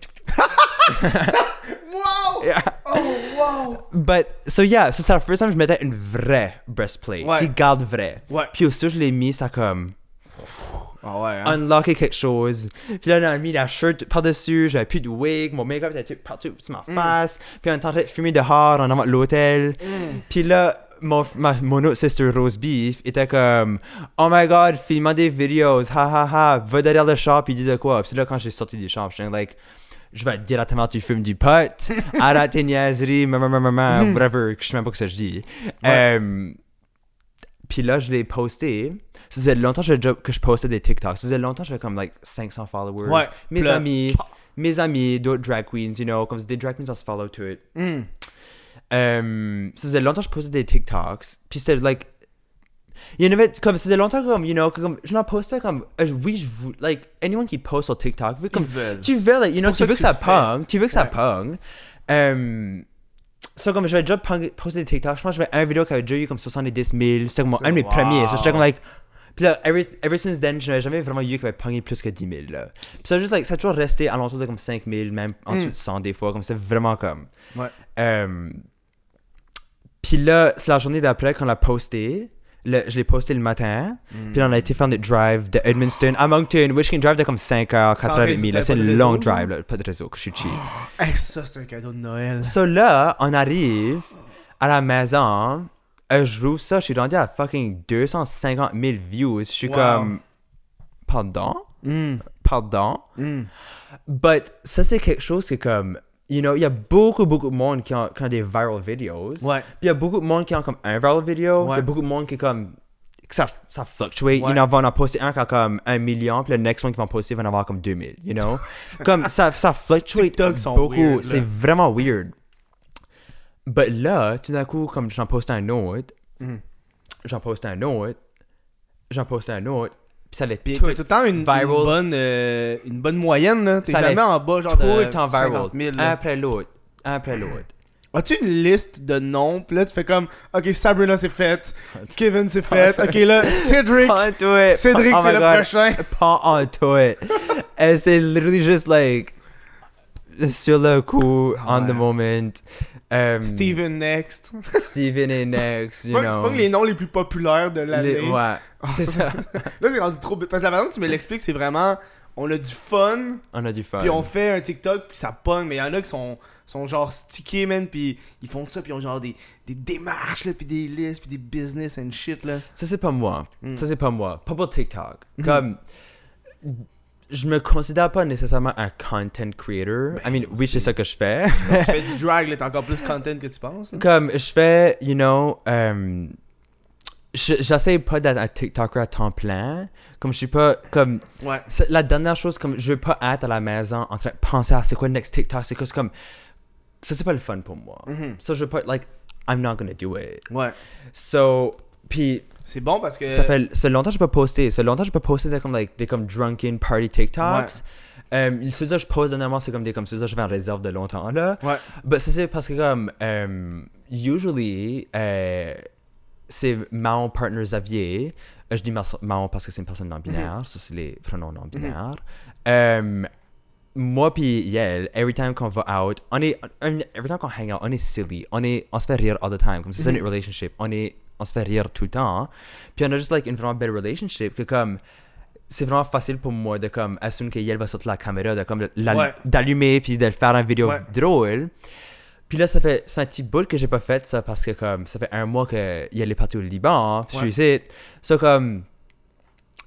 [SPEAKER 4] Wow. Oh wow.
[SPEAKER 3] But, so yeah, so c'est la first time que je mettais une vraie breastplate
[SPEAKER 1] Ouais.
[SPEAKER 3] qui garde vrai.
[SPEAKER 1] Ouais.
[SPEAKER 3] Puis aussi, je l'ai mis, ça comme.
[SPEAKER 1] Ah ouais, hein?
[SPEAKER 3] unlocker quelque chose. Puis là, on a mis la shirt par-dessus, j'avais plus de wig, mon make-up était partout sur ma face. Puis on tentait de fumer dehors en avant de l'hôtel. Puis là, mon, ma, mon autre sister Rose Beef était comme Oh my god, filmant des vidéos, ha ha ha, va derrière le shop, il dit de quoi. Puis là, quand j'ai sorti du shop, j'étais like, je vais te dire à ta mère, tu fumes du pot, arrête tes niaiseries, maman, maman, maman, whatever, je sais même pas que ça je dis. Euh, puis là, je l'ai posté. Ça faisait longtemps que je, que je postais des TikToks. Ça faisait longtemps que j'avais comme like 500 followers.
[SPEAKER 1] Ouais,
[SPEAKER 3] mes
[SPEAKER 1] plein.
[SPEAKER 3] amis, mes amis, d'autres drag queens, you know, comme des drag queens, on se follow to it.
[SPEAKER 1] Mm.
[SPEAKER 3] Euh, ça faisait longtemps que je postais des TikToks. Puis c'était like. Il y en avait comme, ça faisait longtemps comme, you know, que comme, je l'en postais comme, euh, oui, je vou- like, anyone qui poste sur TikTok, veut comme,
[SPEAKER 1] veulent.
[SPEAKER 3] tu veux, like, you know,
[SPEAKER 1] pour
[SPEAKER 3] tu
[SPEAKER 1] ça
[SPEAKER 3] veux
[SPEAKER 1] que tu
[SPEAKER 3] que ça
[SPEAKER 1] le fais.
[SPEAKER 3] pong, tu veux que ça
[SPEAKER 1] Ouais.
[SPEAKER 3] pong. Euh, ça, comme, j'avais déjà pong- posté des TikTok, je pense que j'avais un vidéo qui avait déjà eu comme 70 000, c'était comme mon- un de mes
[SPEAKER 1] wow.
[SPEAKER 3] premiers, ça, j'étais comme, like, puis là, ever, ever since then, je n'avais jamais vraiment eu qui avait pongé plus que 10 000, là. Puis ça, a juste, like, ça a toujours resté à l'entour de comme 5 000, même
[SPEAKER 1] Mm.
[SPEAKER 3] en dessous de 100 des fois, comme, c'était vraiment comme.
[SPEAKER 1] Ouais.
[SPEAKER 3] Euh, puis là, c'est la journée d'après qu'on l'a posté. Le- je l'ai posté le matin.
[SPEAKER 1] Mm.
[SPEAKER 3] Puis là, on a été faire notre drive de Edmundston à Moncton, which can drive de comme 5h,
[SPEAKER 1] réseau,
[SPEAKER 3] 4h30. Là,
[SPEAKER 1] t'avais
[SPEAKER 3] c'est
[SPEAKER 1] pas de
[SPEAKER 3] une
[SPEAKER 1] réseau?
[SPEAKER 3] long drive, là, pas de réseau, que je suis cheap.
[SPEAKER 1] Hey, ça, c'est un cadeau de Noël.
[SPEAKER 3] so là, on Euh, arrive à la maison. Euh, je rouvre ça, je suis rendu à fucking 250 000 views. Je suis
[SPEAKER 1] Wow.
[SPEAKER 3] comme. Pardon?
[SPEAKER 1] Mm.
[SPEAKER 3] Pardon?
[SPEAKER 1] Mm.
[SPEAKER 3] But ça, c'est quelque chose que comme. You know, il y a beaucoup, beaucoup de monde qui ont, qui ont des viral videos.
[SPEAKER 1] Ouais.
[SPEAKER 3] Puis il y a beaucoup de monde qui ont comme un viral vidéo. Il y
[SPEAKER 1] Ouais.
[SPEAKER 3] a beaucoup de monde qui est comme. Que ça, ça fluctue. Il
[SPEAKER 1] Ouais.
[SPEAKER 3] y en a, on a posté un qui a comme un million, puis le next one qui va en poster va en avoir comme 2000, you know? comme ça, ça fluctue
[SPEAKER 1] TikTok sont
[SPEAKER 3] beaucoup.
[SPEAKER 1] weird, là.
[SPEAKER 3] C'est vraiment weird. But là, tout d'un coup, comme j'en poste un autre,
[SPEAKER 1] Mm.
[SPEAKER 3] j'en poste un autre, j'en poste un autre, puis ça allait
[SPEAKER 1] Puis
[SPEAKER 3] tout,
[SPEAKER 1] t'as tout le temps une, une
[SPEAKER 3] viral.
[SPEAKER 1] bonne, euh, une bonne moyenne, là. T'es
[SPEAKER 3] Ça
[SPEAKER 1] jamais
[SPEAKER 3] allait
[SPEAKER 1] en bas, genre
[SPEAKER 3] tout
[SPEAKER 1] de
[SPEAKER 3] le temps viral. Ah.
[SPEAKER 1] 50 000,
[SPEAKER 3] un
[SPEAKER 1] là.
[SPEAKER 3] après l'autre, un après l'autre.
[SPEAKER 1] As-tu une liste de noms? Puis là, tu fais comme, OK, Sabrina, c'est fait. Kevin, c'est fait. OK, là, Cédric.
[SPEAKER 3] Pas en tout it.
[SPEAKER 1] Cédric,
[SPEAKER 3] Oh
[SPEAKER 1] c'est
[SPEAKER 3] my
[SPEAKER 1] le
[SPEAKER 3] God.
[SPEAKER 1] prochain.
[SPEAKER 3] Pas en tout it. And c'est literally just like sur le coup, on the
[SPEAKER 1] Oh Ouais.
[SPEAKER 3] moment. Um,
[SPEAKER 1] Steven Next.
[SPEAKER 3] Steven est next, you
[SPEAKER 1] Ouais, tu
[SPEAKER 3] know.
[SPEAKER 1] pognes les noms les plus populaires de l'année. Ah,
[SPEAKER 3] Les- ouais. c'est ça.
[SPEAKER 1] Là, c'est rendu trop. Parce que la façon que tu me l'expliques, c'est vraiment. On a du fun,
[SPEAKER 3] On a du fun.
[SPEAKER 1] puis on fait un TikTok, puis ça pogne. Mais il y en a qui sont, sont genre stickés, man, puis ils font ça, puis ils ont genre des, des démarches, là, puis des listes, puis des business and shit, là.
[SPEAKER 3] Ça, c'est pas moi.
[SPEAKER 1] Mm.
[SPEAKER 3] Ça, c'est pas moi. Pas pour TikTok. Comme. Je me considère pas nécessairement un content creator. I mean, oui, c'est ça que je fais.
[SPEAKER 1] tu fais du drag, là, t'es encore plus content que tu penses. là.
[SPEAKER 3] comme je fais, you know, euh, je- j'essaie pas d'être un TikToker à temps plein. Comme je suis pas, comme
[SPEAKER 1] Ouais.
[SPEAKER 3] c'est la dernière chose, comme je veux pas être à la maison en train de penser à c'est quoi le next TikTok, c'est quoi, c'est comme ça c'est pas le fun pour moi.
[SPEAKER 1] Mhm.
[SPEAKER 3] Ça je veux pas, like I'm not gonna do it.
[SPEAKER 1] Ouais.
[SPEAKER 3] So puis
[SPEAKER 1] C'est bon parce que.
[SPEAKER 3] ça fait, ça fait longtemps que j'ai pas posté. Ça fait longtemps que j'ai pas posté des comme, like, des comme drunken party TikToks. Euh, ceux que je pose dernièrement, c'est comme des comme ceux que je vais en réserve de longtemps là.
[SPEAKER 1] Ouais.
[SPEAKER 3] Bah, ça, c'est parce que, comme, euh, usually, euh, c'est mon partner Xavier. Euh, Je dis ma- mon parce que c'est une personne non-binaire. Ça, c'est les pronoms non-binaires. Euh, moi puis Yael, every time qu'on va out, on est, on- every time qu'on hang out, on est silly, on est, on se fait rire all the time, comme si c'est une relationship, on est, on se fait rire tout le temps, puis on a juste like une vraiment belle relationship que comme c'est vraiment facile pour moi de comme assumer que Yael va sortir la caméra, de comme la-
[SPEAKER 1] Ouais.
[SPEAKER 3] d'allumer puis de faire une vidéo
[SPEAKER 1] Ouais.
[SPEAKER 3] drôle. Puis là, ça fait, ça fait un petit bout que j'ai pas fait ça parce que comme ça fait un mois que Yael est parti au Liban, hein. puis je suis ici, ça comme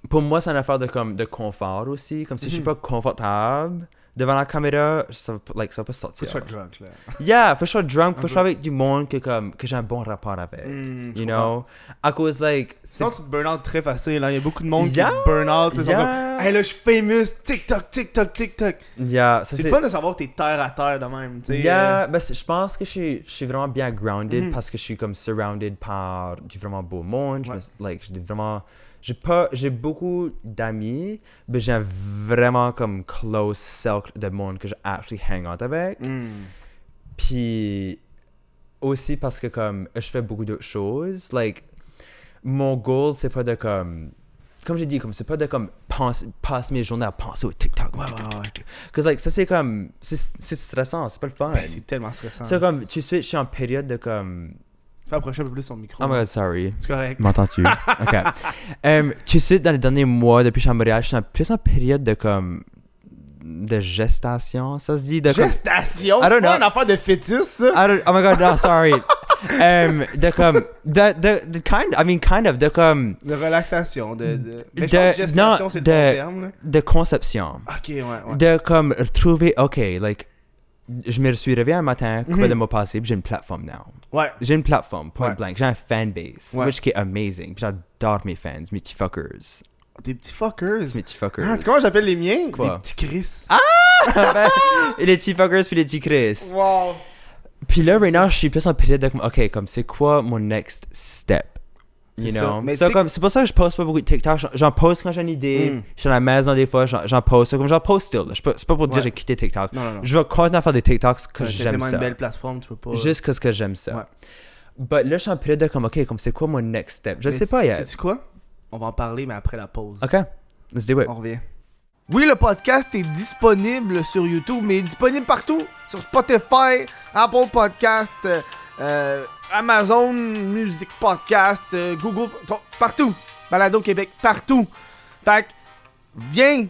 [SPEAKER 3] pour moi, c'est une affaire de, comme, de confort aussi. Comme si je suis
[SPEAKER 1] Mhm.
[SPEAKER 3] pas confortable devant la caméra, ça va, pas- like, ça va pas sortir.
[SPEAKER 1] Faut que tu sois drunk, là.
[SPEAKER 3] Yeah, faut que je sois drunk, faut que je sois avec du monde que, comme, que j'ai un bon rapport avec.
[SPEAKER 1] Mm, je
[SPEAKER 3] you know? À cause, like, c'est-
[SPEAKER 1] Sinon, tu te burn out très facile. hein. Il y a beaucoup de monde
[SPEAKER 3] Yeah.
[SPEAKER 1] qui burn out. Ils sont
[SPEAKER 3] Yeah.
[SPEAKER 1] comme, hey, là, je suis famous. TikTok, TikTok, TikTok.
[SPEAKER 3] yeah, ça
[SPEAKER 1] C'est
[SPEAKER 3] c'est.
[SPEAKER 1] le fun de savoir que t'es terre à terre de même. tu sais. euh, Mhm.
[SPEAKER 3] Yeah, ben, c'est- je pense que je suis, je suis vraiment bien grounded parce que je suis comme surrounded par du vraiment beau monde. Je me-
[SPEAKER 1] Ouais.
[SPEAKER 3] like, j'ai des vraiment. J'ai pas. J'ai beaucoup d'amis, mais j'ai un vraiment comme close circle de monde que je actually hang out avec.
[SPEAKER 1] Mm.
[SPEAKER 3] Puis aussi parce que comme je fais beaucoup d'autres choses, like mon goal c'est pas de comme comme j'ai dit comme c'est pas de comme penser passer mes journées à penser au TikTok.
[SPEAKER 1] Ouais, ouais, ouais.
[SPEAKER 3] Cause like ça c'est comme Ben, c'est c'est stressant, c'est pas le fun.
[SPEAKER 1] Ben, c'est tellement stressant.
[SPEAKER 3] c'est comme tu sais je suis en période de comme
[SPEAKER 1] Fais approcher un peu plus son micro.
[SPEAKER 3] Oh my god, sorry.
[SPEAKER 1] C'est correct.
[SPEAKER 3] M'entends-tu? ok. Euh, tu sais, dans les derniers mois, depuis que je suis à Montréal, je suis en- plus en période de comme. de gestation, ça se dit? De comme-
[SPEAKER 1] Gestation,
[SPEAKER 3] I don't
[SPEAKER 1] c'est pas
[SPEAKER 3] know.
[SPEAKER 1] une affaire de fœtus, ça.
[SPEAKER 3] I don't- oh my god, no, sorry. um, de comme, de, de, de kind, I mean, kind of, de comme,
[SPEAKER 1] De relaxation, de. de... Mais je
[SPEAKER 3] De-
[SPEAKER 1] pense que gestation,
[SPEAKER 3] non,
[SPEAKER 1] c'est le
[SPEAKER 3] de-
[SPEAKER 1] bon terme. là.
[SPEAKER 3] de conception.
[SPEAKER 1] Ok, ouais, ouais.
[SPEAKER 3] De comme, retrouver, ok, like, je me suis réveillé un matin, coupé de mots passés, puis j'ai une plateforme now.
[SPEAKER 1] Ouais.
[SPEAKER 3] J'ai une plateforme, point
[SPEAKER 1] Ouais.
[SPEAKER 3] blank. J'ai un fanbase,
[SPEAKER 1] Ouais.
[SPEAKER 3] which qui est amazing. Puis J'adore mes fans, mes petits fuckers.
[SPEAKER 1] Des petits fuckers.
[SPEAKER 3] Mes petits fuckers.
[SPEAKER 1] Ah, comment j'appelle les miens
[SPEAKER 3] Quoi?
[SPEAKER 1] Des petits Chris.
[SPEAKER 3] Ben, les petits fuckers puis les petits Chris.
[SPEAKER 1] Wow.
[SPEAKER 3] Puis là, right now, je suis plus en période de comme, ok, comme c'est quoi mon next step? You
[SPEAKER 1] C'est Mm. ça.
[SPEAKER 3] know?
[SPEAKER 1] Mais
[SPEAKER 3] So,
[SPEAKER 1] tu sais-
[SPEAKER 3] comme, c'est pour ça que je poste pas beaucoup de TikTok. J'en- J'en poste quand j'ai une idée. Je suis à la maison des fois, j'en j'en poste. So, Comme j'en poste still. là. Je peux- C'est pas pour dire
[SPEAKER 1] Ouais.
[SPEAKER 3] j'ai quitté TikTok.
[SPEAKER 1] Non, non, non.
[SPEAKER 3] Je vais continuer à faire des TikToks que
[SPEAKER 1] Ouais, C'est
[SPEAKER 3] j'aime
[SPEAKER 1] tellement
[SPEAKER 3] ça.
[SPEAKER 1] une belle plateforme, tu peux pas.
[SPEAKER 3] Juste parce que j'aime ça.
[SPEAKER 1] Ouais.
[SPEAKER 3] But là, je suis en période de comme, ok, comme c'est quoi mon next step? Je
[SPEAKER 1] Mais
[SPEAKER 3] sais pas
[SPEAKER 1] tu-
[SPEAKER 3] yet.
[SPEAKER 1] Sais-tu quoi On va en parler, mais après la pause.
[SPEAKER 3] Ok, let's do it.
[SPEAKER 1] On revient.
[SPEAKER 4] Oui, le podcast est disponible sur YouTube, mais il est disponible partout. Sur Spotify, Apple Podcast, euh, euh, Amazon Music Podcast, euh, Google... ton- Partout. Balado Québec, partout. Fait que, viens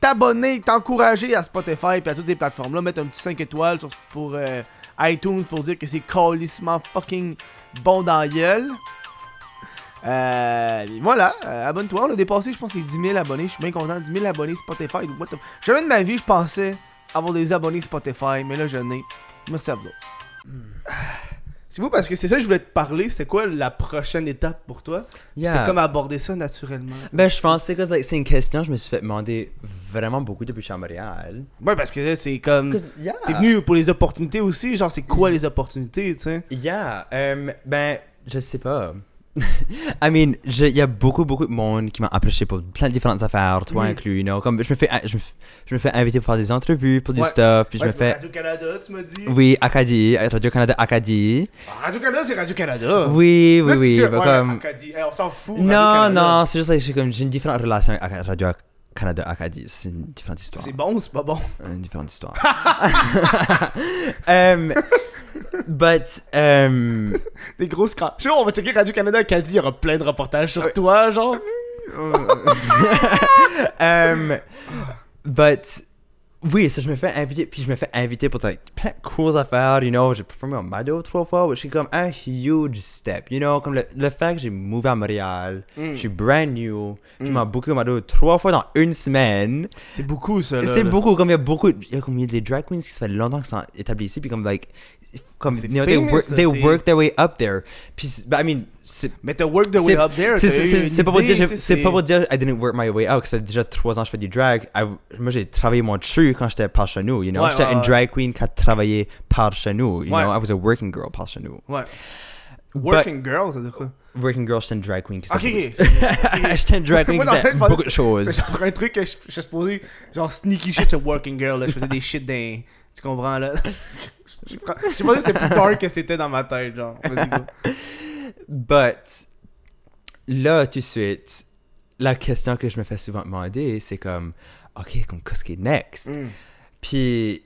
[SPEAKER 4] t'abonner, t'encourager à Spotify et à toutes ces plateformes-là. Mettre un petit 5 étoiles sur, pour euh, iTunes pour dire que c'est calissement fucking bon dans la gueule. Euh, et voilà, euh, abonne-toi. On a dépassé, je pense, les 10 000 abonnés. Je suis bien content. 10 000 abonnés Spotify. What the- Jamais de ma vie, je pensais avoir des abonnés Spotify, mais là, je n'ai. Merci à vous autres.
[SPEAKER 1] Hmm. C'est vous parce que c'est ça que je voulais te parler. C'est quoi la prochaine étape pour toi
[SPEAKER 3] Yeah.
[SPEAKER 1] T'as comme abordé ça naturellement.
[SPEAKER 3] Ben, je pensais que like, c'est une question que je me suis fait demander vraiment beaucoup depuis que je suis à Montréal.
[SPEAKER 1] Ouais, parce que là, c'est comme.
[SPEAKER 3] 'Cause, yeah.
[SPEAKER 1] T'es venu pour les opportunités aussi. Genre, c'est quoi les opportunités, tu sais
[SPEAKER 3] Yeah, euh, ben, je sais pas. I mean, je- il y a beaucoup, beaucoup de monde qui m'a approché pour plein de différentes affaires, toi
[SPEAKER 1] Mm-hmm.
[SPEAKER 3] inclus, you know. Comme, je me fais, je me, f- je me fais inviter pour faire des entrevues, pour du
[SPEAKER 1] Ouais.
[SPEAKER 3] stuff, puis
[SPEAKER 1] Ouais,
[SPEAKER 3] je me
[SPEAKER 1] c'est
[SPEAKER 3] fais...
[SPEAKER 1] Radio-Canada, tu m'as dit.
[SPEAKER 3] Oui, Acadie, à Radio-Canada Acadie.
[SPEAKER 1] Ah, Radio-Canada, c'est Radio-Canada.
[SPEAKER 3] Oui, oui,
[SPEAKER 1] Là, Oh. tu
[SPEAKER 3] oui,
[SPEAKER 1] dis,
[SPEAKER 3] ben,
[SPEAKER 1] ouais,
[SPEAKER 3] comme...
[SPEAKER 1] Acadie. Eh, on s'en fout.
[SPEAKER 3] Non,
[SPEAKER 1] Radio-Canada.
[SPEAKER 3] non, c'est juste que j'ai comme- j'ai une différente relation avec Radio-Canada Acadie. C'est une différente histoire.
[SPEAKER 1] C'est bon ou c'est pas bon
[SPEAKER 3] Euh, une différente histoire. um, but um,
[SPEAKER 1] Des grosses crans. Je sais, on va checker Radio-Canada Acadie. Il y aura plein de reportages sur toi, genre.
[SPEAKER 3] Ah um, but oui, ça je me fais inviter, puis je me fais inviter pour like, plein de cool affaires, you know. J'ai performé au Mado trois fois, which is comme un huge step, you know. Comme le, le fait que j'ai move à Montréal,
[SPEAKER 1] Mm. Hmm.
[SPEAKER 3] je suis brand new, je m'en booké au Mado trois fois dans une semaine.
[SPEAKER 1] C'est beaucoup, ça. là,
[SPEAKER 3] C'est
[SPEAKER 1] là.
[SPEAKER 3] beaucoup, comme il y a beaucoup, il y a comme il y a des drag queens qui se fait longtemps qu'ils sont établis ici, puis comme like, comme
[SPEAKER 1] C'est
[SPEAKER 3] you know, they
[SPEAKER 1] famous,
[SPEAKER 3] work,
[SPEAKER 1] là,
[SPEAKER 3] they
[SPEAKER 1] c'est-
[SPEAKER 3] work their way up there. Puis, c'est- but I mean, c'est
[SPEAKER 1] Mais t'as work the way
[SPEAKER 3] c'est-
[SPEAKER 1] up there.
[SPEAKER 3] c'est-
[SPEAKER 1] t'as eu
[SPEAKER 3] c'est-
[SPEAKER 1] une
[SPEAKER 3] c'est pas pour
[SPEAKER 1] idée,
[SPEAKER 3] dire, j'ai-
[SPEAKER 1] tu sais,
[SPEAKER 3] c'est pas pour dire, I didn't work my way out, parce que déjà trois ans je fais du drag. I- moi j'ai travaillé mon truc quand j'étais par chez nous, you know,
[SPEAKER 1] Ouais,
[SPEAKER 3] j'étais
[SPEAKER 1] ouais,
[SPEAKER 3] une
[SPEAKER 1] ouais.
[SPEAKER 3] drag queen qui a travaillé par chez nous, you
[SPEAKER 1] Ouais.
[SPEAKER 3] know, I was a working girl par chez nous.
[SPEAKER 1] Ouais. Working girl, ça veut dire quoi
[SPEAKER 3] Working girl, j'étais une drag queen qui
[SPEAKER 1] Ok,
[SPEAKER 3] s'appelait-
[SPEAKER 1] ok.
[SPEAKER 3] j'étais une drag queen
[SPEAKER 1] Moi,
[SPEAKER 3] qui
[SPEAKER 1] dans ma
[SPEAKER 3] faisait
[SPEAKER 1] tête, je
[SPEAKER 3] beaucoup de
[SPEAKER 1] C'est
[SPEAKER 3] choses.
[SPEAKER 1] genre un truc que je, je suis supposé, genre sneaky shit sur Working Girl, là. Je faisais des shit d'un. Tu comprends, là? Je prends- je sais pas si c'est plus dark que c'était dans ma tête, genre. Vas-y, go.
[SPEAKER 3] But là, tout de suite, la question que je me fais souvent demander, c'est comme, OK, comme, qu'est-ce qui est next? Puis,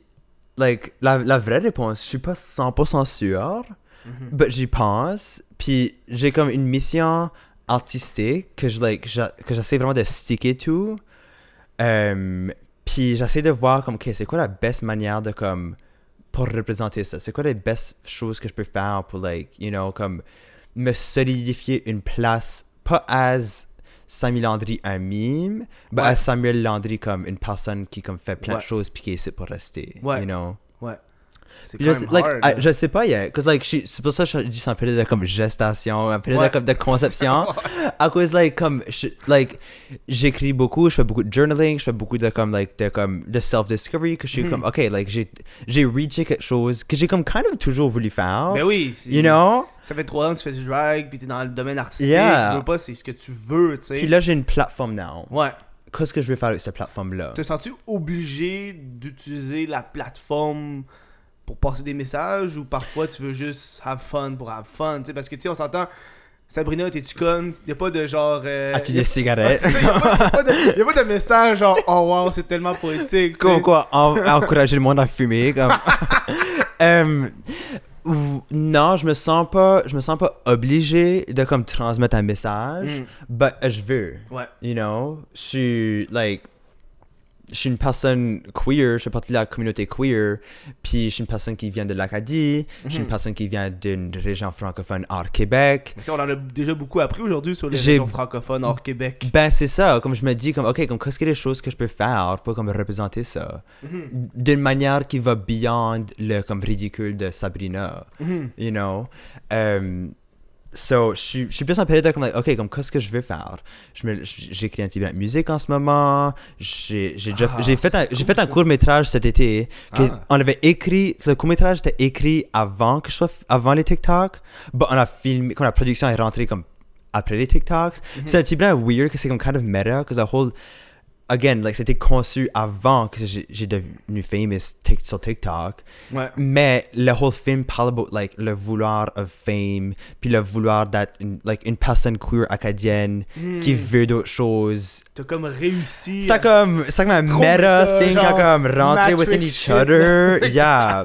[SPEAKER 3] like, la, la vraie réponse, je suis pas 100% sûr,
[SPEAKER 1] Mhm.
[SPEAKER 3] but j'y pense. Puis, j'ai comme une mission artistique que je, like, j'a- que j'essaie vraiment de sticker to. Um, puis, j'essaie de voir, comme, OK, c'est quoi la best manière de, comme, pour représenter ça? C'est quoi les best choses que je peux faire pour, like, you know, comme, me solidifier une place, pas as Samuel Landry un mime, mais
[SPEAKER 1] Ouais.
[SPEAKER 3] as Samuel Landry comme une personne qui, comme, fait plein
[SPEAKER 1] Ouais.
[SPEAKER 3] de choses puis qui essaie pour rester,
[SPEAKER 1] Ouais.
[SPEAKER 3] you know?
[SPEAKER 1] Ouais. C'est
[SPEAKER 3] Puis
[SPEAKER 1] quand
[SPEAKER 3] je, sais-
[SPEAKER 1] même
[SPEAKER 3] like,
[SPEAKER 1] hard,
[SPEAKER 3] I-
[SPEAKER 1] là.
[SPEAKER 3] je sais pas, yeah. Cause like, she- c'est pour ça que je dis c'est un période de comme gestation, un période
[SPEAKER 1] Ouais.
[SPEAKER 3] de, comme, de conception. à cause, like, comme, je- like, j'écris beaucoup, je fais beaucoup de journaling, je fais beaucoup de comme, like, de comme, de self-discovery, que je
[SPEAKER 1] Mm-hmm.
[SPEAKER 3] suis comme, ok, like, j'ai, j'ai reaché quelque chose que j'ai comme kind of toujours voulu faire.
[SPEAKER 1] Ben oui. c'est-
[SPEAKER 3] You know?
[SPEAKER 1] Ça fait trois ans que tu fais du drag, puis t'es dans le domaine artistique.
[SPEAKER 3] Yeah.
[SPEAKER 1] Tu veux pas, c'est ce que tu veux, tu sais.
[SPEAKER 3] Puis là, j'ai une plateforme now.
[SPEAKER 1] Ouais.
[SPEAKER 3] Qu'est-ce que je vais faire avec cette plateforme-là?
[SPEAKER 1] Te sens-tu obligé d'utiliser la plateforme pour passer des messages ou parfois tu veux juste have fun pour have fun? tu sais, parce que tu sais, on s'entend, Sabrina, t'es-tu conne? Y a pas de genre. Euh,
[SPEAKER 3] As-tu
[SPEAKER 1] y a-
[SPEAKER 3] des cigarettes?
[SPEAKER 1] y a pas- y a pas de- y a pas de message genre, oh wow, c'est tellement poétique. tu sais.
[SPEAKER 3] Comme quoi, en- encourager le monde à fumer. Comme... Um, Ou- non, je me sens pas, je me sens pas obligé de comme transmettre un message,
[SPEAKER 1] Mm.
[SPEAKER 3] but euh, je veux.
[SPEAKER 1] Ouais.
[SPEAKER 3] You know, je suis like je suis une personne queer, je fais partie de la communauté queer, puis je suis une personne qui vient de l'Acadie, je
[SPEAKER 1] Mm-hmm.
[SPEAKER 3] suis une personne qui vient d'une région francophone hors Québec.
[SPEAKER 1] Mais tu sais, On en a déjà beaucoup appris aujourd'hui sur les
[SPEAKER 3] J'ai-
[SPEAKER 1] régions francophones hors Québec.
[SPEAKER 3] Ben c'est ça, comme je me dis comme OK, comme qu'est-ce qu'il y a des choses que je peux faire pour comme représenter ça d'une manière qui va beyond le comme ridicule de Sabrina, you know. Um, so je suis- je suis plus en période de comme like, OK, comme qu'est-ce que je veux faire Je me- je- j'écris un petit peu de musique en ce moment, j'ai j'ai déjà j'ai fait un j'ai fait un court-métrage cet été que on avait écrit ce court-métrage était écrit avant que je sois avant les TikTok, but on a filmé quand la production est rentrée comme après les TikToks. C'est un petit peu weird que c'est comme kind of meta, because the whole. Again, like, c'était conçu avant que j'ai j'ai devenu famous tic- sur TikTok.
[SPEAKER 1] Ouais.
[SPEAKER 3] Mais le whole film parle about, like, le vouloir of fame, puis le vouloir d'être une, like, une personne queer acadienne
[SPEAKER 1] Hmm.
[SPEAKER 3] qui veut d'autres choses.
[SPEAKER 1] T'as comme réussi.
[SPEAKER 3] Ça
[SPEAKER 1] à-
[SPEAKER 3] comme, ça comme un
[SPEAKER 1] trop
[SPEAKER 3] meta
[SPEAKER 1] de,
[SPEAKER 3] thing à
[SPEAKER 1] genre,
[SPEAKER 3] comme rentrer within
[SPEAKER 1] Matrix
[SPEAKER 3] each
[SPEAKER 1] shit. Ah.
[SPEAKER 3] other. yeah.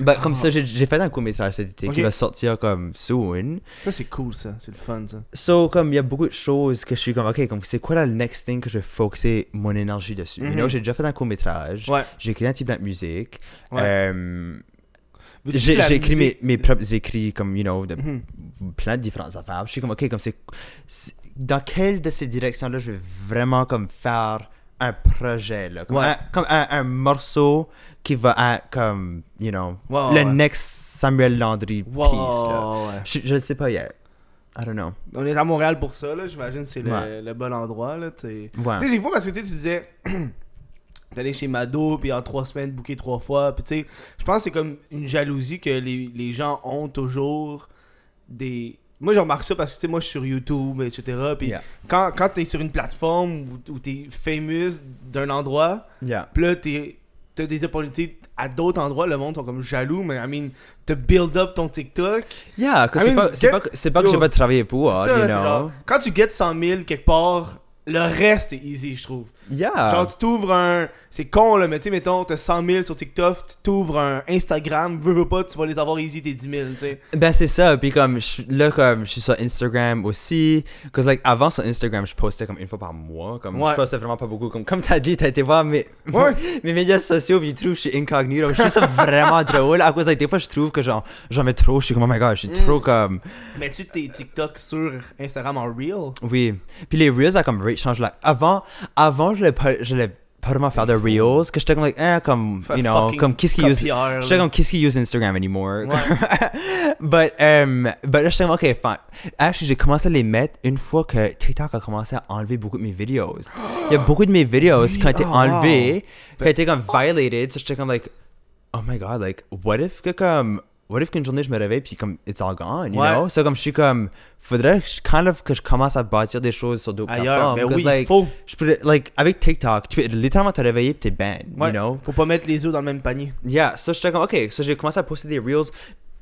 [SPEAKER 3] Bah, comme ça, j'ai- j'ai fait un court-métrage cet été qui
[SPEAKER 1] Ok.
[SPEAKER 3] va sortir comme soon.
[SPEAKER 1] Ça, c'est cool, ça. C'est le fun, ça.
[SPEAKER 3] So, comme, il y a beaucoup de choses que je suis comme, OK, comme, c'est quoi le next thing que je vais focuser mon énergie dessus? You know, j'ai déjà fait un court-métrage.
[SPEAKER 1] Mm-hmm. Ouais.
[SPEAKER 3] J'ai écrit un petit peu de musique.
[SPEAKER 1] Ouais.
[SPEAKER 3] Euh,
[SPEAKER 1] Veux-tu que
[SPEAKER 3] j'ai
[SPEAKER 1] la
[SPEAKER 3] j'ai écrit mes,
[SPEAKER 1] musique-
[SPEAKER 3] mes propres écrits, comme, you know, de
[SPEAKER 1] Mhm.
[SPEAKER 3] plein de différentes affaires. Je suis comme, OK, comme, c'est... c'est- Dans quelle de ces directions-là je vais vraiment, comme, faire un projet, là? Comme,
[SPEAKER 1] Ouais.
[SPEAKER 3] un, comme un, un morceau qui va être, comme, you know,
[SPEAKER 1] Ouais, ouais.
[SPEAKER 3] le next Samuel Landry
[SPEAKER 1] Wow,
[SPEAKER 3] piece, là.
[SPEAKER 1] ouais.
[SPEAKER 3] Je, je le sais pas yet. I don't know.
[SPEAKER 1] On est à Montréal pour ça, là. J'imagine que c'est le-
[SPEAKER 3] Ouais.
[SPEAKER 1] le, bon endroit, là. t'es-
[SPEAKER 3] Ouais.
[SPEAKER 1] Tu sais, c'est fou parce que tu sais, tu disais. T'es allé chez Mado, puis en trois semaines, booké trois fois. Puis tu sais, je pense que c'est comme une jalousie que les, les gens ont toujours des. Moi, je remarque ça parce que tu sais, moi, je suis sur YouTube, etc. Puis
[SPEAKER 3] Yeah.
[SPEAKER 1] quand, quand t'es sur une plateforme où, où t'es famous d'un endroit,
[SPEAKER 3] Yeah.
[SPEAKER 1] Puis là, t'es- t'as des opportunités à d'autres endroits. Le monde sont comme jaloux, mais I mean, te build up ton TikTok.
[SPEAKER 3] Yeah, que
[SPEAKER 1] I mean,
[SPEAKER 3] c'est pas, c'est
[SPEAKER 1] get-
[SPEAKER 3] pas, que- c'est pas que
[SPEAKER 1] yo,
[SPEAKER 3] j'ai pas travaillé pour,
[SPEAKER 1] C'est ça,
[SPEAKER 3] you
[SPEAKER 1] là,
[SPEAKER 3] know.
[SPEAKER 1] c'est genre, quand tu get 100 000 quelque part, le reste est easy, je trouve.
[SPEAKER 3] Yeah.
[SPEAKER 1] Genre, tu t'ouvres un. C'est con, là, mais tu sais, mettons, t'as 100 000 sur TikTok, tu t'ouvres un Instagram, veux, veux pas, tu vas les avoir easy tes 10 000, tu sais.
[SPEAKER 3] Ben c'est ça, puis comme je suis- là comme je suis sur Instagram aussi, cause like avant sur Instagram je postais comme une fois par mois, comme
[SPEAKER 1] Ouais.
[SPEAKER 3] je postais vraiment pas beaucoup, comme comme t'as dit t'as été voir mes
[SPEAKER 1] Ouais.
[SPEAKER 3] mes médias sociaux puis trouve je suis incognito, je trouve ça vraiment drôle à cause like, des fois je trouve que genre j'en mets trop, je suis comme oh my god je
[SPEAKER 1] Mm.
[SPEAKER 3] suis trop comme
[SPEAKER 1] Mets-tu tes TikTok sur Instagram en Reel?
[SPEAKER 3] Oui. Puis les Reels, ça comme rate change là. Avant, avant, je voulais pas, je voulais pas vraiment faire de Reels, que j'étais comme, like, eh, comme,
[SPEAKER 1] Faire
[SPEAKER 3] you know,
[SPEAKER 1] fucking
[SPEAKER 3] comme qu'est-ce qui use.
[SPEAKER 1] copieur, là.
[SPEAKER 3] J'étais comme, qu'est-ce qui use Instagram anymore?
[SPEAKER 1] Ouais.
[SPEAKER 3] but, um, but là, j'étais comme, ok, fine. Actually, j'ai commencé à les mettre une fois que TikTok a commencé à enlever beaucoup de mes vidéos. Il y a beaucoup de mes vidéos qui ont été
[SPEAKER 1] Oh, wow.
[SPEAKER 3] enlevées, qui ont été comme violated. So j'étais comme, like, oh my god, like, what if que comme, what if qu'une journée je me réveille puis comme, it's all gone, you
[SPEAKER 1] Ouais.
[SPEAKER 3] know? So comme, je suis comme, faudrait que je, kind of, que je commence à bâtir des choses sur d'autres
[SPEAKER 1] Ailleurs,
[SPEAKER 3] plateformes.
[SPEAKER 1] ben
[SPEAKER 3] because,
[SPEAKER 1] oui,
[SPEAKER 3] like,
[SPEAKER 1] faut.
[SPEAKER 3] Je pourrais, like, avec TikTok, tu peux littéralement te réveiller puis t'es ban,
[SPEAKER 1] Ouais.
[SPEAKER 3] you know?
[SPEAKER 1] Faut pas mettre les œufs dans le même panier.
[SPEAKER 3] Yeah, ça j'étais comme, ok, ça j'ai commencé à poster des reels,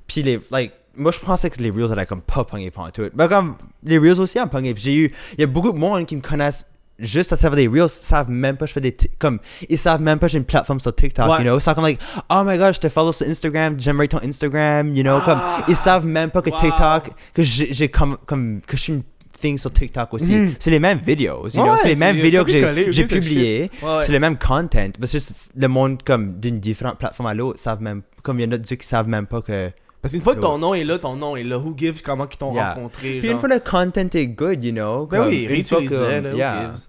[SPEAKER 3] puis les, like, moi je pensais que les reels allaient comme pas pogner pendant tout. Mais comme, les reels aussi ont pogné, puis j'ai eu, il y a beaucoup de monde qui me connaissent juste à travers des reels, savent même pas, je fais des, ti- comme, ils savent même pas j'ai une plateforme sur TikTok,
[SPEAKER 1] Ouais.
[SPEAKER 3] you know, ils sont comme like, oh my god, je te follow sur Instagram, j'aimerais ton Instagram, you know, comme, ils savent même pas que
[SPEAKER 1] Ah! wow.
[SPEAKER 3] TikTok, que j'ai j'ai comme, comme, que je suis une thing sur TikTok aussi.
[SPEAKER 1] Mm-hmm.
[SPEAKER 3] C'est les mêmes vidéos, you know,
[SPEAKER 1] Ouais,
[SPEAKER 3] c'est les mêmes
[SPEAKER 1] c'est
[SPEAKER 3] vidéos que
[SPEAKER 1] copié-collé,
[SPEAKER 3] j'ai j'ai
[SPEAKER 1] oui, c'est
[SPEAKER 3] publiées,
[SPEAKER 1] shit. Ouais, ouais.
[SPEAKER 3] c'est le même content, mais c'est juste le monde comme d'une différente plateforme à l'autre savent même comme il y en a du qui savent même pas que
[SPEAKER 1] Parce qu'une fois que ton nom est là, ton nom est là. Who gives comment ils t'ont
[SPEAKER 3] Yeah.
[SPEAKER 1] rencontré?
[SPEAKER 3] Puis
[SPEAKER 1] genre.
[SPEAKER 3] une fois le content est good, you know.
[SPEAKER 1] Ben
[SPEAKER 3] comme,
[SPEAKER 1] oui,
[SPEAKER 3] une fois que
[SPEAKER 1] réutilisez-le, là, who
[SPEAKER 3] yeah.
[SPEAKER 1] gives?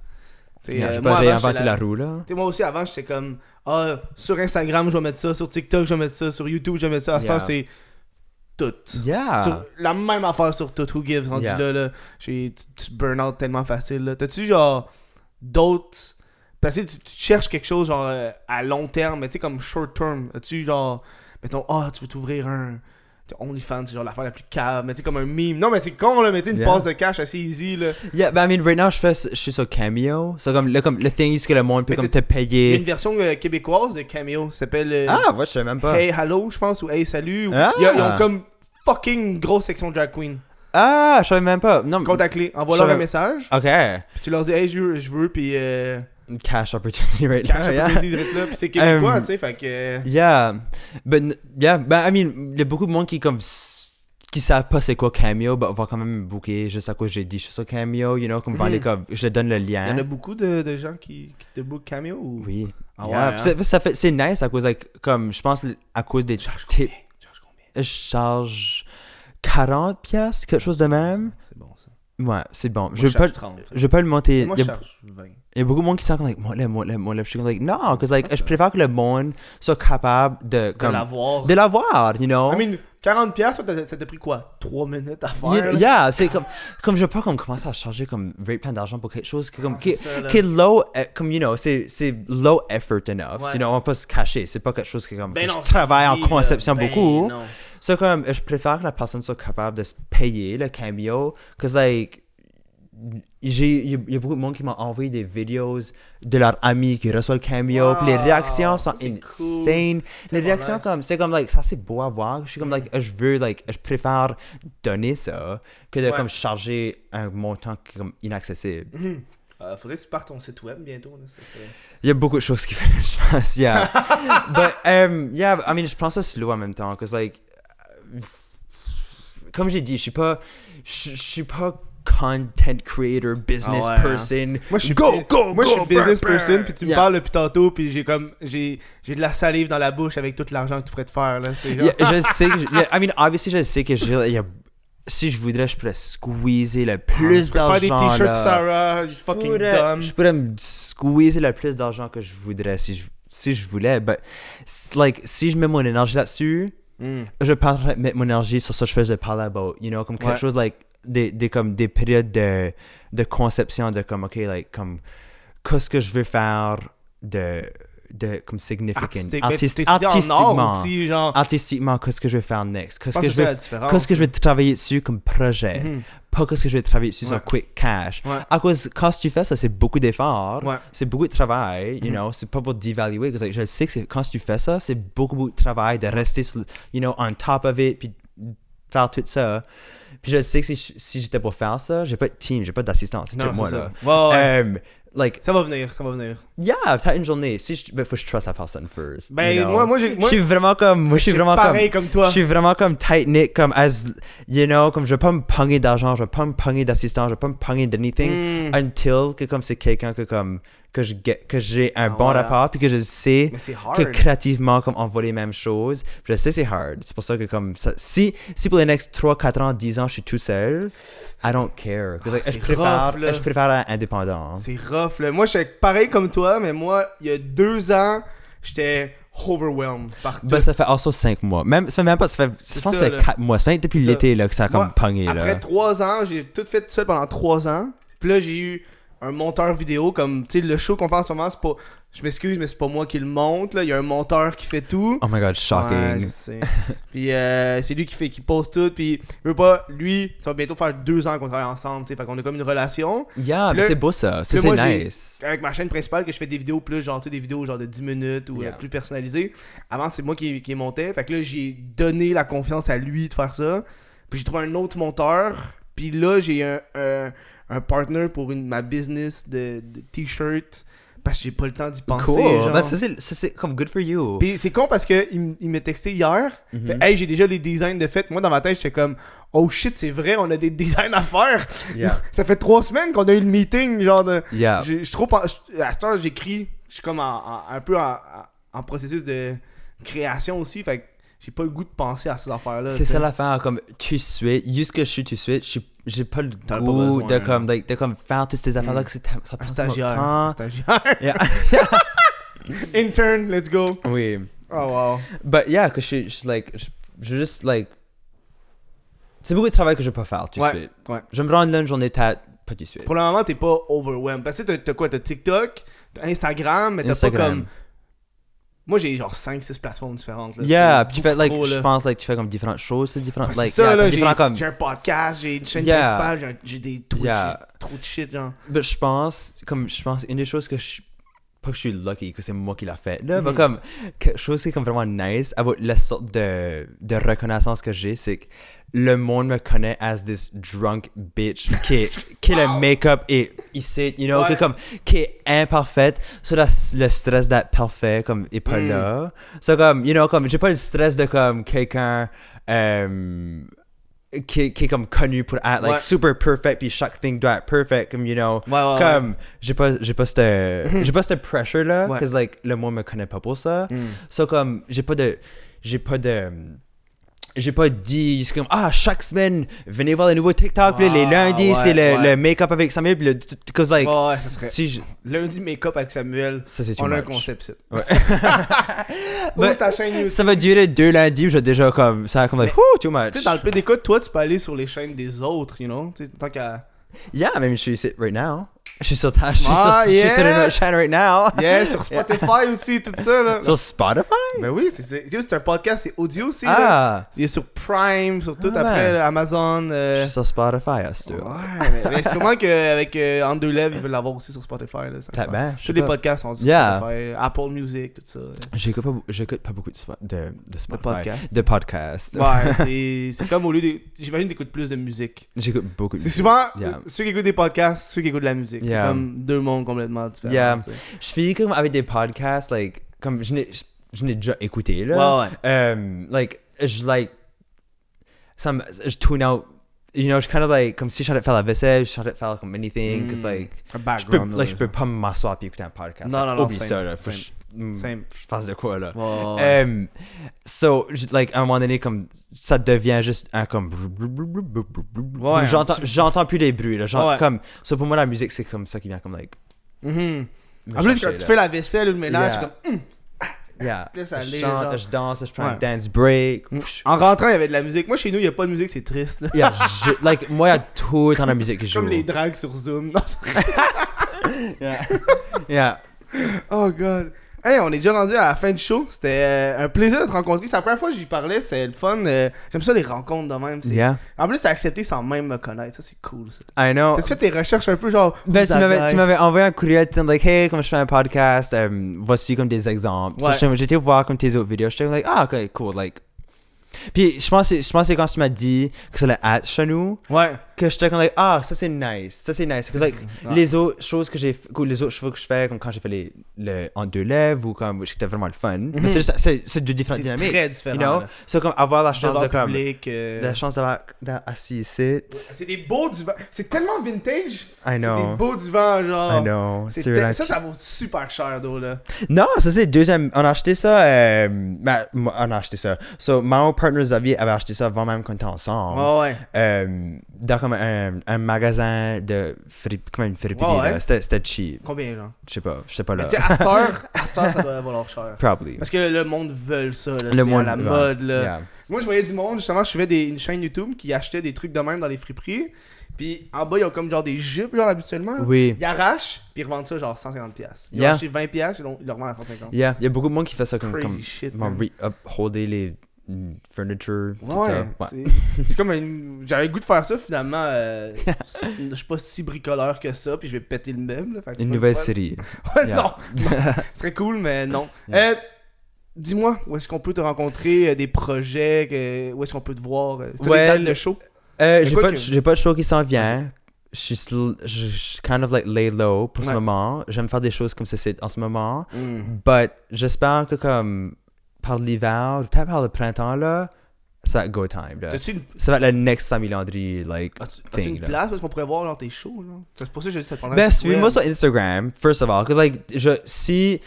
[SPEAKER 1] T'sais,
[SPEAKER 3] Yeah,
[SPEAKER 1] euh,
[SPEAKER 3] je peux
[SPEAKER 1] moi, avant,
[SPEAKER 3] réinventer
[SPEAKER 1] j'étais
[SPEAKER 3] la
[SPEAKER 1] là-
[SPEAKER 3] roue là.
[SPEAKER 1] T'sais, moi aussi, avant, j'étais comme, ah, sur Instagram, je vais mettre ça, sur TikTok, je vais mettre ça, sur YouTube, je vais mettre ça. À ce
[SPEAKER 3] Yeah.
[SPEAKER 1] temps, c'est tout.
[SPEAKER 3] Yeah.
[SPEAKER 1] Sur- la même affaire sur tout, who gives, rendu
[SPEAKER 3] Yeah.
[SPEAKER 1] là, là. J'ai- Tu, tu burn out tellement facile, là. T'as-tu, genre, d'autres. Parce que tu, tu cherches quelque chose, genre, euh, à long terme, mais tu sais, comme short term. As-tu, genre, mettons, ah, tu veux t'ouvrir un. t'sais, OnlyFans, c'est genre l'affaire la plus cave, mais tu sais, comme un meme. Non, mais c'est con, là, mais tu sais, une
[SPEAKER 3] Yeah.
[SPEAKER 1] passe de cash assez easy, là.
[SPEAKER 3] Yeah, but I mean right now je fais je suis sur Cameo, c'est comme le comme le thing c'est que le monde peut
[SPEAKER 1] Mais
[SPEAKER 3] comme te
[SPEAKER 1] Il y a
[SPEAKER 3] payer.
[SPEAKER 1] une version euh, québécoise de Cameo, ça s'appelle euh,
[SPEAKER 3] Ah, ouais, je sais même pas.
[SPEAKER 1] Hey Hello, je pense, ou Hey Salut. ou-
[SPEAKER 3] Ah!
[SPEAKER 1] Il y a- Ils ont comme fucking une grosse section drag queen.
[SPEAKER 3] Ah, je savais même pas. Non. mais-
[SPEAKER 1] Contacte-les, envoie-leur
[SPEAKER 3] Ça-
[SPEAKER 1] un message,
[SPEAKER 3] OK.
[SPEAKER 1] puis tu leur dis Hey, je, je veux, puis euh,
[SPEAKER 3] cash opportunity right
[SPEAKER 1] Cash
[SPEAKER 3] now. yeah.
[SPEAKER 1] opportunity de là, puis c'est québécois,
[SPEAKER 3] Um,
[SPEAKER 1] tu sais, fait que. euh,
[SPEAKER 3] Yeah. But, yeah. Ben, I mean, il y a beaucoup de monde qui, comme, s- qui savent pas c'est quoi Cameo, ben, on va quand même me booker juste à cause j'ai dit je suis sur Cameo, you know, comme, on va
[SPEAKER 1] Mhm.
[SPEAKER 3] aller comme, je te donne le
[SPEAKER 1] Il y en
[SPEAKER 3] lien.
[SPEAKER 1] a beaucoup de, de gens qui, qui te bookent cameo ou.
[SPEAKER 3] Oui.
[SPEAKER 1] Ah
[SPEAKER 3] Yeah.
[SPEAKER 1] ouais,
[SPEAKER 3] Puis c'est- ça fait, c'est nice à cause, like, comme, je pense, à cause des tips.
[SPEAKER 1] Charge combien
[SPEAKER 3] Je charge 40 pièces, quelque chose de même.
[SPEAKER 1] C'est bon ça.
[SPEAKER 3] Ouais, c'est bon.
[SPEAKER 1] Moi,
[SPEAKER 3] je
[SPEAKER 1] je
[SPEAKER 3] veux pas,
[SPEAKER 1] charge 30.
[SPEAKER 3] je veux pas le monter.
[SPEAKER 1] Moi,
[SPEAKER 3] Il
[SPEAKER 1] je
[SPEAKER 3] y, a,
[SPEAKER 1] charge 20.
[SPEAKER 3] il y a beaucoup de monde qui sont comme, like, moi, le, moi, le, moi, le. Je suis comme, like, non, parce like, je préfère que le monde soit capable de,
[SPEAKER 1] De
[SPEAKER 3] comme,
[SPEAKER 1] l'avoir.
[SPEAKER 3] de l'avoir, you know.
[SPEAKER 1] I mean, 40$, piastres, ça t'a- ça t'a pris quoi 3 minutes à faire
[SPEAKER 3] Yeah,
[SPEAKER 1] là?
[SPEAKER 3] yeah, c'est comme, comme je veux pas comme commencer à charger comme very plein d'argent pour quelque chose qui, comme, qui,
[SPEAKER 1] Ah, c'est ça, là.
[SPEAKER 3] qui est low, eh, comme you know, c'est, c'est low effort enough,
[SPEAKER 1] Ouais.
[SPEAKER 3] you know, on va pas se cacher, c'est pas quelque chose qui comme,
[SPEAKER 1] Ben
[SPEAKER 3] que
[SPEAKER 1] non,
[SPEAKER 3] je travaille en
[SPEAKER 1] oui, là,
[SPEAKER 3] conception
[SPEAKER 1] ben
[SPEAKER 3] beaucoup,
[SPEAKER 1] non.
[SPEAKER 3] c'est comme, je préfère que la personne soit capable de se payer le cameo, cause like, j'ai, il y, a- il y a beaucoup de monde qui m'ont envoyé des vidéos de leurs amis qui reçoivent le cameo, puis les
[SPEAKER 1] Wow,
[SPEAKER 3] réactions sont
[SPEAKER 1] c'est
[SPEAKER 3] insane,
[SPEAKER 1] cool.
[SPEAKER 3] les
[SPEAKER 1] Tellement
[SPEAKER 3] réactions
[SPEAKER 1] nice. Mm.
[SPEAKER 3] comme, c'est comme, like, ça c'est beau à voir, je suis comme, like, je veux, like, je préfère donner ça que de,
[SPEAKER 1] Ouais.
[SPEAKER 3] comme, charger un montant qui est comme inaccessible.
[SPEAKER 1] Euh, faudrait que tu partes ton site web bientôt. Là, ça, serait-
[SPEAKER 3] Il y a beaucoup de choses qui font, je pense, yeah. But, um, yeah, I mean, je prends ça slow en même temps, cause like, euh, comme j'ai dit, je suis pas, je, je suis pas content creator, business
[SPEAKER 1] Ah ouais, hein.
[SPEAKER 3] person.
[SPEAKER 1] Moi, je suis
[SPEAKER 3] go,
[SPEAKER 1] bu-
[SPEAKER 3] go,
[SPEAKER 1] Moi,
[SPEAKER 3] go,
[SPEAKER 1] je suis business
[SPEAKER 3] burn, burn.
[SPEAKER 1] person, puis tu me
[SPEAKER 3] Yeah.
[SPEAKER 1] parles depuis tantôt, puis j'ai comme. J'ai j'ai de la salive dans la bouche avec tout l'argent que tu pourrais te faire. Là, c'est genre-
[SPEAKER 3] Yeah, je sais que, je- yeah, I mean, obviously, je sais que j'ai- il y a- si je voudrais, je pourrais squeezer le plus
[SPEAKER 1] Je pourrais
[SPEAKER 3] d'argent.
[SPEAKER 1] faire des t-shirts
[SPEAKER 3] là.
[SPEAKER 1] Sarah, je suis
[SPEAKER 3] Je
[SPEAKER 1] fucking
[SPEAKER 3] pourrais-
[SPEAKER 1] dumb.
[SPEAKER 3] Je pourrais me squeezer le plus d'argent que je voudrais si je, si je voulais. But, it's like, si je mets mon énergie là-dessus,
[SPEAKER 1] Hmm.
[SPEAKER 3] je parlerais de mettre mon énergie sur ce que je faisais par là-bas. You know, comme quelque
[SPEAKER 1] Ouais.
[SPEAKER 3] chose, like, des, des, comme, des périodes de, de conception de comme, OK, like, comme, qu'est-ce que je veux faire de, de comme, significant,
[SPEAKER 1] Artistique. Ben,
[SPEAKER 3] artist-
[SPEAKER 1] t'étudies en art
[SPEAKER 3] artistiquement.
[SPEAKER 1] aussi, genre.
[SPEAKER 3] Ah. Artistiquement, qu'est-ce que je vais faire next? Qu'est-ce
[SPEAKER 1] pense
[SPEAKER 3] que
[SPEAKER 1] que
[SPEAKER 3] je
[SPEAKER 1] c'est la
[SPEAKER 3] vais
[SPEAKER 1] différence. Mhm.
[SPEAKER 3] Qu'est-ce que je vais travailler dessus comme projet? Pas qu'est-ce que je vais travailler dessus
[SPEAKER 1] Ouais.
[SPEAKER 3] sur quick cash.
[SPEAKER 1] Ouais.
[SPEAKER 3] À cause, quand tu fais ça, c'est beaucoup d'efforts.
[SPEAKER 1] Ouais. Mhm.
[SPEAKER 3] C'est beaucoup de travail, you know. C'est pas pour dévaluer. parce que je sais que c'est- quand tu fais ça, c'est beaucoup, beaucoup de travail de rester, sur, le- you know, on top of it, puis faire tout ça. Puis je sais que si, je- si j'étais pour faire ça, j'ai pas de team, j'ai pas d'assistance. C'est
[SPEAKER 1] Non,
[SPEAKER 3] tout moi,
[SPEAKER 1] c'est ça.
[SPEAKER 3] là.
[SPEAKER 1] Ouais, ouais.
[SPEAKER 3] Um, like,
[SPEAKER 1] Ça va venir, ça va venir.
[SPEAKER 3] yeah, t'as une journée. Si je, ben, faut que je trust la personne first.
[SPEAKER 1] Ben,
[SPEAKER 3] you know.
[SPEAKER 1] moi- moi, j'ai- moi-
[SPEAKER 3] je suis vraiment comme, moi, je suis
[SPEAKER 1] C'est
[SPEAKER 3] vraiment
[SPEAKER 1] pareil
[SPEAKER 3] comme,
[SPEAKER 1] comme toi.
[SPEAKER 3] Je suis vraiment comme tight knit, comme as, you know, comme je vais pas me pogner d'argent, je vais pas me pogner d'assistant, je vais pas me pogner
[SPEAKER 1] Hmm.
[SPEAKER 3] d'anything until que comme c'est quelqu'un que comme que je get- que j'ai un bon
[SPEAKER 1] ouais, hein.
[SPEAKER 3] rapport puis que je sais
[SPEAKER 1] Mais c'est
[SPEAKER 3] que
[SPEAKER 1] hard.
[SPEAKER 3] créativement comme on voit les mêmes choses. Puis je sais c'est hard. C'est pour ça que comme ça, si si pour les next 3 4 ans, 10 ans, je suis tout seul, I don't care. 'Cause, like,
[SPEAKER 1] Ah, c'est
[SPEAKER 3] je préfère
[SPEAKER 1] rough, là.
[SPEAKER 3] je préfère être indépendant.
[SPEAKER 1] C'est rough, là. Moi, je suis pareil comme toi, mais moi, il y a deux ans, j'étais overwhelmed par tout.
[SPEAKER 3] Ben, ça fait also 5 mois. Même, ça fait même pas, ça fait, je pense que
[SPEAKER 1] ça,
[SPEAKER 3] ça fait
[SPEAKER 1] là.
[SPEAKER 3] 4 mois. Ça fait depuis
[SPEAKER 1] ça.
[SPEAKER 3] l'été, là, que ça a Ah, comme
[SPEAKER 1] Moi,
[SPEAKER 3] pogné,
[SPEAKER 1] Après
[SPEAKER 3] là.
[SPEAKER 1] trois ans, j'ai tout fait tout seul pendant trois ans. Puis là, j'ai eu un monteur vidéo comme, tu sais, le show qu'on fait en ce moment, c'est pas. Je m'excuse, mais c'est pas moi qui le monte, là. Il y a un monteur qui fait tout.
[SPEAKER 3] Oh my god,
[SPEAKER 1] Ouais,
[SPEAKER 3] shocking.
[SPEAKER 1] je sais. puis euh, c'est lui qui fait qui pose tout. Puis je veux pas, lui, ça va bientôt faire deux ans qu'on travaille ensemble. tu sais, Fait qu'on a comme une relation.
[SPEAKER 3] yeah, mais
[SPEAKER 1] là-
[SPEAKER 3] c'est beau, ça.
[SPEAKER 1] Puis
[SPEAKER 3] Ça,
[SPEAKER 1] là,
[SPEAKER 3] c'est
[SPEAKER 1] moi, j'ai-
[SPEAKER 3] nice.
[SPEAKER 1] Avec ma chaîne principale, que je fais des vidéos plus, genre, tu sais, des vidéos genre de 10 minutes ou euh,
[SPEAKER 3] Yeah.
[SPEAKER 1] plus personnalisées. Avant, c'est moi qui, qui montais. Fait que là, j'ai donné la confiance à lui de faire ça. Puis j'ai trouvé un autre monteur. Puis là, j'ai un, un, un partner pour une, ma business de, de t-shirt. Parce que j'ai pas le temps d'y penser.
[SPEAKER 3] Cool.
[SPEAKER 1] genre.
[SPEAKER 3] Ben, ça, c'est, ça, c'est comme good for you.
[SPEAKER 1] Puis c'est con parce que il, m- il m'a texté hier.
[SPEAKER 3] Mhm.
[SPEAKER 1] Fait, hey, j'ai déjà les designs de fait. Moi, dans ma tête, j'étais comme, oh shit, c'est vrai, on a des designs à faire.
[SPEAKER 3] Yeah.
[SPEAKER 1] ça fait trois semaines qu'on a eu le meeting. Genre, de,
[SPEAKER 3] Yeah.
[SPEAKER 1] j'ai- je suis trop. en- je- À cette heure, j'écris. Je suis comme en- en- un peu en, en processus de création aussi. Fait que j'ai pas le goût de penser à ces affaires-là.
[SPEAKER 3] C'est
[SPEAKER 1] tu sais.
[SPEAKER 3] ça l'affaire, comme tu suis, juste que je suis, tu suis, je suis- j'ai pas le
[SPEAKER 1] pas
[SPEAKER 3] goût
[SPEAKER 1] besoin, hein. Mm.
[SPEAKER 3] de comme, like, de comme faire toutes ces affaires-là que c'est, ça prend tellement de
[SPEAKER 1] Stagiaire.
[SPEAKER 3] temps.
[SPEAKER 1] Stagiaire.
[SPEAKER 3] Yeah.
[SPEAKER 1] Intern, let's go.
[SPEAKER 3] oui.
[SPEAKER 1] Oh wow.
[SPEAKER 3] But yeah, que je suis, je suis, like, je, je veux juste, like, c'est beaucoup de travail que je peux faire, tu
[SPEAKER 1] Ouais,
[SPEAKER 3] suis.
[SPEAKER 1] ouais.
[SPEAKER 3] Je me rends là une journée, t'as pas tu suis.
[SPEAKER 1] Pour le moment, t'es pas overwhelmed. Parce que t'as t'as quoi T'as TikTok, t'as Instagram, mais t'as pas
[SPEAKER 3] Instagram.
[SPEAKER 1] comme. Moi, j'ai genre 5-6 plateformes différentes. Là.
[SPEAKER 3] Yeah,
[SPEAKER 1] C'est
[SPEAKER 3] puis tu fais like,
[SPEAKER 1] trop,
[SPEAKER 3] je
[SPEAKER 1] là.
[SPEAKER 3] pense like tu fais comme différentes choses, c'est différent
[SPEAKER 1] Ouais, c'est
[SPEAKER 3] like
[SPEAKER 1] ça,
[SPEAKER 3] yeah,
[SPEAKER 1] là,
[SPEAKER 3] t'as
[SPEAKER 1] j'ai
[SPEAKER 3] différents comme
[SPEAKER 1] j'ai un podcast, j'ai une chaîne
[SPEAKER 3] Yeah.
[SPEAKER 1] principale, j'ai un- j'ai des Twitch,
[SPEAKER 3] Yeah. ben,
[SPEAKER 1] j'ai trop de shit, genre.
[SPEAKER 3] mais je pense comme je pense une des choses que je pas que je suis lucky que c'est moi qui l'a fait. Là,
[SPEAKER 1] Mm.
[SPEAKER 3] mais comme, quelque chose qui est comme vraiment nice, à votre- la sorte de, de reconnaissance que j'ai, c'est que le monde me connaît as this drunk bitch qui, qui le make-up et ici, you know, que
[SPEAKER 1] Ouais.
[SPEAKER 3] comme, qui est imparfaite. So, la- le stress d'être parfait, comme, est pas
[SPEAKER 1] Mm.
[SPEAKER 3] là. So, comme, you know, comme, j'ai pas le stress de comme quelqu'un. euh, qui, qui est comme connu pour être like
[SPEAKER 1] Ouais.
[SPEAKER 3] super perfect puis chaque thing doit être perfect comme you know
[SPEAKER 1] Ouais, ouais, ouais.
[SPEAKER 3] comme j'ai pas j'ai pas cette j'ai pas cette pressure là
[SPEAKER 1] Ouais. Mm.
[SPEAKER 3] parce like le monde me connaît pas pour ça so comme j'ai pas de j'ai pas de j'ai pas dit c'est comme ah chaque semaine venez voir les nouveaux TikTok puis les
[SPEAKER 1] Ah,
[SPEAKER 3] lundis
[SPEAKER 1] ouais,
[SPEAKER 3] c'est le,
[SPEAKER 1] ouais.
[SPEAKER 3] le make-up avec Samuel puis le cause like
[SPEAKER 1] Ouais, ouais, ça serait.
[SPEAKER 3] si je-
[SPEAKER 1] Lundi, make-up avec Samuel.
[SPEAKER 3] ça c'est too
[SPEAKER 1] On a un
[SPEAKER 3] much
[SPEAKER 1] concept, c'est.
[SPEAKER 3] Ouais.
[SPEAKER 1] Ouvre
[SPEAKER 3] Mais-
[SPEAKER 1] ta chaîne YouTube.
[SPEAKER 3] ça va durer deux lundis puis je vais déjà comme ça comme like whoo too much
[SPEAKER 1] Tu sais, dans le PDK, toi, tu peux aller sur les chaînes des autres, you know? Tu sais, tant qu'à.
[SPEAKER 3] Yeah, I mean, je suis ici right now. Je suis sur ta, je suis
[SPEAKER 1] Ah,
[SPEAKER 3] sur, je suis sur une
[SPEAKER 1] yes!
[SPEAKER 3] autre chaîne right now.
[SPEAKER 1] Yeah, sur Spotify aussi, tout ça, là.
[SPEAKER 3] Sur Spotify?
[SPEAKER 1] Ben oui, c'est- c'est c'est un podcast, c'est audio aussi, là.
[SPEAKER 3] Ah,
[SPEAKER 1] Il est sur Prime, sur tout,
[SPEAKER 3] Ah,
[SPEAKER 1] après
[SPEAKER 3] ben.
[SPEAKER 1] là, Amazon.
[SPEAKER 3] je
[SPEAKER 1] euh,
[SPEAKER 3] suis sur Spotify, à ce tour.
[SPEAKER 1] Ouais, mais, mais sûrement qu'avec euh, Entre deux lèvres, ils veulent l'avoir aussi sur Spotify, là. ça-
[SPEAKER 3] Peut-être
[SPEAKER 1] ça-
[SPEAKER 3] bien, je
[SPEAKER 1] Tous
[SPEAKER 3] sais
[SPEAKER 1] les
[SPEAKER 3] pas.
[SPEAKER 1] podcasts sont sur
[SPEAKER 3] Yeah.
[SPEAKER 1] Spotify, Apple Music, tout ça. là.
[SPEAKER 3] J'écoute pas, j'écoute pas beaucoup de, Spo- de, de Spotify.
[SPEAKER 1] podcasts.
[SPEAKER 3] De podcasts.
[SPEAKER 1] Ouais, c'est- c'est comme au lieu des. J'imagine d'écouter plus de musique.
[SPEAKER 3] J'écoute beaucoup. de
[SPEAKER 1] C'est
[SPEAKER 3] musique.
[SPEAKER 1] souvent
[SPEAKER 3] Yeah.
[SPEAKER 1] ceux qui écoutent des podcasts, ceux qui écoutent de la musique.
[SPEAKER 3] Yeah.
[SPEAKER 1] C'est comme deux mondes complètement différents.
[SPEAKER 3] Yeah.
[SPEAKER 1] tu sais.
[SPEAKER 3] Je finis comme avec des podcasts, like, comme je n'ai, je, je n'ai déjà écouté, là.
[SPEAKER 1] Ouais, ouais.
[SPEAKER 3] Um, like, je, like, ça me, je tune out. You know, je kind of like, comme si je suis en train de faire la vaisselle, je suis en train de faire comme anything,
[SPEAKER 1] Mm.
[SPEAKER 3] because like,
[SPEAKER 1] Un
[SPEAKER 3] je peux,
[SPEAKER 1] background. là,
[SPEAKER 3] like, je peux pas m'asseoir puis écouter un podcast.
[SPEAKER 1] Ah, Non,
[SPEAKER 3] Like,
[SPEAKER 1] non, non,
[SPEAKER 3] Oublie
[SPEAKER 1] same,
[SPEAKER 3] ça, là. Faut que
[SPEAKER 1] same,
[SPEAKER 3] je- mm,
[SPEAKER 1] same.
[SPEAKER 3] je fasse de quoi, là.
[SPEAKER 1] Ouais, ouais.
[SPEAKER 3] Um, so, je- like, à un moment donné, comme, ça devient juste un comme.
[SPEAKER 1] Ouais,
[SPEAKER 3] J'entends-
[SPEAKER 1] un petit-
[SPEAKER 3] J'entends plus les bruits, là. Genre,
[SPEAKER 1] Ouais.
[SPEAKER 3] comme. So, pour moi, la musique, c'est comme ça qui vient, comme, like.
[SPEAKER 1] Mhm.
[SPEAKER 3] me
[SPEAKER 1] En plus,
[SPEAKER 3] chercher,
[SPEAKER 1] quand tu
[SPEAKER 3] là.
[SPEAKER 1] fais la vaisselle ou le ménage,
[SPEAKER 3] Yeah.
[SPEAKER 1] comme.
[SPEAKER 3] Yeah.
[SPEAKER 1] laisses aller,
[SPEAKER 3] Je chante,
[SPEAKER 1] genre.
[SPEAKER 3] je danse, je prends un
[SPEAKER 1] Ouais.
[SPEAKER 3] dance break.
[SPEAKER 1] En rentrant, il y avait de la musique. Moi, chez nous, il n'y a pas de musique, c'est triste. Là.
[SPEAKER 3] Yeah, je- like, moi, il y a tout le temps la musique qui joue.
[SPEAKER 1] Comme les drags sur Zoom. Non, c'est-
[SPEAKER 3] Yeah.
[SPEAKER 1] oh, God. Hey, on est déjà rendu à la fin du show. C'était euh, un plaisir de te rencontrer. C'est la première fois que j'y parlais. C'est le fun. euh, J'aime ça, les rencontres de même. c'est-
[SPEAKER 3] Yeah.
[SPEAKER 1] En plus, t'as accepté sans même me connaître. Ça, c'est cool. Ça.
[SPEAKER 3] I know.
[SPEAKER 1] T'as fait tes recherches un peu genre.
[SPEAKER 3] Oh. Ben,
[SPEAKER 1] vous
[SPEAKER 3] tu m'avais,
[SPEAKER 1] avez-
[SPEAKER 3] tu m'avais envoyé un courriel, tu like, hey, comme je fais un podcast, euh, voici comme des exemples. So,
[SPEAKER 1] Ouais.
[SPEAKER 3] j'étais- j'étais voir comme tes autres vidéos, j'étais like, ah, ok, cool, like. Puis, je pense, que- je pense que c'est quand tu m'as dit que c'est le at chez nous,
[SPEAKER 1] Ouais.
[SPEAKER 3] que j'étais comme, like, ah, ça c'est nice, ça c'est nice. Parce que, like,
[SPEAKER 1] Ouais.
[SPEAKER 3] les autres choses que j'ai, f- que les autres choses que je fais, comme quand j'ai fait les, le, en deux lèvres ou comme, c'était vraiment le fun. Mais c'est juste, c'est, c'est deux différentes
[SPEAKER 1] Mhm. C'est
[SPEAKER 3] dynamiques.
[SPEAKER 1] très différent,
[SPEAKER 3] You know?
[SPEAKER 1] là.
[SPEAKER 3] So, comme, avoir la chance
[SPEAKER 1] J'adore
[SPEAKER 3] de,
[SPEAKER 1] le
[SPEAKER 3] comme,
[SPEAKER 1] public. euh,
[SPEAKER 3] la chance d'avoir, d'être assis ici.
[SPEAKER 1] C'est des beaux divans. C'est tellement vintage.
[SPEAKER 3] I
[SPEAKER 1] C'est des
[SPEAKER 3] know.
[SPEAKER 1] beaux divans, genre.
[SPEAKER 3] I know.
[SPEAKER 1] C'est
[SPEAKER 3] C'est
[SPEAKER 1] te-
[SPEAKER 3] relax.
[SPEAKER 1] Ça, ça vaut super cher, d'eau, là.
[SPEAKER 3] Non, ça c'est le deuxième. On a acheté ça. Euh, ma- moi, on a acheté ça. So, mon partner Xavier avait acheté ça avant même qu'on était ensemble.
[SPEAKER 1] Ouais, ouais.
[SPEAKER 3] Euh, dans comme un, un magasin de friperie. Comme une friperie.
[SPEAKER 1] Ouais, ouais.
[SPEAKER 3] là. C'était c'était cheap.
[SPEAKER 1] Combien, genre
[SPEAKER 3] Je sais pas. Je sais pas là.
[SPEAKER 1] Tu sais, After, After, ça doit valoir cher.
[SPEAKER 3] Probably.
[SPEAKER 1] Parce que le monde veut ça, là.
[SPEAKER 3] Le
[SPEAKER 1] c'est
[SPEAKER 3] monde,
[SPEAKER 1] à la
[SPEAKER 3] ouais.
[SPEAKER 1] mode, là.
[SPEAKER 3] Yeah.
[SPEAKER 1] Moi, je voyais du monde, justement, je suivais des, une chaîne YouTube qui achetait des trucs de même dans les friperies. Puis en bas, ils ont comme genre des jupes, genre habituellement. là.
[SPEAKER 3] Oui.
[SPEAKER 1] Ils arrachent, puis ils revendent ça genre 150$. piastres. Ils
[SPEAKER 3] Yeah.
[SPEAKER 1] ont acheté 20$, piastres, ils l'ont- ils le revendent à 150$.
[SPEAKER 3] Yeah. Il y a beaucoup de monde qui fait ça comme.
[SPEAKER 1] Crazy
[SPEAKER 3] comme
[SPEAKER 1] shit,
[SPEAKER 3] comme
[SPEAKER 1] man.
[SPEAKER 3] re-upholder les mm, furniture. tout ça.
[SPEAKER 1] Ouais,
[SPEAKER 3] Ouais.
[SPEAKER 1] c'est- c'est comme une... J'avais le goût de faire ça, finalement. euh, c'est- je suis pas si bricoleur que ça, puis je vais péter le meuble. là, fait que c'est
[SPEAKER 3] Une
[SPEAKER 1] pas
[SPEAKER 3] nouvelle
[SPEAKER 1] le fun.
[SPEAKER 3] série. hein.
[SPEAKER 1] Ouais,
[SPEAKER 3] Yeah.
[SPEAKER 1] non, non. Ce serait cool, mais non.
[SPEAKER 3] Yeah.
[SPEAKER 1] Euh, Dis-moi, où est-ce qu'on peut te rencontrer, euh, des projets, que- où est-ce qu'on peut te voir, euh, c'est
[SPEAKER 3] Ouais,
[SPEAKER 1] des dates de
[SPEAKER 3] le-
[SPEAKER 1] show?
[SPEAKER 3] Euh,
[SPEAKER 1] Mais
[SPEAKER 3] j'ai
[SPEAKER 1] quoi
[SPEAKER 3] pas,
[SPEAKER 1] que-
[SPEAKER 3] j'ai pas de show qui s'en vient. Je suis sl- je- je suis kind of like lay low pour ce
[SPEAKER 1] Ouais.
[SPEAKER 3] moment. J'aime faire des choses comme ceci en ce moment. But j'espère que comme par l'hiver, ou peut-être par le printemps là, ça va être go time là.
[SPEAKER 1] T'as-tu une,
[SPEAKER 3] Ça va être le next Sammy Landry like
[SPEAKER 1] as-tu- as-tu
[SPEAKER 3] thing
[SPEAKER 1] une
[SPEAKER 3] là.
[SPEAKER 1] place où est-ce qu'on pourrait voir genre tes shows? là? C'est pour ça que je dis ça te prendrait un
[SPEAKER 3] Ben
[SPEAKER 1] site
[SPEAKER 3] suivez-moi
[SPEAKER 1] web.
[SPEAKER 3] sur Instagram first of all, cause like je si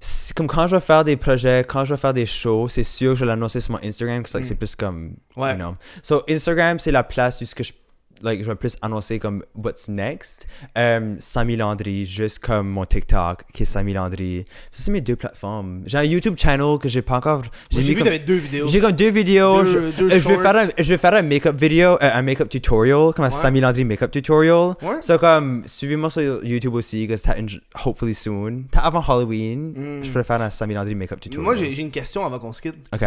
[SPEAKER 3] si- comme quand je vais faire des projets, quand je vais faire des shows, c'est sûr que je vais l'annoncer sur mon Instagram, parce que like, c'est plus comme,
[SPEAKER 1] Hmm. Ouais.
[SPEAKER 3] you know. So, Instagram, c'est la place où ce que je, like, je vais plus annoncer comme what's next. Um, Samy Landry, juste comme mon TikTok, qui est Samy Landry. Ça, c'est mes deux plateformes. J'ai un YouTube channel que j'ai pas encore.
[SPEAKER 1] J'ai
[SPEAKER 3] mis
[SPEAKER 1] vu que
[SPEAKER 3] comme-
[SPEAKER 1] t'avais deux vidéos.
[SPEAKER 3] j'ai comme deux vidéos.
[SPEAKER 1] Deux-
[SPEAKER 3] je,
[SPEAKER 1] deux
[SPEAKER 3] euh, je vais
[SPEAKER 1] shorts.
[SPEAKER 3] faire un, je vais faire un make-up vidéo, euh, un make-up tutorial, comme un Sammy Landry make-up tutorial.
[SPEAKER 1] Ouais.
[SPEAKER 3] So, comme, suivez-moi sur YouTube aussi, parce que t'as une- hopefully soon. T'as avant Halloween, je préfère un Sammy Landry make-up tutorial.
[SPEAKER 1] Mm. Moi, j'ai j'ai une question avant qu'on se quitte.
[SPEAKER 3] Ok.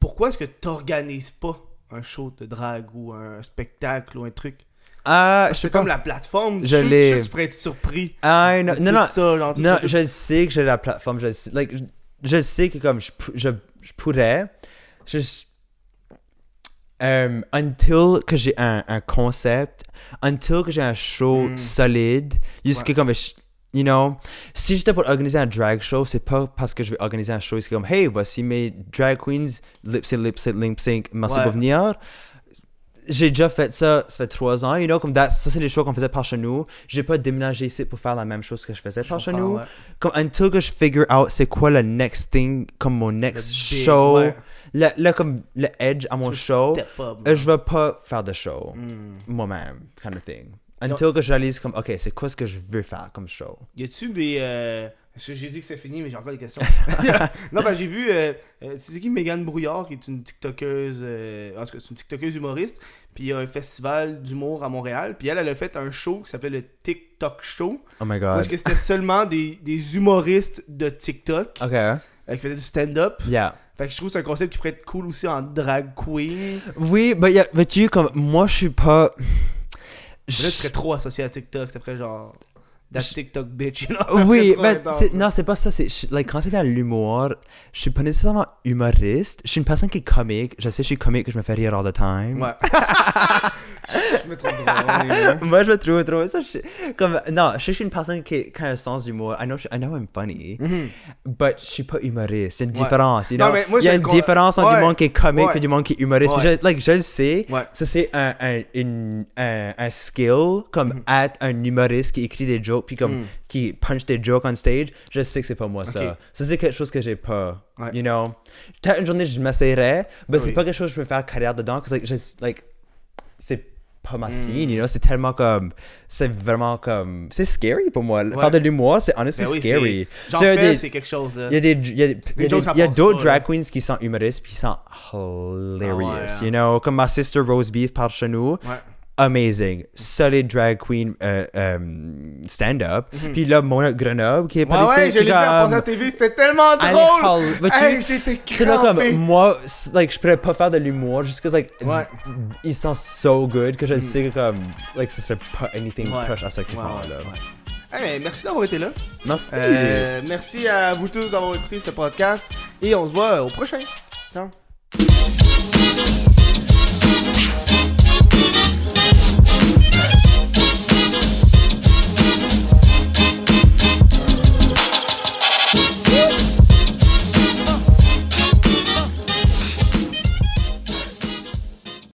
[SPEAKER 1] Pourquoi est-ce que t'organises pas un show de drague ou un spectacle ou un truc?
[SPEAKER 3] Ah, je sais
[SPEAKER 1] C'est
[SPEAKER 3] pas.
[SPEAKER 1] comme la plateforme.
[SPEAKER 3] Je
[SPEAKER 1] Je suis-
[SPEAKER 3] l'ai.
[SPEAKER 1] je suis sûr que tu pourrais être surpris.
[SPEAKER 3] Ah, non,
[SPEAKER 1] de
[SPEAKER 3] non,
[SPEAKER 1] tout
[SPEAKER 3] non.
[SPEAKER 1] ça, genre, tout-
[SPEAKER 3] Non,
[SPEAKER 1] tout-
[SPEAKER 3] je le sais que j'ai la plateforme. Je, le sais- like, je, je le sais que comme je, pou- je, je pourrais. Je, euh, until que j'ai un, un concept, until que j'ai un show
[SPEAKER 1] Mm.
[SPEAKER 3] solide, jusqu'à
[SPEAKER 1] Ouais.
[SPEAKER 3] comme. je- You know, si j'étais pour organiser un drag show, c'est pas parce que je vais organiser un show, c'est comme, hey, voici mes drag queens, lip sync, lip sync, lip sync, merci
[SPEAKER 1] Ouais.
[SPEAKER 3] pour venir j'ai déjà fait ça, ça fait trois ans, you know, comme that- ça, c'est des choses qu'on faisait par chez nous. J'ai pas déménagé ici pour faire la même chose que je faisais par chez
[SPEAKER 1] comprends,
[SPEAKER 3] nous.
[SPEAKER 1] ouais.
[SPEAKER 3] Comme, until que je figure out c'est quoi le next thing, comme mon next
[SPEAKER 1] Le big,
[SPEAKER 3] show,
[SPEAKER 1] ouais.
[SPEAKER 3] le, le- comme le edge à mon show,
[SPEAKER 1] Step up,
[SPEAKER 3] euh,
[SPEAKER 1] man.
[SPEAKER 3] je veux pas faire de show
[SPEAKER 1] Hmm.
[SPEAKER 3] moi-même, kind of thing. Until que je réalise comme, ok, c'est quoi ce que je veux faire comme show?
[SPEAKER 1] Y a-tu des. euh, j'ai j'ai dit que c'est fini, mais j'ai encore des questions. non, ben j'ai vu. euh, euh, c'est qui Mégane Brouillard, qui est une TikTokeuse. euh, en tout cas, c'est une TikTokeuse humoriste. Puis il y a un festival d'humour à Montréal. Puis elle, elle a fait un show qui s'appelle le TikTok Show.
[SPEAKER 3] Oh my
[SPEAKER 1] Parce
[SPEAKER 3] god.
[SPEAKER 1] que c'était seulement des, des humoristes de TikTok
[SPEAKER 3] Ok.
[SPEAKER 1] euh, qui faisaient du stand-up.
[SPEAKER 3] Yeah.
[SPEAKER 1] Fait que je trouve que c'est un concept qui pourrait être cool aussi en drag queen. Là,
[SPEAKER 3] Oui, mais y a- mais tu comme, moi, je suis pas.
[SPEAKER 1] tu
[SPEAKER 3] Je-
[SPEAKER 1] serais trop associé à TikTok. Ça ferait genre. That TikTok bitch, you know, ça ferait
[SPEAKER 3] Oui,
[SPEAKER 1] trop
[SPEAKER 3] mais
[SPEAKER 1] intense.
[SPEAKER 3] c'est- non, c'est pas ça. C'est je- like, quand c'est bien l'humour, je suis pas nécessairement humoriste. Je suis une personne qui est comique. Je sais, je suis comique, je me fais rire all the time.
[SPEAKER 1] Ouais. je me trouve drôle. hein.
[SPEAKER 3] Moi, je me trouve trop. Ça, je suis- comme, non, je suis une personne qui, qui a un sens d'humour. I know, je- I know I'm funny, but je suis pas humoriste. Il y a une
[SPEAKER 1] Mm-hmm. Ouais.
[SPEAKER 3] différence. You
[SPEAKER 1] Non,
[SPEAKER 3] know?
[SPEAKER 1] mais moi,
[SPEAKER 3] Il y a
[SPEAKER 1] c'est
[SPEAKER 3] une
[SPEAKER 1] le con-
[SPEAKER 3] différence entre
[SPEAKER 1] Ouais.
[SPEAKER 3] du monde qui est comique
[SPEAKER 1] Ouais.
[SPEAKER 3] et du monde qui est humoriste. Puis
[SPEAKER 1] Ouais.
[SPEAKER 3] Je, like, je le sais.
[SPEAKER 1] Ouais.
[SPEAKER 3] Ça, c'est un, un, une- un, un skill, comme
[SPEAKER 1] Mm-hmm.
[SPEAKER 3] être un humoriste qui écrit des jokes, puis comme qui punch des jokes on stage. Je sais que c'est pas moi
[SPEAKER 1] Mm. Ok.
[SPEAKER 3] ça. Ça, c'est quelque chose que j'ai pas.
[SPEAKER 1] Ouais.
[SPEAKER 3] You know? Peut-être une journée, je m'essayerais, mais c'est
[SPEAKER 1] Oui.
[SPEAKER 3] pas quelque chose que je veux faire carrière dedans. Parce que, like, je- like, c'est pas
[SPEAKER 1] Hmm.
[SPEAKER 3] ma scene, you know? C'est tellement comme. C'est vraiment comme. C'est scary pour moi. Faire de l'humour, c'est honestly
[SPEAKER 1] Ben oui,
[SPEAKER 3] scary.
[SPEAKER 1] c'est-
[SPEAKER 3] Tu
[SPEAKER 1] J'en
[SPEAKER 3] sais, il y a
[SPEAKER 1] fais,
[SPEAKER 3] des-
[SPEAKER 1] c'est quelque chose. Là.
[SPEAKER 3] il y a des, il y a, des- il y a des-
[SPEAKER 1] jokes, ça
[SPEAKER 3] il y a
[SPEAKER 1] passe
[SPEAKER 3] d'autres
[SPEAKER 1] pas,
[SPEAKER 3] drag
[SPEAKER 1] là.
[SPEAKER 3] queens qui sont humoristes puis qui sont hilarious,
[SPEAKER 1] Ah ouais,
[SPEAKER 3] you know, comme ma sister Rose Beef par chez nous.
[SPEAKER 1] Ouais.
[SPEAKER 3] Amazing, solid drag queen euh, euh, stand-up. Puis là, mon autre Grenoble qui est
[SPEAKER 1] Ah
[SPEAKER 3] par
[SPEAKER 1] Mhm. ouais, je
[SPEAKER 3] ici, qui
[SPEAKER 1] l'ai vu à
[SPEAKER 3] comme-
[SPEAKER 1] la TV, c'était tellement
[SPEAKER 3] Elle est
[SPEAKER 1] drôle!
[SPEAKER 3] hal- vois-tu,
[SPEAKER 1] Hey, j'étais
[SPEAKER 3] C'est là comme
[SPEAKER 1] crampé.
[SPEAKER 3] moi, c'est- like, je pourrais pas faire de l'humour juste que like,
[SPEAKER 1] Ouais. Mm.
[SPEAKER 3] ils sont so good que je le sais que comme like, ce serait pas anything
[SPEAKER 1] Ouais.
[SPEAKER 3] proche à ce qu'ils
[SPEAKER 1] Ouais,
[SPEAKER 3] font
[SPEAKER 1] ouais,
[SPEAKER 3] là.
[SPEAKER 1] ouais. Eh, mais merci d'avoir été là.
[SPEAKER 3] Merci.
[SPEAKER 1] Euh, merci à vous tous d'avoir écouté ce podcast. Et on se voit au prochain. Ciao.